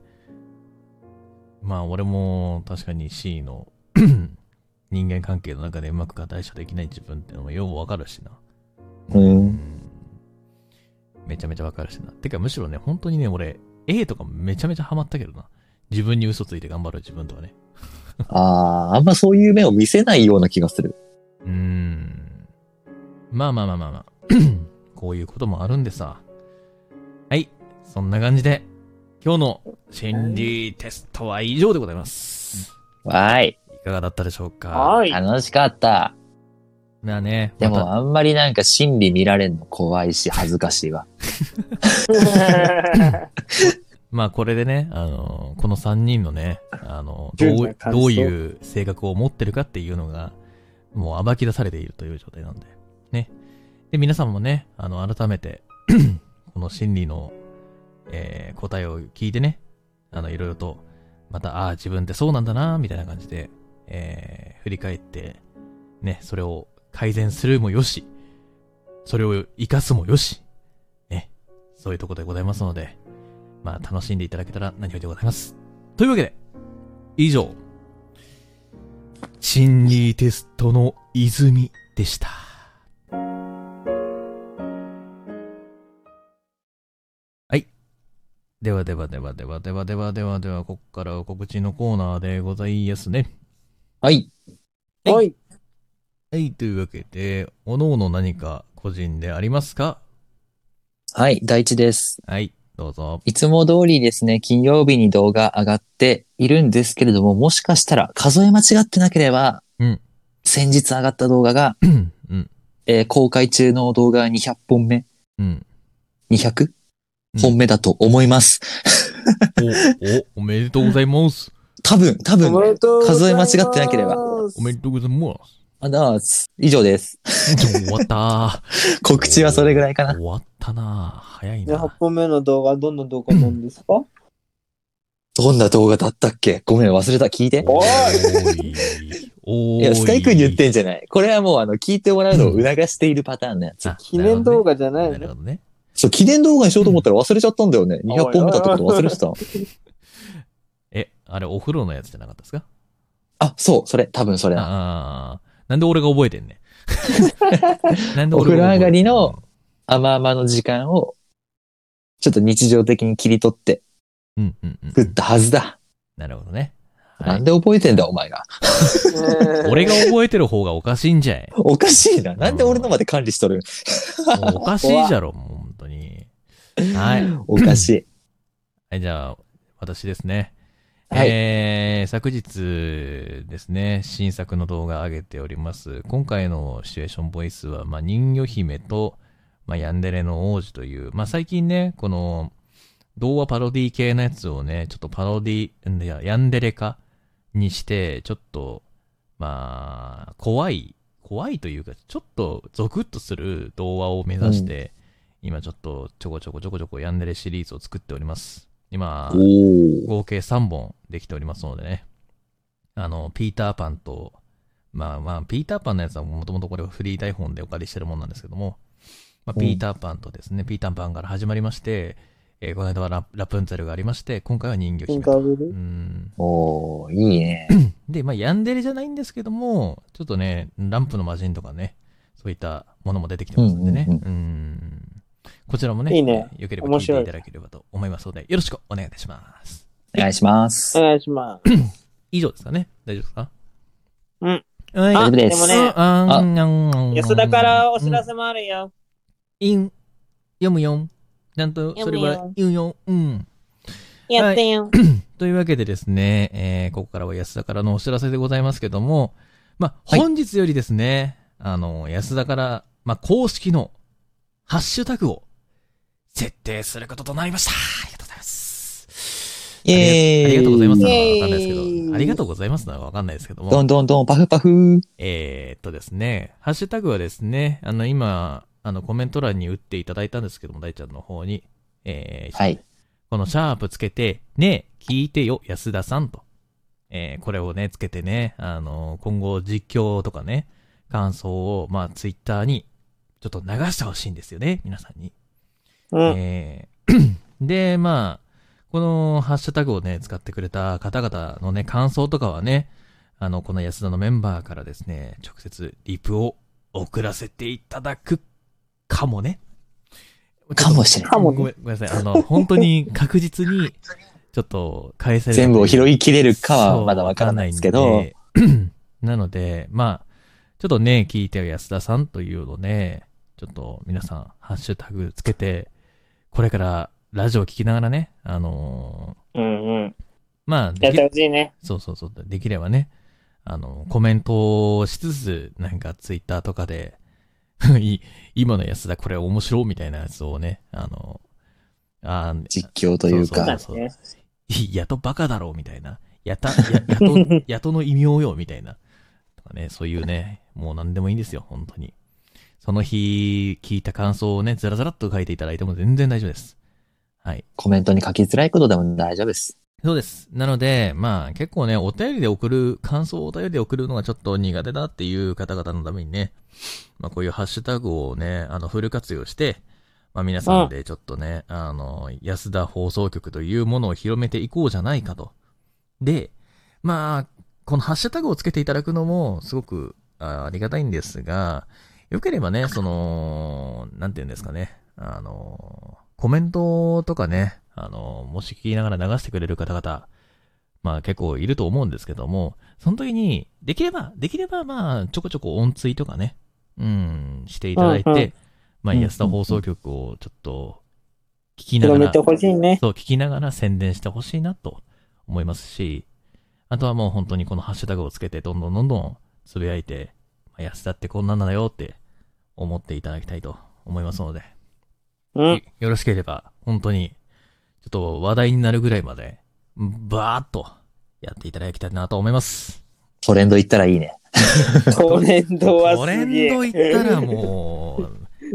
Speaker 1: まあ俺も、確かに C の 人間関係の中でうまく対処できない自分ってのもようわかるしな。
Speaker 3: うん。
Speaker 1: めちゃめちゃわかるしな。てか、むしろね、本当にね、俺、A とかめちゃめちゃハマったけどな。自分に嘘ついて頑張る自分とかね。
Speaker 3: あー、あんまそういう目を見せないような気がする。
Speaker 1: うーん。まあまあまあまあ まあ。こういうこともあるんでさ。はい。そんな感じで、今日の心理テストは以上でございます。
Speaker 3: わーい。
Speaker 1: いかがだったでしょうか
Speaker 2: は い。
Speaker 3: 楽しかった。
Speaker 1: まあね、
Speaker 3: で
Speaker 1: ま
Speaker 3: も
Speaker 1: た
Speaker 3: あんまりなんか心理見られんの怖いし、恥ずかしいわ。
Speaker 1: まあこれでね、あのこの3人のね、あの
Speaker 2: 純
Speaker 1: ど
Speaker 2: な
Speaker 1: う、
Speaker 2: 感想
Speaker 1: どういう性格を持ってるかっていうのが、もう暴き出されているという状態なんで。ね。で、皆さんもね、あの、改めて、 この心理の、えー答えを聞いてね、あの、いろいろと、また、ああ、自分ってそうなんだな、みたいな感じで、えー振り返って、ね、それを改善するもよし、それを活かすもよし、ね、そういうところでございますので、まあ、楽しんでいただけたら何よりでございます。というわけで、以上、心理テストの泉でした。はい。ではではではではではではではでは、ここからは告知のコーナーでございますね。
Speaker 3: はい。
Speaker 2: はい。
Speaker 1: はい、というわけで、おのおの何か個人でありますか
Speaker 3: はい、第一です。
Speaker 1: はい、どうぞ。
Speaker 3: いつも通りですね、金曜日に動画上がっているんですけれども、もしかしたら数え間違ってなければ、
Speaker 1: うん
Speaker 3: 先日上がった動画が、
Speaker 1: うん、うん、
Speaker 3: えー公開中の動画200本目、
Speaker 1: うん。
Speaker 3: 200
Speaker 1: うん
Speaker 3: 本目だと思います。
Speaker 1: お、お、おめでとうございます。
Speaker 3: 多分、多
Speaker 2: おめ
Speaker 3: 分、
Speaker 2: でとうございます
Speaker 3: 数え間違ってなければ
Speaker 1: おめでとうございます。
Speaker 3: あだ以上 です。
Speaker 1: 終わった。
Speaker 3: 告知はそれぐらいかな。
Speaker 1: 終わったな。早い
Speaker 2: 8
Speaker 1: な。
Speaker 2: 本目の動画、どんな動画なんですか
Speaker 3: どんな動画だったっけごめん、忘れた。聞いて。
Speaker 2: お
Speaker 1: いおーい
Speaker 3: いや、スカイ君に言ってんじゃない。これはもう、あの、聞いてもらうのを促しているパターンのやつ。
Speaker 1: あ
Speaker 2: 記念動
Speaker 1: 画
Speaker 2: 画じゃない
Speaker 1: なる
Speaker 2: の
Speaker 1: ほどね。
Speaker 3: そう、記念動画にしようと思ったら忘れちゃったんだよね。200本目だったこと忘れてた。
Speaker 1: え、あれお風呂のやつじゃなかったですか
Speaker 3: あ、そう、それ、多分それだ。
Speaker 1: ああ。なんで俺が覚えてんね んなんで
Speaker 3: お風
Speaker 1: 俺が覚えてんね
Speaker 3: 呂
Speaker 1: ん
Speaker 3: 上がりの、甘々の時間を、ちょっと日常的に切り取って
Speaker 1: うんうんうん。
Speaker 3: 作ったはずだ。
Speaker 1: なるほどね。
Speaker 3: なんで覚えてんだ、お前ら。
Speaker 1: 俺が覚えてる方がおかしいんじゃい。
Speaker 3: おかしいな。なんで俺のまで管理しとる
Speaker 1: もうおかしいじゃろ、もう本当に。はい。
Speaker 3: おかしい。
Speaker 1: はい、じゃあ、私ですね。
Speaker 3: はい
Speaker 1: えー、昨日ですね、新作の動画上げております。今回のシチュエーションボイスは、まあ、人魚姫と、まあ、ヤンデレの王子という、まあ、最近ね、この、童話パロディ系のやつをね、ちょっとパロディ、んいや、ヤンデレ化にして、ちょっと、まあ、怖い、怖いというか、ちょっとゾクッとする童話を目指して、今ちょっとちょこちょこちょこちょこヤンデレシリーズを作っております。今、
Speaker 3: おお。
Speaker 1: 合計3本できておりますのでね。あの、ピーターパンと、まあまあ、ピーターパンのやつはもともとこれはフリー台本でお借りしてるもんなんですけども、まあ、
Speaker 3: うん
Speaker 1: ピーターパンとですね、ピーターパンから始まりまして、えーこの間はララプンツェルがありまして、今回は人魚姫と。うん
Speaker 3: おおいいね。
Speaker 1: で、まあ、ヤンデレじゃないんですけども、ちょっとね、ランプの魔人とかね、そういったものも出てきてますんでね。
Speaker 3: う
Speaker 1: うんんこちらもね、
Speaker 5: いいね
Speaker 1: よければ聞いていただければと思いますので、よろしくお願いいたします。
Speaker 3: お願いします
Speaker 5: お。願いします。
Speaker 1: 以上ですかね大丈夫ですか
Speaker 5: うん。
Speaker 1: はい。
Speaker 5: あ、
Speaker 3: 大丈夫
Speaker 5: で
Speaker 3: です
Speaker 5: もね、
Speaker 1: あん
Speaker 5: 安田からお知ら。せもあるよ。
Speaker 1: うんいん。読むよん。ちゃんと、それは言うよ。うん。
Speaker 5: やってよ。
Speaker 1: というわけでですね、えーここからは安田からのお知らせでございますけども、まあ、
Speaker 3: はい
Speaker 1: 本日よりですね、あの、安田から、まあ、公式のハッシュタグを設定することとなりました。ありがとうございます。
Speaker 3: イエー
Speaker 1: あ
Speaker 3: イ
Speaker 1: りがとうございますなの
Speaker 5: イ
Speaker 1: か
Speaker 5: エーイ
Speaker 1: わかんないですけど、ありがとうございますなのかわかんないですけども。
Speaker 3: どんどんどん、パフパフ。
Speaker 1: えー、っとですね、ハッシュタグはですね、あの、今、あの、コメント欄に打っていただいたんですけども、大ちゃんの方に、えー
Speaker 3: はい。
Speaker 1: このシャープつけて、ねえ、聞いてよ、安田さんと。えーこれをね、つけてね、あの、今後実況とかね、感想を、まあ、ツイッターに、ちょっと流してほしいんですよね、皆さんに。
Speaker 5: うん。
Speaker 1: えー で、まあ、このハッシュタグをね、使ってくれた方々のね、感想とかはね、あの、この安田のメンバーからですね、直接リプを送らせていただくかもね。
Speaker 3: かもしれない。
Speaker 5: かもね
Speaker 1: ごめんごめんなさい。あの、本当に確実に、ちょっと返せる。
Speaker 3: 全部を拾
Speaker 1: い
Speaker 3: いきれるかはまだわからないんですけど。。
Speaker 1: なので、まあ、ちょっとね、聞いてよ安田さんというのね、ちょっと皆さん、ハッシュタグつけて、これからラジオ聞きながらね、あのー
Speaker 5: うんうん。
Speaker 1: まあ、
Speaker 5: や
Speaker 1: で
Speaker 5: っ
Speaker 1: き
Speaker 5: てほしいね。
Speaker 1: そうそうそう、できればね、あの、コメントをしつつ、なんかツイッターとかで、 い今の安田これ面白いみたいなやつをね、あの、あー
Speaker 3: 実況という
Speaker 1: そう
Speaker 3: か。
Speaker 1: そういやとバカだろうみたいな。やた、や、やと、やとの異名よみたいな。とかね、そういうね、もう何でもいいんですよ、本当に。その日、聞いた感想をね、ずらずらっと書いていただいても全然大丈夫です。はい。
Speaker 3: コメントに書きづらいことでも大丈夫です。
Speaker 1: そうです。なので、まあ結構ね、お便りで送る、感想をお便りで送るのがちょっと苦手だっていう方々のためにね、まあこういうハッシュタグをね、あの、フル活用して、まあ皆さんでちょっとね、あの、安田放送局というものを広めていこうじゃないかと。で、まあ、このハッシュタグをつけていただくのもすごくあありがたいんですが、よければね、その、なんて言うんですかね、あの、コメントとかね、あの、もし聞きながら流してくれる方々、まあ結構いると思うんですけども、その時に、できれば、できればまあ、ちょこちょこ音追とかね、うん、していただいて、
Speaker 5: うんうん
Speaker 1: まあ、
Speaker 3: うん
Speaker 1: 安田放送局をちょっと、聞きなが
Speaker 5: 広め
Speaker 1: ら
Speaker 5: て、ほしいね。
Speaker 1: そう、聞きながら宣伝してほしいなと思いますし、あとはもう本当にこのハッシュタグをつけて、どんどんどんどんつぶやいて、まあ安田ってこんなんだよって思っていただきたいと思いますので、
Speaker 5: うん。
Speaker 1: よろしければ、本当に、ちょっと話題になるぐらいまで、バーっとやっていただきたいなと思います。
Speaker 3: トレンド行ったらいいね。
Speaker 5: トレンドは
Speaker 1: ト
Speaker 5: す
Speaker 1: レン
Speaker 5: げえ。
Speaker 1: ド行ったらも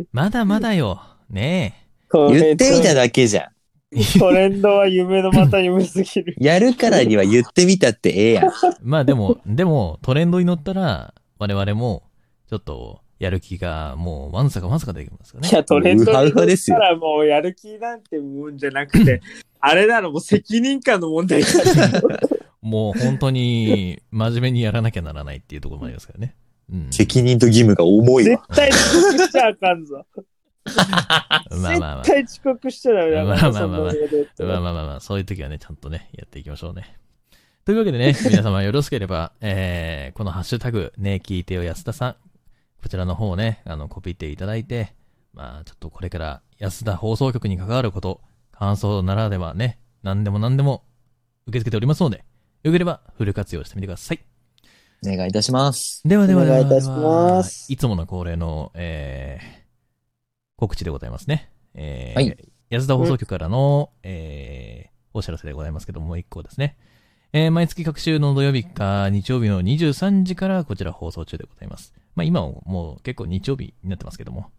Speaker 1: う、 まだまだよ。ね
Speaker 5: トレ
Speaker 3: 言
Speaker 5: ンド
Speaker 3: ってみただけじゃん。
Speaker 5: トレンドは夢のまた夢すぎる。
Speaker 3: やるからには言ってみたってええや ん。
Speaker 1: え。まあでも、でも、トレンドに乗ったら、我々も、ちょっと、やる気が、もう、わんさかわんさかできますよね
Speaker 5: い。や、トレンド
Speaker 3: うはう
Speaker 5: に
Speaker 3: は
Speaker 5: 乗
Speaker 3: で
Speaker 5: っ
Speaker 3: す
Speaker 5: た
Speaker 3: よ
Speaker 5: らもうやる気なんてもんじゃなく て、あれだろ、もう責任感の問題だ
Speaker 1: もう、本当に、真面目にやらなきゃならないっていうところもありますからね。うん。
Speaker 3: 責任と義務が重いわ。
Speaker 5: 絶対遅刻しちゃあかんぞ。
Speaker 1: まあまあまあ
Speaker 5: 絶。対遅刻しちゃダメだ
Speaker 1: まあまあまあまあ
Speaker 5: そんなことやって
Speaker 1: まあまあまあまあ、そういう時はね、ちゃんとね、やっていきましょうね。というわけでね、皆様よろしければ、えー、このハッシュタグ、ね、聞いてよ安田さん、こちらの方をね、あの、コピーっていただいて、まあ、ちょっとこれから安田放送局に関わること、感想ならではね、何でも何でも受け付けておりますので、よければフル活用してみてください。
Speaker 3: お願いいたします。
Speaker 1: ではではではでは
Speaker 2: お願いいたします
Speaker 1: いつもの恒例の、えー、告知でございますね。えー
Speaker 3: はい
Speaker 1: 安田放送局からの、えー、お知らせでございますけども、もう一個ですね。えー毎月各週の土曜日か日曜日の23時からこちら放送中でございます。まあ今ももう結構日曜日になってますけども。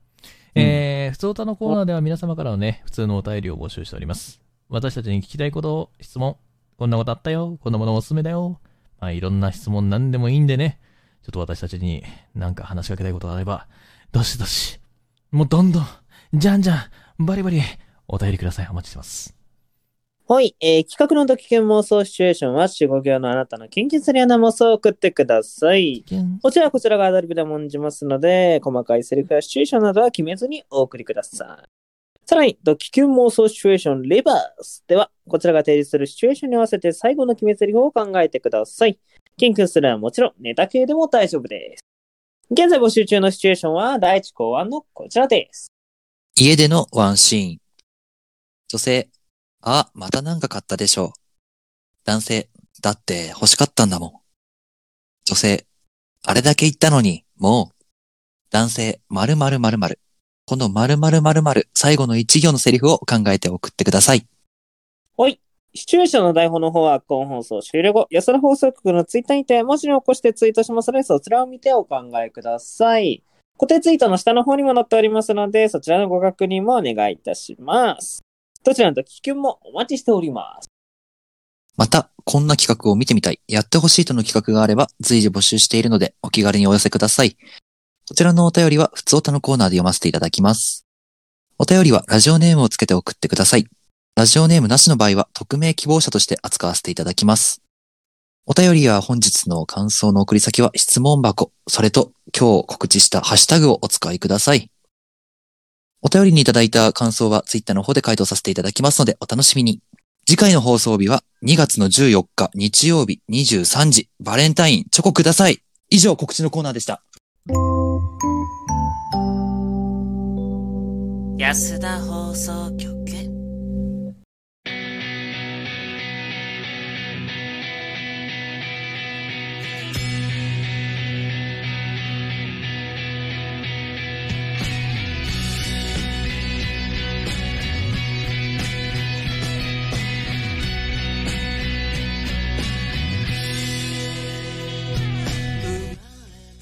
Speaker 1: えー、普通歌のコーナーでは皆様からのね、普通のお便りを募集しております。私たちに聞きたいこと、質問、こんなことあったよ、こんなものおすすめだよ、まあいろんな質問なんでもいいんでね、ちょっと私たちになんか話しかけたいことがあれば、どしどし、もうどんどん、じゃんじゃん、バリバリ、お便りください。お待ちしてます。
Speaker 2: はい、えー企画の時見妄想シチュエーションは、守護業のあなたのキンキンするような妄想を送ってください。こちらはこちらがアドリブでもんじますので、細かいセリフやシチュエーションなどは決めずにお送りください。さらに、ドキキュン妄想シチュエーションレバースでは、こちらが提示するシチュエーションに合わせて最後の決めセリフを考えてください。キンキンするのはもちろん、ネタ系でも大丈夫です。現在募集中のシチュエーションは、第一考案のこちらです。
Speaker 3: 家でのワンシーン。女性、あ、またなんか買ったでしょう。男性、だって欲しかったんだもん。女性、あれだけ言ったのに、もう。男性、〇〇〇〇。この〇〇〇〇、最後の一行のセリフを考えて送ってください。
Speaker 2: シチュエーションの台本の方は、今放送終了後、安田放送局のツイッターにて文字を起こしてツイートしますので、そちらを見てお考えください。固定ツイートの下の方にも載っておりますので、そちらのご確認もお願いいたします。どちらのと聞きもお待ちしております。
Speaker 3: また、こんな企画を見てみたい、やってほしいとの企画があれば、随時募集しているので、お気軽にお寄せください。こちらのお便りは、普通おたのコーナーで読ませていただきます。お便りは、ラジオネームをつけて送ってください。ラジオネームなしの場合は、匿名希望者として扱わせていただきます。お便りや本日の感想の送り先は、質問箱、それと、今日告知したハッシュタグをお使いください。お便りにいただいた感想は、ツイッターの方で回答させていただきますので、お楽しみに。次回の放送日は2月の14日日曜日23時バレンタインチョコください。以上告知のコーナーでした。
Speaker 7: 安田放送局。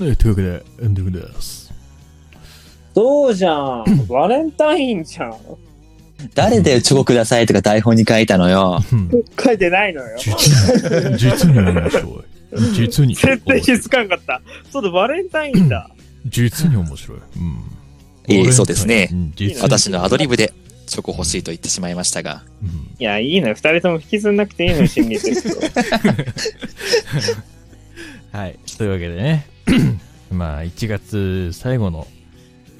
Speaker 1: えというわけで、エンディングです。
Speaker 2: そうじゃん。バレンタインじゃん。
Speaker 3: 誰だよチョコくださいとか台本に書いたのよ。
Speaker 2: 書いてないのよ。
Speaker 1: 実に、実に面白い。実に。
Speaker 2: 絶対気づかんかった。そうだ、バレンタインだ。
Speaker 1: 実に面白い。うん。
Speaker 3: ええそうですね
Speaker 1: うん。実に
Speaker 3: 私のアドリブでチョコ欲しいと言ってしまいましたが。
Speaker 1: うん
Speaker 2: いや、いいのよ。二人とも引きずんなくていいのよ、心理テスト。
Speaker 1: はい。というわけでね、 まあ、1月最後の、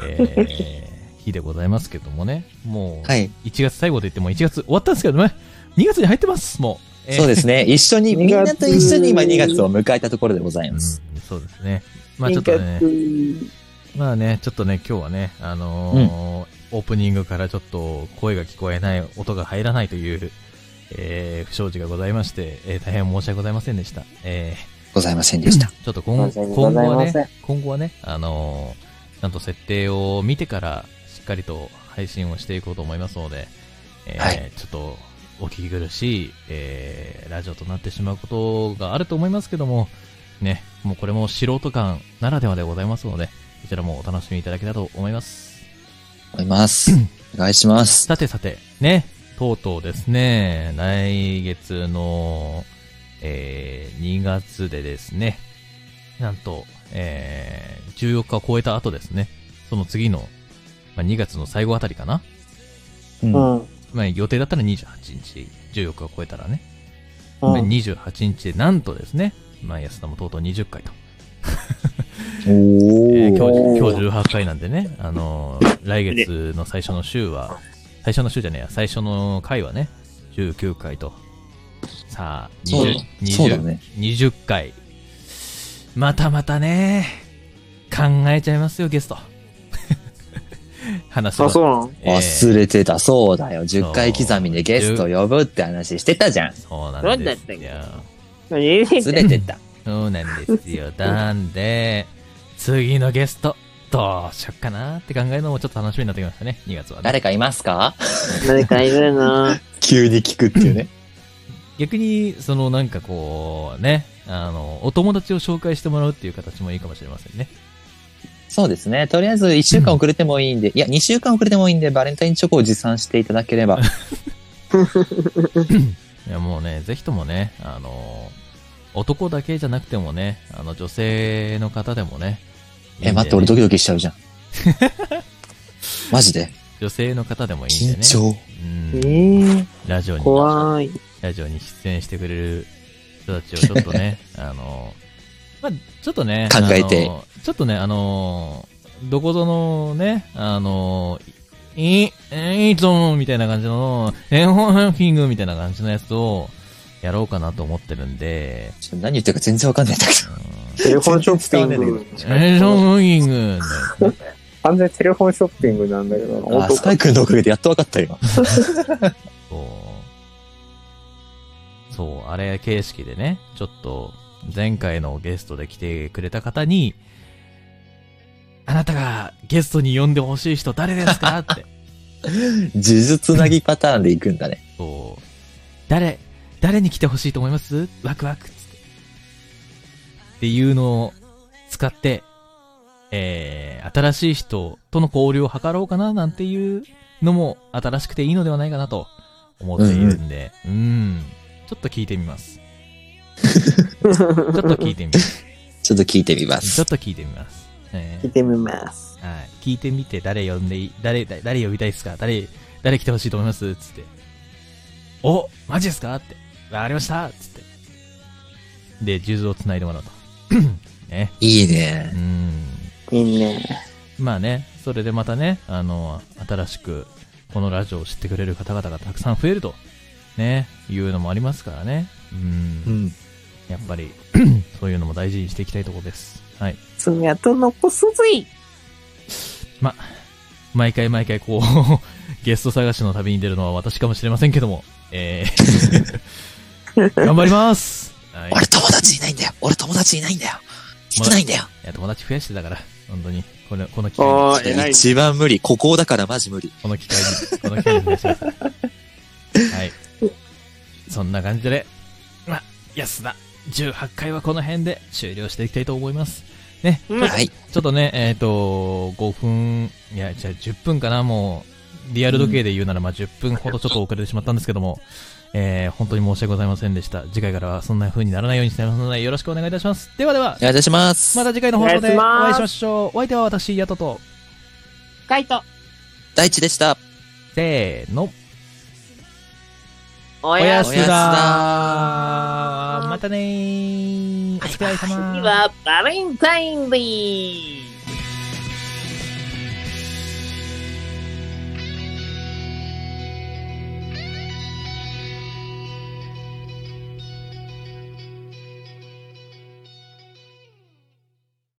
Speaker 1: えー日でございますけどもね、もう、
Speaker 3: い。
Speaker 1: 1月最後と言っても1月終わったんですけどね、2月に入ってます、もう。えー
Speaker 3: そうですね。一緒に、みんなと一緒に今2月を迎えたところでございます。
Speaker 1: うんそうですね。まあちょっとね、まあね、ちょっとね、今日はね、あのーオープニングからちょっと声が聞こえない、音が入らないという、えー不祥事がございまして、えー大変申し訳ございませんでした。え
Speaker 3: ございませんでした。
Speaker 1: ーちょっと今
Speaker 2: 申し訳
Speaker 1: 後
Speaker 2: ご
Speaker 1: 今
Speaker 2: ざい
Speaker 1: 後は
Speaker 2: ません
Speaker 1: ね、今後はね、あのーちゃんと設定を見てから、しっかりと配信をしていこうと思いますので、えー
Speaker 3: はい
Speaker 1: ちょっと、お聞き苦しい、えーラジオとなってしまうことがあると思いますけども、ね、もうこれも素人感ならではでございますので、こちらもお楽しみいただけたらと思います。
Speaker 3: 思います。お願いします。
Speaker 1: さてさて、ね、とうとうですね、来月の、えー2月でですね、なんと、えー14日を超えた後ですね、その次の、まあ、2月の最後あたりかな、
Speaker 3: うん
Speaker 2: うん。
Speaker 1: まあ、予定だったら28日、14日を超えたらね、
Speaker 2: うん
Speaker 1: で28日でなんとですね、まあ、安田もとうとう20回と、
Speaker 3: お
Speaker 1: えー今
Speaker 2: おー
Speaker 1: 日今日18回なんでね、あのー来月の最初の週は、最初の週じゃねえや、最初の回はね、19回と、さあ、
Speaker 3: そうだ
Speaker 1: 20,
Speaker 3: そうだね。
Speaker 1: 20回。またまたね、考えちゃいますよ、ゲスト。 話す
Speaker 2: あ、そう
Speaker 1: う。
Speaker 2: なの
Speaker 1: えー
Speaker 3: 忘れてた、そうだよ。10回刻みでゲスト呼ぶって話してたじゃん。
Speaker 1: そうなんです
Speaker 5: なん
Speaker 1: よ。
Speaker 5: 何
Speaker 3: 忘れてた。
Speaker 1: そうなんですよ。なんで、次のゲスト、どうしよっかなって考えるのもちょっと楽しみになってきましたね、2月は、ね。
Speaker 3: 誰かいますか
Speaker 5: 誰かいるな
Speaker 3: 急に聞くっていうね。
Speaker 1: 逆に、そのなんかこう、ね、あの、お友達を紹介してもらうっていう形もいいかもしれませんね。
Speaker 3: そうですね。とりあえず1週間遅れてもいいんで、いや、2週間遅れてもいいんで、バレンタインチョコを持参していただければ。
Speaker 1: いや、もうね、ぜひともね、あの、男だけじゃなくてもね、あの、女性の方でもね。いい
Speaker 3: え、
Speaker 1: んでね
Speaker 3: 待って、俺ドキドキしちゃうじ ゃん。マジで
Speaker 1: 女性の方でもいいんで
Speaker 3: 緊
Speaker 1: ね。
Speaker 3: 張。
Speaker 1: うん
Speaker 5: えー、
Speaker 1: ラジオに、
Speaker 5: 怖い。
Speaker 1: ラジオに出演してくれる人たちをちょっと ね、あの、まあ、ちょっとね、
Speaker 3: 考えて
Speaker 1: あのちょっとね、あの、どこぞのね、あの、いい、いいぞみたいな感じの、エンホンキングみたいな感じのやつを、やろうかなと思ってるんで、
Speaker 3: ちょっと何言ってるか全然わかんないんだけど。
Speaker 1: うん
Speaker 2: テレフォンショッピン
Speaker 3: 全然伝わ
Speaker 2: グ
Speaker 3: んね。
Speaker 1: エンホンキング
Speaker 2: 完全にテレフォンショッピングなんだけど、
Speaker 3: あー、スカイ君のおかげでやっとわかったよ。
Speaker 1: そう。そう、あれ形式でね、ちょっと、前回のゲストで来てくれた方に、あなたがゲストに呼んでほしい人誰ですかって。
Speaker 3: 呪術なぎパターンで行くんだね。
Speaker 1: そう。誰、誰に来てほしいと思いますワクワクっつって。っていうのを使って、えー、新しい人との交流を図ろうかななんていうのも新しくていいのではないかなと思っているんで、うん、ちょっと聞いてみます。ちょっと 聞いてみます。
Speaker 3: ちょっと聞いてみま
Speaker 1: ちょ
Speaker 3: す
Speaker 1: っ。と聞いてみます。え
Speaker 5: 聞い
Speaker 1: ー
Speaker 5: てみます。
Speaker 1: はい、聞いてみて誰呼んでいい、誰、誰誰呼びたいですか誰、誰来てほしいと思いますつって。おマジですかって。わかりましたつって。で、ジューズを繋いでもらうと。 ね。
Speaker 3: いいうね。
Speaker 1: ん。
Speaker 5: いいね。
Speaker 1: まあね、それでまたね、あの、新しく、このラジオを知ってくれる方々がたくさん増えると、ね、いうのもありますからね。うん。
Speaker 3: ん。
Speaker 1: やっぱり、 そういうのも大事にしていきたいところです。はい。
Speaker 5: 爪痕残すぜ
Speaker 1: 毎回毎回こう、 ゲスト探しの旅に出るのは私かもしれませんけども、えー頑張りますはい。い
Speaker 3: 俺友達いないんだよ。俺友達いないんだよ。少ないんだよ。
Speaker 1: や、友達増やしてたから、本当に。この、この機会に、
Speaker 2: ああ、偉い。
Speaker 3: 一番無理。ここだからマジ無理。
Speaker 1: この機会に、この機会に増やしてください。はい。そんな感じで、ま、安田、18回はこの辺で終了していきたいと思います。ね、
Speaker 3: はい。
Speaker 1: ちょっとね、えっ、と、5分、いや、じゃあ10分かな、もう、リアル時計で言うなら、まあ10分ほどちょっと遅れてしまったんですけども、えー、本当に申し訳ございませんでした。次回からはそんな風にならないようにしてますので、よろしくお願いいたします。ではでは
Speaker 3: お、願いいたします。
Speaker 1: また次回の放送で
Speaker 5: お願いし
Speaker 1: お
Speaker 5: ます
Speaker 1: 会いしましょう。お相手は私、ヤトと、
Speaker 5: カイト。
Speaker 3: 大地でした。
Speaker 1: せーの、
Speaker 5: お
Speaker 1: お
Speaker 5: や
Speaker 1: や
Speaker 5: す
Speaker 1: す
Speaker 3: おやす
Speaker 1: だまたねー。お疲れ様
Speaker 5: みはバレンタインデー